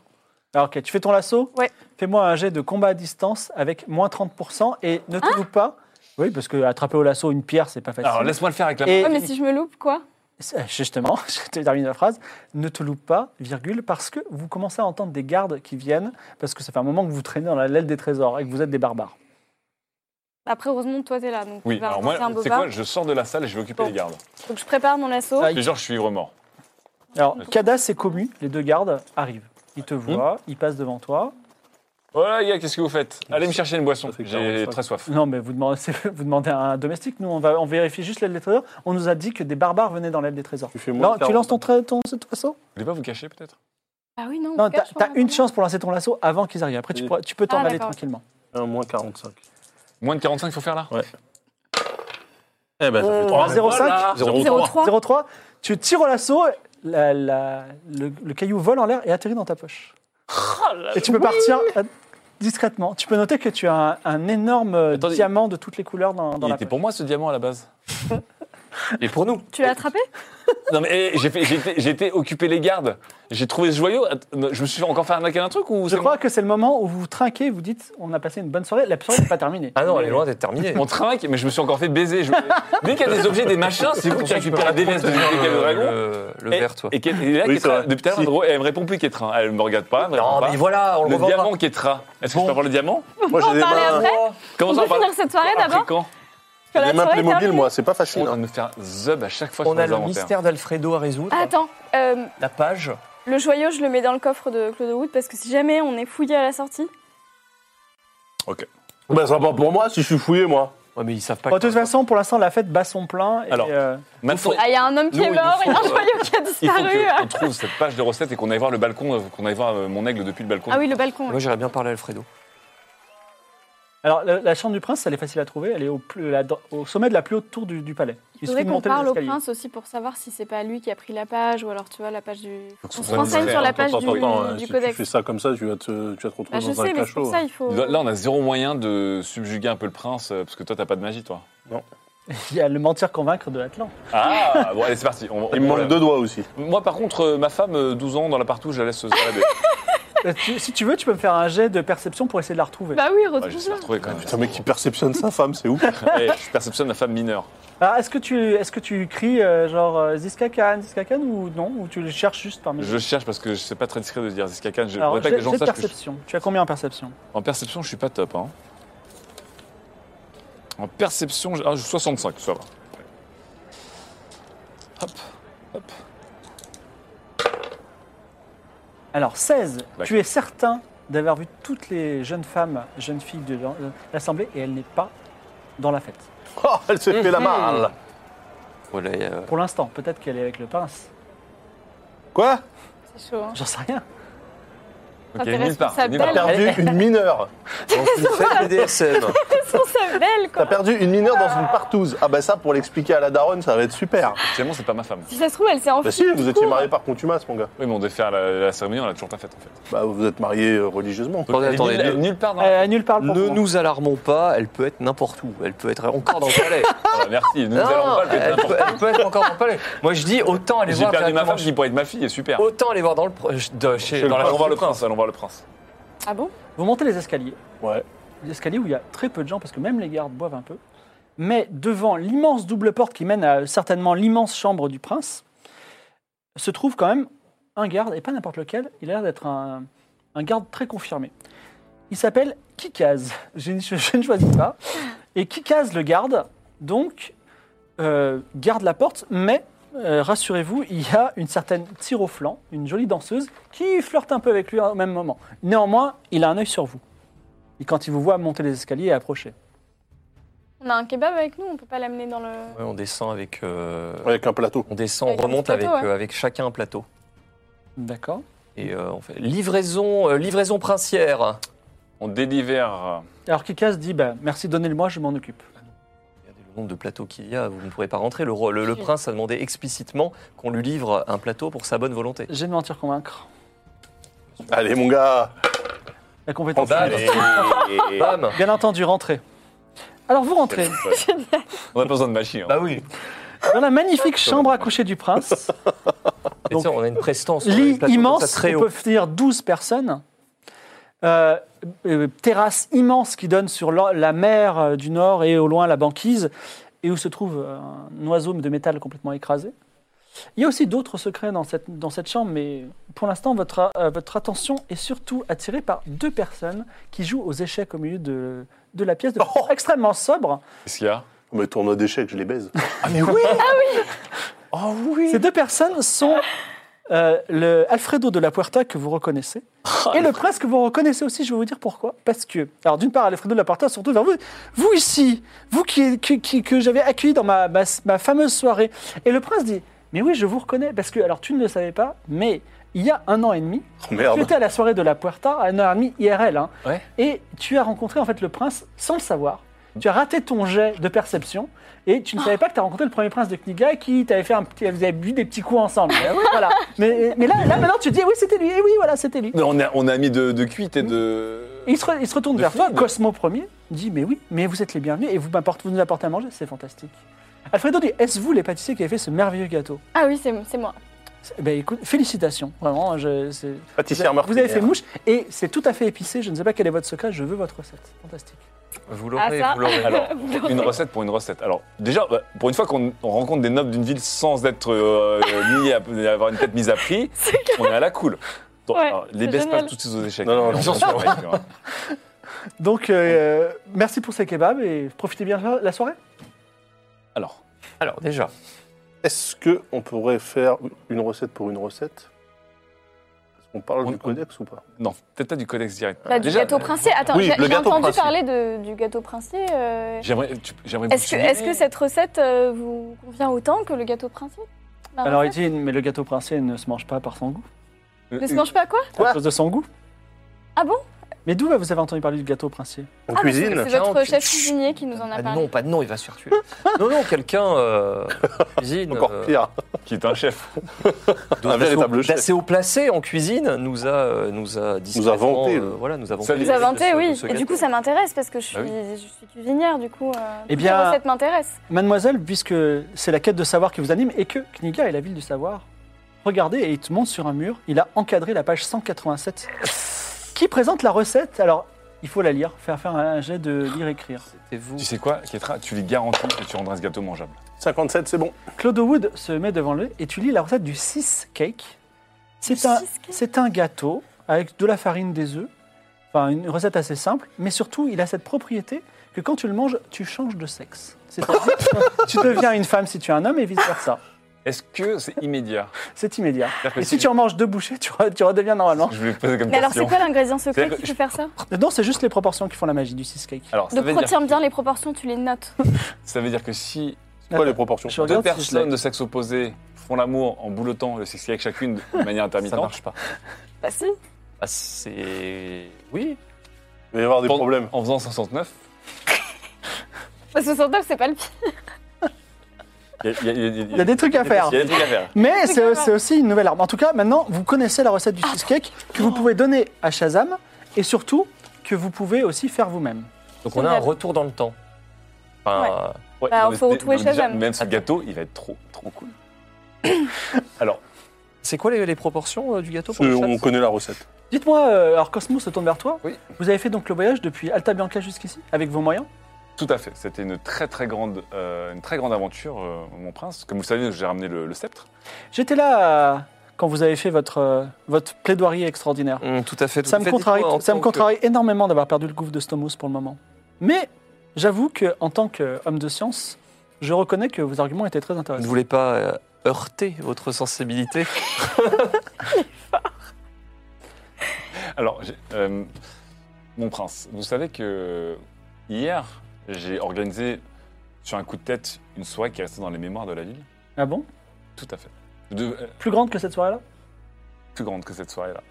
Alors, Ah, ok, tu fais ton lasso Ouais. Fais-moi un jet de combat à distance avec moins 30% et ne Hein te loupe pas. Oui, parce que attraper au lasso une pierre, c'est pas facile. Alors laisse-moi le faire avec la Et- ouais, mais si je me loupe, quoi C'est- Justement, je te termine la phrase. Ne te loupe pas, virgule, parce que vous commencez à entendre des gardes qui viennent, parce que ça fait un moment que vous traînez dans la l'aile des trésors et que vous êtes des barbares. Après, heureusement, toi, t'es là. Donc, Oui, tu vas alors relancer moi, un c'est bobard. quoi Je sors de la salle et je vais occuper Bon. les gardes. Donc, je prépare mon lasso. Ah, Et genre, je suis remords. Alors, Cadas et Commu, les deux gardes, arrivent. Ils Hmm. te voient, ils passent devant toi. Oh là, les gars, qu'est-ce que vous faites Allez me chercher une boisson, fait j'ai 45. très soif. Non, mais vous demandez, c'est- vous demandez à un domestique. Nous, on, va, on vérifie juste l'aile des trésors. On nous a dit que des barbares venaient dans l'aile des trésors. Tu fais moins Non, de tu 40. lances ton, tra- ton, ton lasso Vous voulez pas vous cacher peut-être Ah oui, non. on Non, se cache, t'as t'as on va une pas. chance pour lancer ton lasso avant qu'ils arrivent. Après, tu, Oui. pourras- tu peux t'en Ah, aller d'accord. tranquillement. Un moins 45. Moins de 45, il faut faire là Eh ben, Euh, ça fait Oh, 3. 0,5 0,3. 0,3. Tu tires au lasso, la- la- le, le caillou vole en l'air et atterrit dans ta poche. Oh et tu peux partir euh, discrètement. Tu peux noter que tu as un, un énorme euh, Attendez. diamant de toutes les couleurs dans, dans Il la était poche. pour moi ce diamant à la base. Et pour nous. Tu l'as attrapé Non mais eh, j'ai fait- j'ai été- j'ai été occupé les gardes. J'ai trouvé ce joyau. Att- non, Je me suis encore fait arnaquer d'un truc ou Je c'est crois que c'est le moment où vous vous trinquez, vous dites on a passé une bonne soirée, la soirée n'est pas terminée. Ah non, elle est loin d'être terminée. mon trinque, mais je me suis encore fait baiser. Je me- Dès qu'il y a des objets, des machins, c'est vous qui récupérez des vestes de Mickey le dragon. Eh, le, le Et- verre, toi. Et, qu'elle- et là, Oui, Ketra, c'est vrai. depuis tout à l'heure, Si. elle me re- elle me répond plus Ketra. Elle me regarde pas. elle me répond Non, pas. mais voilà, on le, Le revend diamant Ketra. Est-ce que je peux avoir le diamant Moi, Eh j'ai des parler mains, après Comment On ça ben, peut parle finir cette soirée Après d'abord quand Que la des mains soirée est Playmobil, terminée. moi, c'est pas On est en facile. train hein. de me faire zub à chaque fois pas. sur On a les le inventaires. mystère d'Alfredo à résoudre. Ah, Attends, euh, La page. le joyau, je le mets dans le coffre de Claude Wood parce que si jamais on est fouillé à la sortie, Ben, ça va pas pour moi si je suis fouillé, moi. Ouais, mais ils savent pas. Bon, de toute que- façon, pour l'instant, la fête bat son plein. et, Alors. euh, Bah, Maintenant, ah, il y a un homme qui Nous, est il nous mort faut, et un euh, joyau qui a il faut disparu. Ah qu'on trouve cette page de recette et qu'on aille voir le balcon, euh, qu'on aille voir euh, mon aigle depuis le balcon. Ah oui, le balcon. Moi, ouais. j'aurais bien parlé à Alfredo. Alors, la, la chambre du prince, elle est facile à trouver. Elle est au, plus- la- au sommet de la plus haute tour du, du palais. Il Il suffit faudrait de qu'on monter les parle au escaliers. prince aussi pour savoir si c'est pas lui qui a pris la page ou alors tu vois la page du. Faut que ce On se soit renseigne discret, sur hein, la page t'entends du, pas, hein, du si Tu codex. fais ça comme ça, tu vas te, tu vas te retrouver Bah, je dans un sais, mais c'est cachot. hein. pour ça il faut. Là, on a zéro moyen de subjuguer un peu le prince, euh, parce que toi, t'as pas de magie, toi. Il y a le mentir convaincre de l'Atlan. Ah, bon, allez, c'est parti. On- Il me on- manque deux doigts aussi. Moi, par contre, euh, ma femme, euh, 12 ans, dans la partout, je la laisse se balader. Euh, tu- si tu veux, tu peux me faire un jet de perception pour essayer de la retrouver. Bah Ouais, oui, je vais retrouve-la. la retrouver quand même. Putain, mec, qui perceptionne sa femme, c'est ouf. Eh, je perceptionne la femme mineure. Alors, est-ce que tu, est-ce que tu cries euh, genre euh, Ziska Khan, Ziska Khan ou non Ou tu le cherches juste parmi Je cherche parce que je sais pas très discret de dire Ziskakan. Je Alors, voudrais pas que les jet, gens jet de sachent que je- perception. Tu as combien en perception En perception, je suis pas top. Hein. En perception, j'ai- ah, j'ai 65, ça va. Hop, hop. Alors, 16. D'accord. Tu es certain d'avoir vu toutes les jeunes femmes, jeunes filles de l'en- euh, l'Assemblée et elle n'est pas dans la fête. Oh, elle s'est fait la marle. Voilà, et, euh, Pour l'instant, peut-être qu'elle est avec le prince. Quoi C'est chaud. hein. J'en sais rien. Ok, t'es nulle part, responsable nulle part. T'as perdu une mineure. donc, une fête BDSM. Belle T'as quoi. perdu une mineure dans une partouze. Ah bah ça, pour l'expliquer à la daronne, ça va être super. Finalement, c'est pas ma femme. Si ça se trouve, elle s'est enfuie. Bah si, vous étiez court. mariés par contumace, mon gars. Oui, mais on devait faire la, la cérémonie, on a toujours pas faite en fait. Bah vous êtes mariés euh, religieusement. Donc, Attendez, elle est attendez, nulle, ne- nulle part hein. dans la- Euh, annule parle pour Ne moi. nous alarmons pas, elle peut être n'importe où. Elle peut être encore dans le palais. Voilà, Euh, merci, nous Non, allons pas le péter elle, n'importe peut, où. elle peut être encore dans le palais. Moi, je dis autant aller J'ai voir Oh, perdu ma directement femme qui pourrait être ma fille, et super. Autant aller voir dans le pro- euh, de- chez, Allons dans la voir le prince, allons voir le prince. Ah bon Vous montez les escaliers. Ouais. Les escaliers où il y a très peu de gens parce que même les gardes boivent un peu. Mais devant l'immense double porte qui mène à certainement l'immense chambre du prince, se trouve quand même un garde, et pas n'importe lequel, il a l'air d'être un, un garde très confirmé. Il s'appelle Kikaz, je, ne- je ne choisis pas. Et Kikaz le garde, donc euh, garde la porte, mais euh, rassurez-vous, il y a une certaine tire au flanc, une jolie danseuse, qui flirte un peu avec lui au même moment. Néanmoins, il a un œil sur vous. Et quand il vous voit monter les escaliers et approcher. On a un kebab avec nous, on peut pas l'amener dans le. Ouais, on descend avec. euh, Avec un plateau. On descend, Avec on un remonte petit avec, plateau, ouais. euh, avec chacun un plateau. D'accord. Et euh, on fait livraison, euh, livraison princière. On délivère. euh, Alors Kikaz dit bah, Merci, donnez-le-moi, je m'en occupe. Regardez le nombre de plateaux qu'il y a, vous ne pourrez pas rentrer. Le, roi- le- le Si. prince a demandé explicitement qu'on lui livre un plateau pour sa bonne volonté. J'ai de mentir convaincre. Allez, mon gars. La Bah, compétence. Bam. est- Bam Bien entendu, rentrez. Alors vous rentrez On a pas besoin de machine. hein. Bah oui dans la magnifique chambre à coucher du prince. Et Donc, tiens, On a une prestance. sur les Lit plateaux comme ça, immense, très où haut. peuvent tenir 12 personnes. Euh, euh, terrasse immense qui donne sur la, la mer euh, du nord et au loin la banquise, et où se trouve euh, un oiseau de métal complètement écrasé. Il y a aussi d'autres secrets dans cette, dans cette chambre, mais pour l'instant, votre, euh, votre attention est surtout attirée par deux personnes qui jouent aux échecs au milieu de, de la pièce, de façon extrêmement sobre. Qu'est-ce qu'il y a Mais tournoi d'échecs, je les baise. Ces deux personnes sont euh, le Alfredo de la Puerta que vous reconnaissez et le prince que vous reconnaissez aussi. Je vais vous dire pourquoi. Parce que, alors d'une part, Alfredo de la Puerta, surtout vers vous, vous ici, vous qui, qui- qui- que j'avais accueilli dans ma, ma- ma fameuse soirée. Et le prince dit Mais oui, je vous reconnais. Parce que, alors tu ne le savais pas, mais il y a un an et demi, Oh, tu merde. étais à la soirée de la Puerta, à un an et demi IRL, hein, Ouais. et tu as rencontré en fait le prince sans le savoir. Tu as raté ton jet de perception et tu ne savais pas que tu as rencontré le premier prince de Kniga qui t'avait fait un petit, vous avez bu des petits coups ensemble. Eh oui, voilà. Mais, mais là, là maintenant tu te dis eh oui c'était lui, et oui voilà c'était lui. Mais on a, on a mis de, de cuite et de. Et il, se, re- il se retourne De vers toi, fun. Cosmo premier, dit mais oui mais vous êtes les bienvenus et vous m'apportez vous nous apportez à manger c'est fantastique. Alfredo dit est-ce vous les pâtissiers qui avez fait ce merveilleux gâteau Ah oui, c'est c'est moi. C'est- Ben écoute félicitations vraiment je, c'est- Pâtissière vous avez fait meurtrière. mouche et c'est tout à fait épicé je ne sais pas quel est votre secret je veux votre recette fantastique. Vous Ah l'aurez, ça. vous l'aurez. Alors, Vous l'aurez. Une recette pour une recette. Alors, déjà, bah, pour une fois qu'on on rencontre des nobles d'une ville sans être euh, euh, mis à, avoir une tête mise à prix, on est à la cool. Donc, Ouais, alors, les c'est baisse pas génial. tous ces échecs. Non, non, Mais on bien s'en fout, ouais, tu vois. Donc, euh, merci pour ces kebabs et profitez bien de la soirée. Alors, Alors déjà, Est-ce que on pourrait faire une recette pour une recette Est-ce qu'on parle On- du codex ou pas non, peut-être pas du codex direct. Bah, du Déjà, gâteau princier. Attends, Oui, j'ai le j'ai gâteau entendu princier. parler de, du gâteau princier. euh, J'aimerais, tu- j'aimerais vous Est-ce que, signaler- est-ce que cette recette euh, vous convient autant que le gâteau princier Bah, Ma Alors, il recette dit, mais le gâteau Euh, princier ne se mange pas par son goût, Ne se mange pas quoi à cause de son goût. Ah bon Mais d'où vous avez entendu parler du gâteau princier En Ah, mais c'est- cuisine C'est Tiens, votre tu- chef cuisinier qui nous en a Ah parlé. non, pas de nom, il va se faire tuer. non, non, quelqu'un euh, cuisine. Encore euh, pire. qui est un chef. de- un véritable d'assez- chef. D'assez haut Bah, placé en cuisine nous a, euh, nous a discrètement, vanté, euh, le- voilà, nous avons Ça, Vous avez inventé, oui. Et du coup, ça m'intéresse parce que je suis, Bah je suis cuisinière, du coup. Euh, Eh toutes bien- les recettes m'intéressent. Mademoiselle, puisque c'est la quête de savoir qui vous anime et que Kniga est la ville du savoir, regardez et il te montre sur un mur, il a encadré la page 187 qui présente la recette. Alors, il faut la lire, faire faire un jet de lire-écrire. C'était vous. Tu sais quoi, Kétra Tu lui garantis que tu rendras ce gâteau mangeable. 57, c'est bon. Claude Wood se met devant lui et tu lis la recette du 6 cake. C'est Le un, cheesecake c'est un gâteau avec de la farine, des œufs. Enfin, une recette assez simple, mais surtout, il a cette propriété que quand tu le manges, tu changes de sexe. C'est-à-dire, tu deviens une femme si tu es un homme et vice-versa. Est-ce que c'est immédiat C'est immédiat. C'est-à-dire que Et si tu en manges deux bouchées, tu, re- tu redeviens normalement. Je voulais te poser comme Mais alors, c'est question. quoi l'ingrédient secret C'est-à-dire qui que peut faire ça Non, c'est juste les proportions qui font la magie du cheesecake. Alors, ça Donc, veut, dire, retiens bien les proportions, tu les notes. ça veut dire que si Quoi les proportions Je deux regarde si je l'ai. personnes de sexe opposé font l'amour en boulotant le sexe avec chacune de manière Ça intermittente, marche pas. Bah, si. Ah, c'est. Oui. Il va y avoir des Pour- problèmes. en faisant 69, Bah, 69, c'est pas le pire. il y a- il y a- il y a- Il y a des trucs à faire. Bah, il y a des trucs à faire. Mais C'est c'est clair. c'est aussi une nouvelle arme. En tout cas, maintenant, vous connaissez la recette du cheesecake que vous pouvez donner à Shazam et surtout que vous pouvez aussi faire vous-même. Donc on a un retour dans le temps. Enfin, Ouais, non, Bah, faut mais c'était- retrouver donc déjà, Shazam. Même ce gâteau, il va être trop, trop cool. Alors, c'est quoi les, les proportions euh, du gâteau pour C'est- le On chat connaît la recette. Dites-moi, euh, alors Cosmo se tourne vers toi. Oui. Vous avez fait donc le voyage depuis Alta Bianca jusqu'ici avec vos moyens. tout à fait, c'était une très très grande, euh, une très grande aventure, euh, mon prince. Comme vous le savez, j'ai ramené le, le sceptre. J'étais là euh, quand vous avez fait votre euh, votre plaidoirie extraordinaire. Hum, Tout à fait. tout Ça à me fait. contrarie, Dites-moi, en ça me tant que- contrarie énormément d'avoir perdu le gouffre de Stomos pour le moment. Mais j'avoue que en tant qu'homme de science, je reconnais que vos arguments étaient très Vous ne intéressants. voulez pas euh, heurter votre sensibilité Alors, j'ai- euh, mon prince, vous savez que hier, j'ai organisé sur un coup de tête une soirée qui est restée dans les mémoires de la ville. Ah bon Tout à fait. De- euh, Plus grande que cette soirée-là plus grande que cette soirée-là.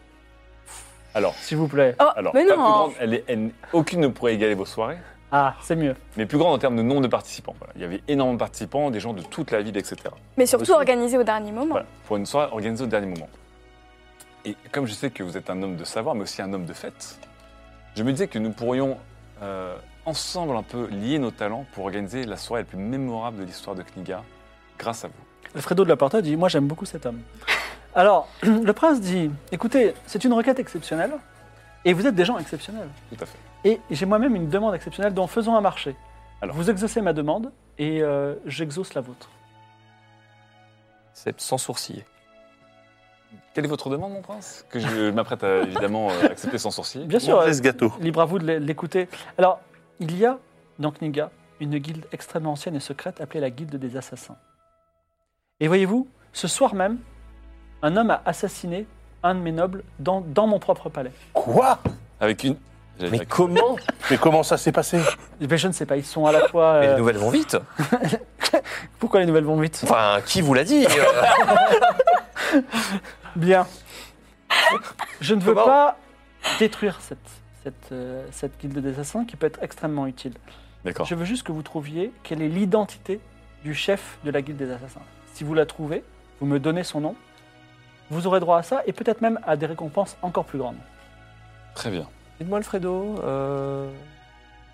Alors, S'il vous plaît. Oh, alors mais pas non plus grande, elle est- elle- aucune ne pourrait égaler vos soirées. Ah, c'est mieux. mais plus grande en termes de nombre de participants. Voilà. Il y avait énormément de participants, des gens de toute la ville, etc. Mais surtout Aussi. organisé au dernier moment. Voilà. Pour une soirée organisée au dernier moment. Et comme je sais que vous êtes un homme de savoir, mais aussi un homme de fête, je me disais que nous pourrions euh, ensemble un peu lier nos talents pour organiser la soirée la plus mémorable de l'histoire de Kniga, grâce à vous. Alfredo de la Porta dit Moi, j'aime beaucoup cet homme. Alors, le prince dit Écoutez, c'est une requête exceptionnelle, et vous êtes des gens exceptionnels. Tout à fait. Et j'ai moi-même une demande exceptionnelle dont faisons un marché. Alors. Vous exaucez ma demande, et euh, j'exauce la vôtre. C'est sans sourciller. Quelle est votre demande, mon prince Que je m'apprête à évidemment euh, accepter sans sourcil. Bien sûr, euh, Mangez ce gâteau. libre à vous de l'é- de l'écouter. Alors, il y a dans Kniga une guilde extrêmement ancienne et secrète appelée la Guilde des Assassins. Et voyez-vous, ce soir même, un homme a assassiné un de mes nobles dans, dans mon propre palais. Quoi Avec une. j'allais Mais dire- comment Mais comment ça s'est passé Eh ben, je ne sais pas, ils sont à la fois. Mais euh, Les nouvelles vont vite. Pourquoi les nouvelles vont vite Enfin, qui vous l'a dit euh, Bien. Je ne veux Comment pas détruire cette, cette, euh, cette guilde des assassins qui peut être extrêmement utile. D'accord. Je veux juste que vous trouviez quelle est l'identité du chef de la guilde des assassins. Si vous la trouvez, vous me donnez son nom. Vous aurez droit à ça et peut-être même à des récompenses encore plus grandes. Très bien. Dites-moi, Alfredo, euh,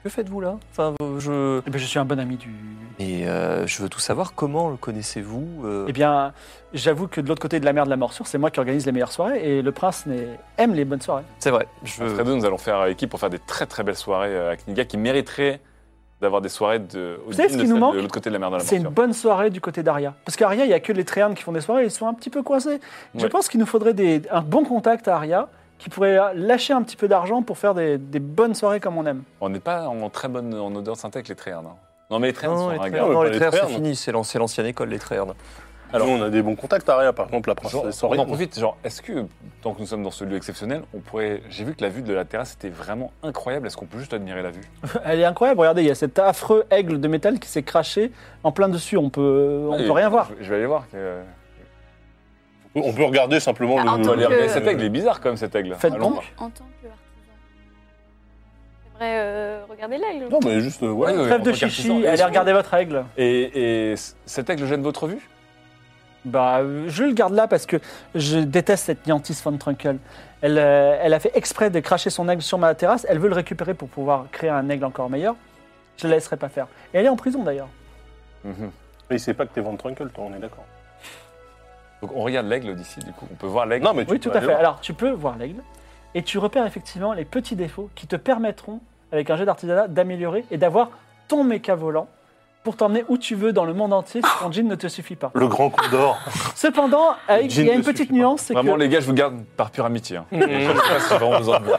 que faites-vous là Enfin, euh, je. Eh bien, je suis un bon ami du. Mais euh, je veux tout savoir, comment le connaissez-vous euh, Eh bien, j'avoue que de l'autre côté de la mer de la morsure, c'est moi qui organise les meilleures soirées et le prince n'est- aime les bonnes soirées. C'est vrai, je Euh. Alfredo, nous allons faire équipe pour faire des très très belles soirées euh, à Kniga qui mériteraient d'avoir des soirées de, au savez ce qui nous manque de l'autre côté de la mer de la C'est une Manture. bonne soirée du côté d'Aria. Parce qu'Aria, il n'y a que les Tréanes qui font des soirées, ils sont un petit peu coincés. Je Ouais. pense qu'il nous faudrait des, un bon contact à Aria qui pourrait lâcher un petit peu d'argent pour faire des, des bonnes soirées comme on aime. On n'est pas en très bonne en odeur de synthé avec les Tréhernes. hein. Non, mais les Tréhernes Non, sont les un Tréhernes, mais non, pas les les Tréhernes, c'est Tréhernes. fini, c'est l'ancien- c'est l'ancienne école, les Tréhernes. Alors- Nous, on a des bons contacts à rien, par contre, la princesse des On Sauriennes. en profite, genre, est-ce que, tant que nous sommes dans ce lieu exceptionnel, on pourrait. J'ai vu que la vue de la terrasse était vraiment incroyable. Est-ce qu'on peut juste admirer la vue Elle est incroyable, regardez, il y a cet affreux aigle de métal qui s'est craché en plein dessus, on peut, on Ouais, peut rien voir. Je, je vais aller voir. que- On peut regarder simplement Ah, en On va le. aller que- Bah, regarder cet aigle, il est bizarre quand même cet aigle. Faites Allons bon. voir. En tant que artisan. pourrait euh, regarder l'aigle. Non, mais juste, euh, ouais. Ouais, ouais, Trêve de entre cartouches. chichi, Et allez sur- regarder votre règle. Et, et c- cet aigle gêne votre vue Bah, euh, je le garde là parce que je déteste cette Niantis von Trunkel. Elle, euh, elle a fait exprès de cracher son aigle sur ma terrasse. Elle veut le récupérer pour pouvoir créer un aigle encore meilleur. Je la laisserai pas faire. Et elle est en prison d'ailleurs. Mhm. Mais il sait pas que t'es Van Trunkle, toi, on est d'accord. Donc on regarde l'aigle d'ici, du coup. On peut voir l'aigle. Non, mais tu Oui, tout peux à aller fait. Alors, tu peux voir l'aigle et tu repères effectivement les petits défauts qui te permettront, avec un jet d'artisanat, d'améliorer et d'avoir ton méca volant pour t'emmener où tu veux dans le monde entier si ton jean ne te suffit pas. voir. Le grand coup d'or. Cependant, avec- il jean y a ne une petite suffit pas. nuance, c'est que Vraiment, les gars, je vous garde par pure amitié. hein. Je sais pas si j'ai vraiment besoin de vous.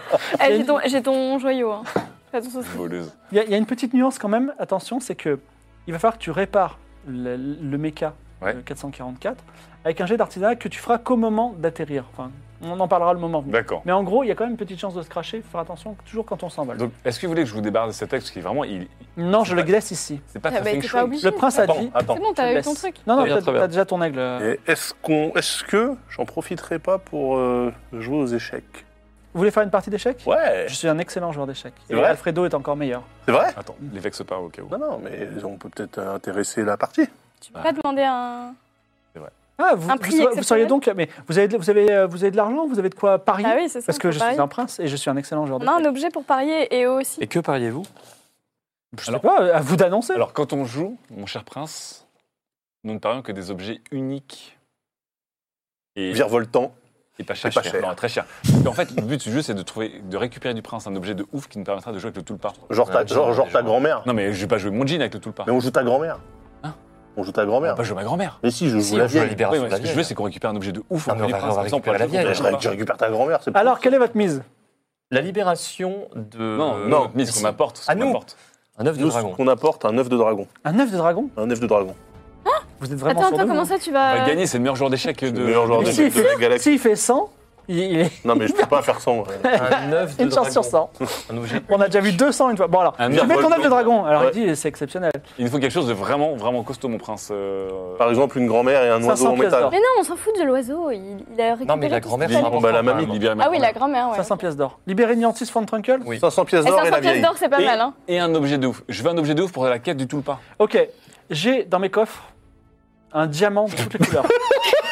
Eh, j'ai, ton, j'ai ton joyau. Hein. Fais attention à ça. Voleuse. il y, a- il y a une petite nuance quand même. Attention, c'est que il va falloir que tu répares le, le méca euh, Ouais. de 444 avec un jet d'artisanat que tu feras qu'au moment d'atterrir. Enfin, on en parlera le moment venu. D'accord. Mais en gros, il y a quand même une petite chance de se cracher. Faut faire attention toujours quand on s'envole. Donc, est-ce que vous voulez que je vous débarrasse de cet aigle Parce qu'il est vraiment, il, Non, je le glisse ici. c'est Ah, pas Ah très bah, feng t'es shui. pas obligé. Le prince a Attends, dit. attends. C'est bon, Je t'as eu laisse. ton truc. Non, non, Très bien, t'as très bien. t'as déjà ton aigle. euh. Et Est-ce qu'on, est-ce que j'en profiterai pas pour euh, jouer aux échecs Vous voulez faire une partie d'échecs Ouais, Je suis un excellent joueur d'échecs. C'est Et vrai Alfredo est encore meilleur. c'est vrai. Attends, les vexe pas au cas où. Non, non, mais on peut peut-être intéresser la partie. Tu peux pas demander un. Ah, vous, Un vous prix seriez- vous, seriez exceptionnel donc. Mais vous avez, de- vous avez, euh, vous avez de l'argent Vous avez de quoi parier Ah oui, c'est ça. Parce que faut je parier. suis un prince et je suis un excellent joueur On a un d'échecs. objet pour parier et eux aussi. Et que pariez-vous Je sais pas, à vous d'annoncer. Alors, quand on joue, mon cher prince, nous ne parlons que des objets uniques. Et, Virevoltant. et pas cher. et pas cher. Non, très cher. Et en fait, le but du jeu, c'est de trouver, de récupérer du prince un objet de ouf qui nous permettra de jouer avec le Toulpar. Genre ta, Ouais, genre, genre je- ta grand-mère. Non, mais je vais pas jouer mon jean avec le Toulpar. Mais on joue ta grand-mère. Hein on joue ta On va grand-mère. pas jouer ma grand-mère. Mais si, Ah, bah, je joue Si, la on joue la vieille. libération Oui, de mais la ce que je vieille. veux, c'est qu'on récupère un objet de ouf. Ah, au mais on premier va- prince, on va comme ça, pourra jouer récupérer la au vieille. Je, Toulpar. je récupère ta grand-mère, c'est Alors, quelle est votre mise La libération de. Non, euh, non, mise qu'on apporte. ce À qu'on nous. apporte. Un œuf de Nous, ce dragon. qu'on apporte, un œuf de dragon. Un œuf de dragon Un œuf de dragon. Vous êtes vraiment sûr Attends, attends, de vous comment ça tu On va vas. gagner, c'est le meilleur joueur d'échecs de. Le meilleur joueur Mais d'échecs. s'il de la fait, galaxie. s'il fait 100, il, il est Non, mais je peux pas faire sans. ouais. Un œuf de une chance sur dragon. 100. Un objet. On a déjà vu 200 une fois. Bon, alors, Un tu mets ton œuf de virevoltant. dragon. Alors, Ouais. il dit, c'est exceptionnel. Il nous faut quelque chose de vraiment, vraiment costaud, mon prince. euh, Par exemple, une grand-mère et un 500 oiseau en pièces métal. d'or. Mais non, on s'en fout de l'oiseau. Il, il a récupéré. Non, mais la tout ce grand-mère, qu'il c'est fallait. bon, bah, la important, quand mamie. même. libérer ma Ah oui, la grand-mère. grand-mère, ouais. 500 pièces d'or. Libérer Niantis von Trunkel Oui. 500 pièces Eh, d'or et la 500 pièces vieille. d'or, c'est pas Et- mal. Hein. Et un objet de ouf. Je veux un objet de ouf pour la quête du Toulpar. Ok, j'ai dans mes coffres un diamant de toutes les couleurs.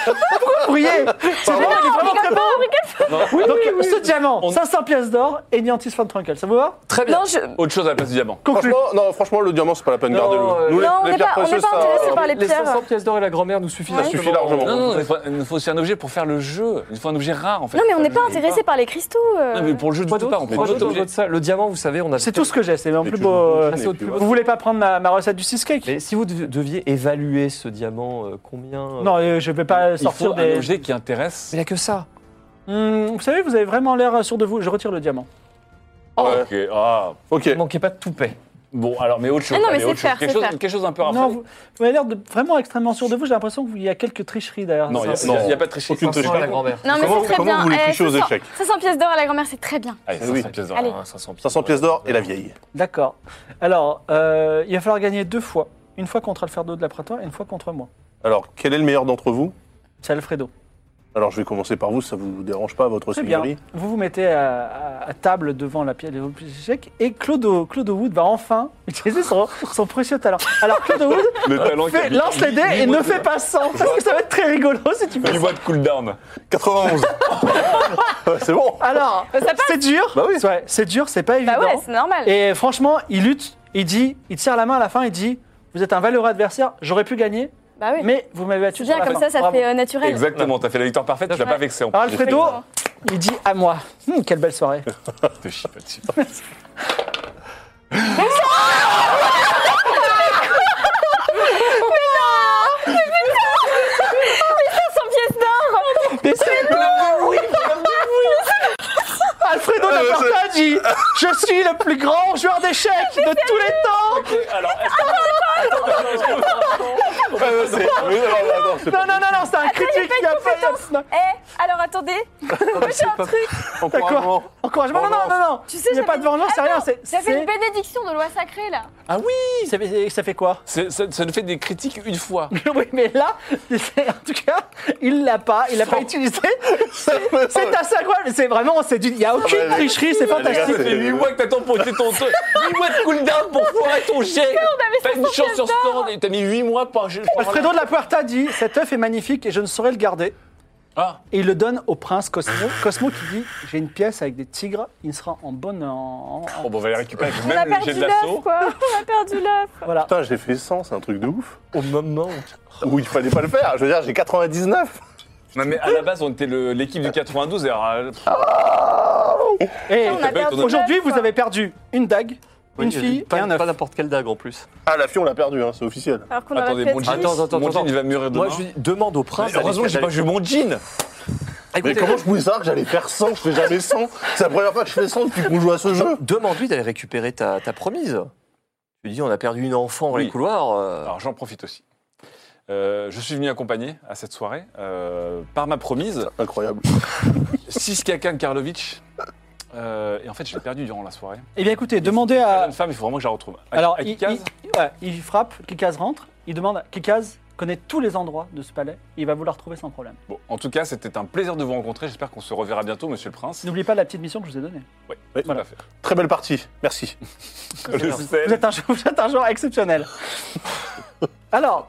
Pourquoi vous riez Ce diamant, il est vraiment très beau Oui, Donc, ce diamant, 500 pièces d'or et Niantis von Trunkel, ça vous va Très bien. Non, je... Autre chose à la place du diamant. Conclu. Franchement, non, franchement, le diamant, c'est pas la peine de Non, garder euh, le. Nous, non, on les, n'est les pas, pierres on n'est précieuses, pas intéressé ça- par les Les pierres. 500 pièces d'or et la grand-mère nous suffisent Ça suffit largement. Non, non, il, faut, il nous faut aussi un objet pour faire le jeu. Il nous faut un objet rare en fait. Non, mais on Faire n'est le pas jeu. intéressé par les cristaux. euh. Non, mais pour le jeu du Quoi Toulpar, d'autre on Quoi prend d'autre d'autres au-delà objets. de ça Le diamant, vous savez, on a. C'est tout ce que j'ai, c'est mon Mais plus tu beau... joues- euh, Ah, c'est au plus beau. Vous voulez pas prendre ma, ma recette du cheesecake Mais si vous dev- deviez évaluer ce diamant, euh, combien euh, Non, euh, je vais pas Il faut sortir des... un objet qui intéresse. Il n'y a que ça. Hmm, vous savez, vous avez vraiment l'air sûr de vous, je retire le diamant. Ouais. Ok, ah. Ok. Ne manquez pas de toupet. Bon, alors, mais autre chose. Ah non, mais Allez, c'est autre chose. faire, quelque, c'est chose faire. quelque chose un peu rare. Non, vous, vous avez l'air de vraiment extrêmement sûr de vous, j'ai l'impression qu'il y a quelques tricheries derrière Non, il ça. n'y Non. a, il y a pas de tricherie. Aucune Vincent tricherie. et la grand-mère. Non, mais Comment- c'est très comment bien. vous voulez Eh, toucher aux 500 échecs 500 pièces d'or à la grand-mère, c'est très bien. Allez, Eh oui. 500 pièces d'or. Allez. Ah, 500 pièces 500 pièces d'or et la vieille. D'accord. Alors, euh, il va falloir gagner deux fois. Une fois contre Alfredo de la Pratoire et une fois contre moi. Alors, quel est le meilleur d'entre vous C'est Alfredo. Oh, Alors, je vais commencer par vous, ça vous dérange pas, votre Très bien. seigneurie Vous vous mettez à, à- à table devant la pièce de échecs et Claude, Claude Wood va enfin utiliser son, son précieux talent. Alors Claude Wood Le talent fait- lance les dés et ne fait pas 100 parce que ça va être très rigolo si tu fais Du ça. voix de cooldown. 91 Ouais, C'est bon Alors, c'est dur. Bah oui. Ouais, c'est dur, c'est pas évident. Bah ouais, c'est normal. Et franchement, il lutte, il dit, il tire la main à la fin, il dit Vous êtes un valeureux adversaire, j'aurais pu gagner, Bah oui. mais vous m'avez battu. C'est bien, sur la comme fin. ça, ça Bravo. fait euh, naturel. Exactement, t'as fait la victoire parfaite, tu l'as Ouais. pas vexé en Alors, plus. Alfredo, Exactement. il dit à moi Hum, Quelle belle soirée. Je te chie pas dessus. Mais c'est Alfredo Laporta dit Je suis le plus grand joueur d'échecs de tous les temps Alors, est-ce que- Ouais, ouais, Euh, c'est- mais non, non, non, c'est Non, pas- non, non, non, c'est un critique celui qui a pas Eh, alors attendez, j'ai un Ah, truc. Encouragement. Encouragement. Non, non, non, non. Tu sais, Il n'y a j'avais- pas de vengeance, c'est Ah rien. non, c'est- J'avais c'est- une bénédiction de loi sacrée là. Ah oui ça fait, ça fait quoi C'est- Ça, ça ne fait des critiques une fois. Oui, mais là, c'est- en tout cas, il l'a pas, il l'a pas utilisé. C'est c'est assez incroyable. C'est vraiment, c'est du- il n'y a aucune Ouais, tricherie, c'est les gars, Ça fantastique. fait 8 mois que t'attends pour utiliser ton 8 mois de cooldown pour foirer ton jet. T'as une chance sur stand et t'as mis 8 mois pour. pour- Alfredo de la Puerta dit Cet œuf est magnifique et je ne saurais le garder. Ah, Et il le donne au prince Cosmo. Cosmo qui dit J'ai une pièce avec des tigres, il sera en bonne. en- en- bon, bah, on va les récupérer avec On a même le jet perdu de l'assaut. l'œuf quoi. On a perdu l'œuf. Voilà. Putain, j'ai fait 100, c'est un truc de ouf. Au moment où Ou il fallait pas le faire. Je veux dire, j'ai 99. Non, mais à la base, on était le- l'équipe du 92. Alors, euh, Ah, Et on a perdu Eh, aujourd'hui, l'œuf, vous quoi. avez perdu une dague, Oui, une j'ai- fille et pas, un œuf. pas n'importe quelle dague en plus. Ah, la fille, on l'a perdu, hein, c'est officiel. Alors qu'on aurait attendez, pu mon être jean, Attends, attends, mon attends. jean, il va mûrir demain. Moi, je lui demande au Mais prince. heureusement que j'ai pas joué mon jean. Mais comment je pouvais savoir que j'allais faire 100 Je fais jamais 100. C'est la première fois que je fais 100 depuis qu'on joue à ce jeu. Demande-lui d'aller récupérer ta, ta promise. Je lui dis, on a perdu une enfant dans Oui. les couloirs. euh, Alors j'en profite aussi. Euh, je suis venu accompagné à cette soirée euh, par ma promise, Incroyable. 6 Kakan Karlovic. Euh, et en fait, je l'ai perdu durant la soirée. Eh bien, écoutez, demandez à. La jeune femme, il faut vraiment que je la retrouve. À- Alors, à il, Kikaz, il- ouais, il frappe, Kikaz rentre, il demande. Kikaz connaît tous les endroits de ce palais, il va vous la retrouver sans problème. bon, en tout cas, c'était un plaisir de vous rencontrer. J'espère qu'on se reverra bientôt, Monsieur le Prince. N'oubliez pas la petite mission que je vous ai donnée. Oui, Oui, tout voilà. à fait. Très belle partie. Merci. Le Vous sel. êtes un, jou- vous êtes un joueur exceptionnel. Alors,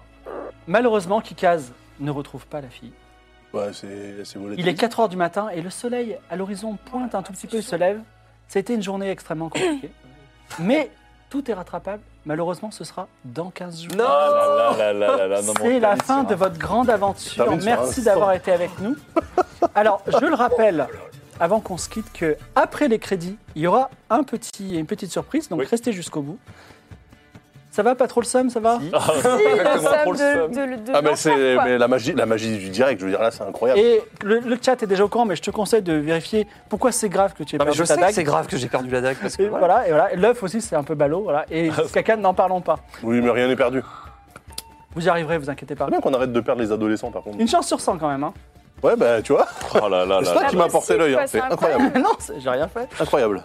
malheureusement, Kikaz ne retrouve pas la fille. Ouais, c'est c'est volatile. Il est 4 heures du matin et le soleil à l'horizon pointe un tout petit peu, il se lève. C'était une journée extrêmement compliquée. Mais tout est rattrapable. Malheureusement, ce sera dans 15 jours. Ah là là là là là, non, mon C'est la Thalys, fin hein. de votre grande aventure. Termine sur un Merci son. d'avoir été avec nous. Alors, je le rappelle, avant qu'on se quitte, que après les crédits, il y aura un petit, une petite surprise, donc Oui. restez jusqu'au bout. Ça va, pas trop le somme, ça va Ah, Si, comment le on le somme de, somme de, de Ah, mais l'enfer, c'est quoi. mais la magie, la magie du direct. Je veux dire, là, c'est incroyable. Et le, le chat est déjà au courant, mais je te conseille de vérifier pourquoi c'est grave que tu aies Non, mais perdu je ta sais que dague. c'est grave que j'ai perdu la dague parce que Et voilà. voilà, Ah. et voilà. Et L'œuf aussi, c'est un peu ballot. Voilà. Et caca, n'en parlons pas. Oui, mais rien n'est perdu. Vous y arriverez, vous inquiétez pas. C'est bien qu'on arrête de perdre les adolescents, par contre. Une chance sur 100 quand même. Hein. Ouais, bah, tu vois, Oh là là c'est là toi là. qui m'as porté l'œil. hein. Impossible, C'est quoi, Ah, c'est incroyable. non, c'est- j'ai rien fait. Incroyable.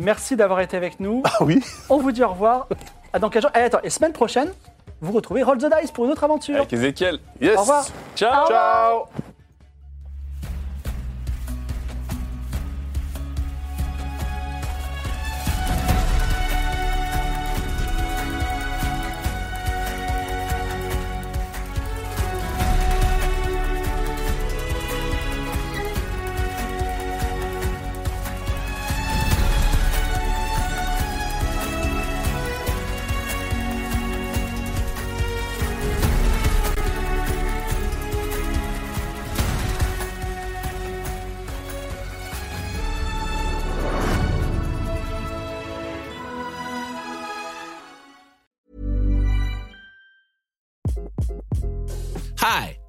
Merci d'avoir été avec nous. Ah oui On vous dit au revoir. À dans 15 jours. Et attends, et semaine prochaine, vous retrouvez Roll the Dice pour une autre aventure. Avec Ezekiel. Yes Au revoir. Ciao. Ciao Hi,